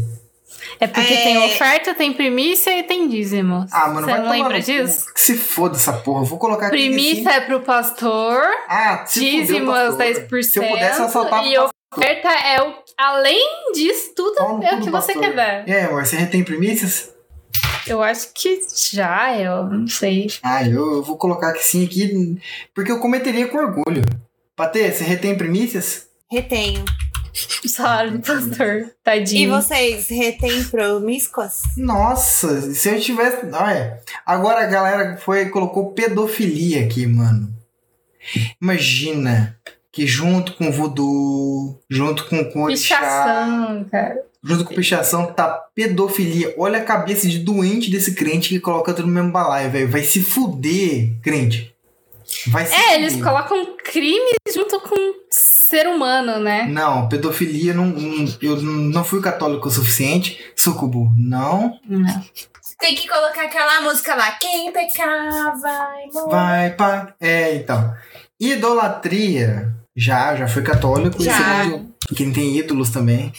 É porque É. tem oferta, tem primícia e tem dízimo. Ah, mano, Você vai não tomar lembra no cu. disso? Que se foda essa porra. Eu vou colocar aqui. assim. Primícia é pro pastor, Ah, se dízimo fudeu, é os pastora. 10%. Se eu pudesse, eu assaltava e oferta é o. Além disso, tudo Pau no é cu o do que você pastor. quer ver. É, mas você retém primícias? Eu acho que já, eu não sei. Ah, eu, eu vou colocar que sim aqui, porque eu cometeria com orgulho. Patê, você retém primícias? Retenho. O salário do pastor, E tadinho. vocês, retém promíscuas? Nossa, se eu tivesse. Olha, agora a galera foi colocou pedofilia aqui, mano. Imagina que junto com voodoo, junto com com orixá, Pichação, cara. junto É. com pichação, tá pedofilia. Olha a cabeça de doente desse crente que coloca tudo no mesmo balaio, velho. Vai se fuder, crente. Vai se É, eles fuder. colocam crime junto com ser humano, né? Não, pedofilia não, não- eu não fui católico o suficiente. Sucubo, não. Tem que colocar aquela música lá. Quem pecar vai morrer. Vai pá. É, então. Idolatria. Já, já fui católico. e Já. segundo- Quem tem ídolos também.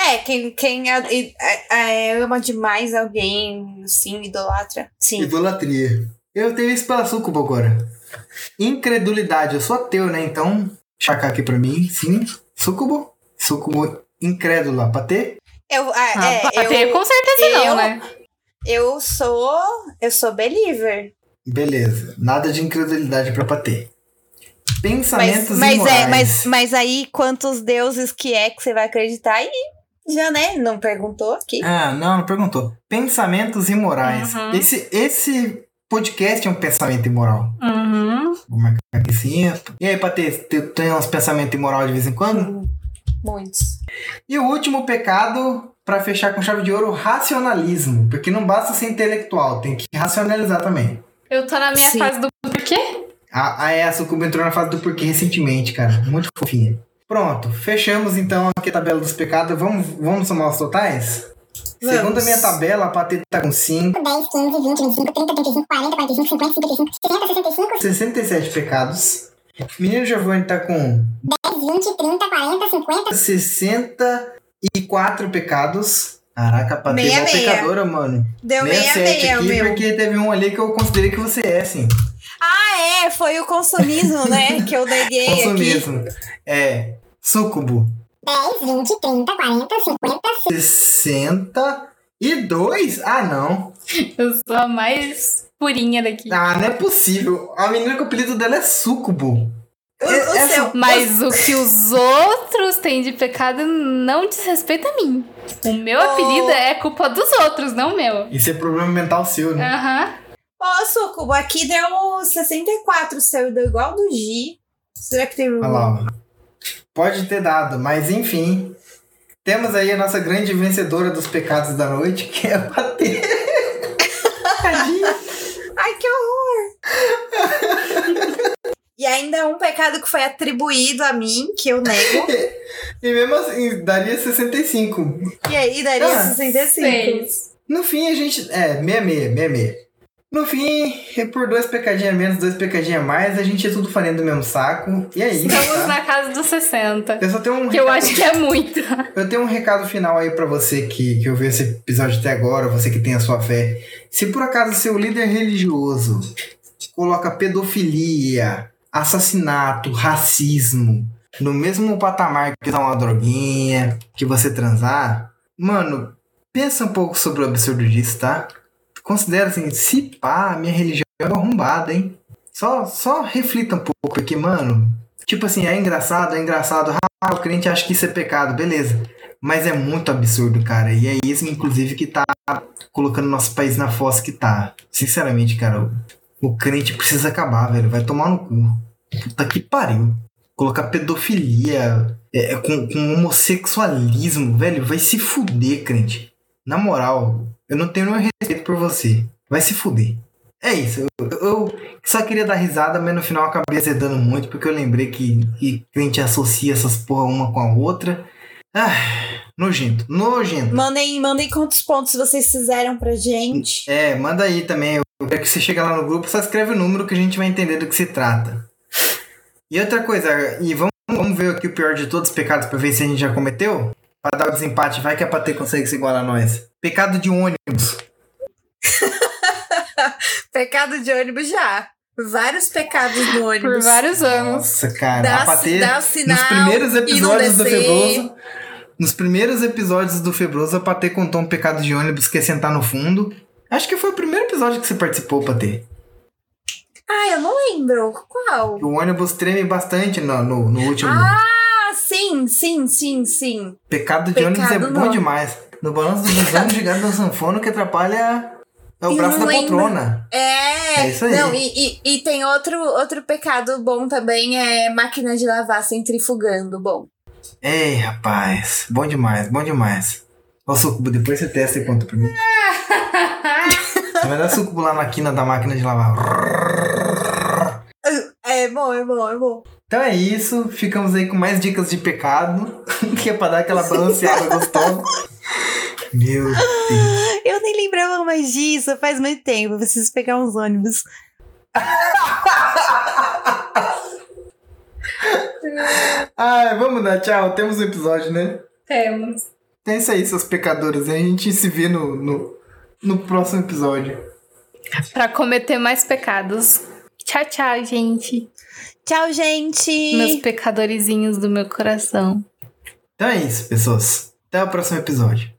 É, quem, quem a- e- é, a- a- ama demais alguém, assim, idolatra. Sim. Idolatria. Eu tenho isso pela Sucubo agora. Incredulidade. Eu sou ateu, né? Então, chacar aqui pra mim. Sim. Sucubo. Sucubo incrédula. Patê? Eu, ah, Ah, é, bater, eu, com certeza eu- não, né? eu sou. Eu sou believer. Beleza. Nada de incredulidade pra Patê. Mas, Pensamentos mas, imorais. é, mas, mas aí, quantos deuses que é que você vai acreditar? E já, né? Não perguntou aqui. É. Ah, não, não perguntou. Pensamentos imorais. Uhum. Esse, esse podcast é um pensamento imoral. Uhum. Vou marcar aqui sim. E aí, Patê, tu tem uns pensamentos imorais de vez em quando? Muitos. E o último pecado, pra fechar com chave de ouro, o racionalismo. Porque não basta ser intelectual, tem que racionalizar também. Eu tô na minha Sim. fase do *laughs* porquê? A, a é, a Sucuba entrou na fase do porquê recentemente, cara. Muito fofinha. Pronto, fechamos então aqui a tabela dos pecados. Vamos, vamos somar os totais? Segundo a minha tabela, a Pateta tá com 5. 10, 15, 20, 25, 30, 35, 40, 45, 50, 55, 60, 65, 67 pecados. Menino Giovanni tá com 10, 20, 30, 40, 50. 64 pecados. Caraca, a Pateta é Meia, uma meia. pecadora, mano. Deu meia, 67 meia, aqui, meu. porque teve um ali que eu considerei que você é, sim. Ah, é, foi o consumismo, né? Que eu neguei Isso aqui. mesmo. É. Sucubo. 10, 20, 30, 40, 50. 62? Ah, não. Eu sou a mais purinha daqui. Ah, não é possível. A menina que o apelido dela é Sucubo. essa- seu- Mas o que os outros têm de pecado não desrespeita a mim. O meu apelido é culpa dos outros, não meu. Isso é problema mental seu, né? Aham. Ô, Sucubo, aqui deu 64, o seu deu igual do G. Será que teve um. Olha lá. ó. Pode ter dado, mas enfim. Temos aí a nossa grande vencedora dos pecados da noite, que é a *laughs* Patê. Ai, que horror! *laughs* e ainda um pecado que foi atribuído a mim, que eu nego. E mesmo assim, daria 65. E aí daria Ah, 65. seis. No fim, a gente. É, 66, 66. No fim, é por dois pecadinhos a menos, dois pecadinhos a mais, a gente é tudo farinha do mesmo saco. E é isso. Estamos tá? na casa dos 60. Eu só tenho um Que eu recado- acho que é muito. Eu tenho um recado final aí pra você que, que ouviu esse episódio até agora, você que tem a sua fé. Se por acaso seu líder religioso coloca pedofilia, assassinato, racismo no mesmo patamar que usar uma droguinha, que você transar, mano, pensa um pouco sobre o absurdo disso, tá? Considera assim, se pá, minha religião é arrombada, hein? Só, só reflita um pouco, porque, mano, tipo assim, é engraçado, é engraçado, ah, o crente acha que isso é pecado, beleza. Mas é muito absurdo, cara. E é isso, inclusive, que tá colocando nosso país na fossa que tá. Sinceramente, cara, o, o crente precisa acabar, velho. Vai tomar no cu. Puta que pariu. Colocar pedofilia é, é, com, com homossexualismo, velho. Vai se fuder, crente. Na moral, eu não tenho nenhum respeito por você. Vai se fuder. É isso. Eu, eu só queria dar risada, mas no final eu acabei azedando muito, porque eu lembrei que, que crente associa essas porra uma com a outra. Ah, nojento, nojento. Mandem, mandem quantos pontos vocês fizeram pra gente. É, manda aí também. Eu quero que você chegue lá no grupo, só escreve o número que a gente vai entender do que se trata. E outra coisa, e vamos, vamos ver aqui o pior de todos os pecados pra ver se a gente já cometeu? Pra dar o desempate, vai que a Patê consegue se igualar a nós. Pecado de ônibus. Pecado de ônibus já. Vários pecados no ônibus. Por vários *laughs* anos. Nossa, cara, Dá a Patê, si- dá o nos sinal primeiros e não episódios do descer. Febroso, nos primeiros episódios do Febroso, a Patê contou um pecado de ônibus que é sentar no fundo. Acho que foi o primeiro episódio que você participou, Patê. Ah, eu não lembro. Qual? O ônibus treme bastante no, no, no último. Ah, sim, sim, sim, sim. Pecado de Pecado ônibus é bom não. demais. No balanço do busão, o gigante da sanfona que atrapalha é o Eu braço não da lembro. poltrona. É. É isso aí. Não, e, e, e tem outro, outro pecado bom também, é máquina de lavar centrifugando. Bom. Ei, rapaz. Bom demais, bom demais. Ó, Sucubo, depois você testa e conta pra mim. Você vai dar Sucubo lá na quina da máquina de lavar. É bom, é bom, é bom. Então é isso. Ficamos aí com mais dicas de pecado. *laughs* que é pra dar aquela balanceada gostosa. Meu Deus. Eu nem lembrava mais disso, faz muito tempo. Eu preciso pegar uns ônibus. Ai, vamos dar tchau. Temos um episódio, né? Temos. Então é isso aí, seus pecadores. A gente se vê no, no, no próximo episódio. Pra cometer mais pecados. Tchau, tchau, gente. Tchau, gente. Meus pecadorizinhos do meu coração. Então é isso, pessoas. Até o próximo episódio.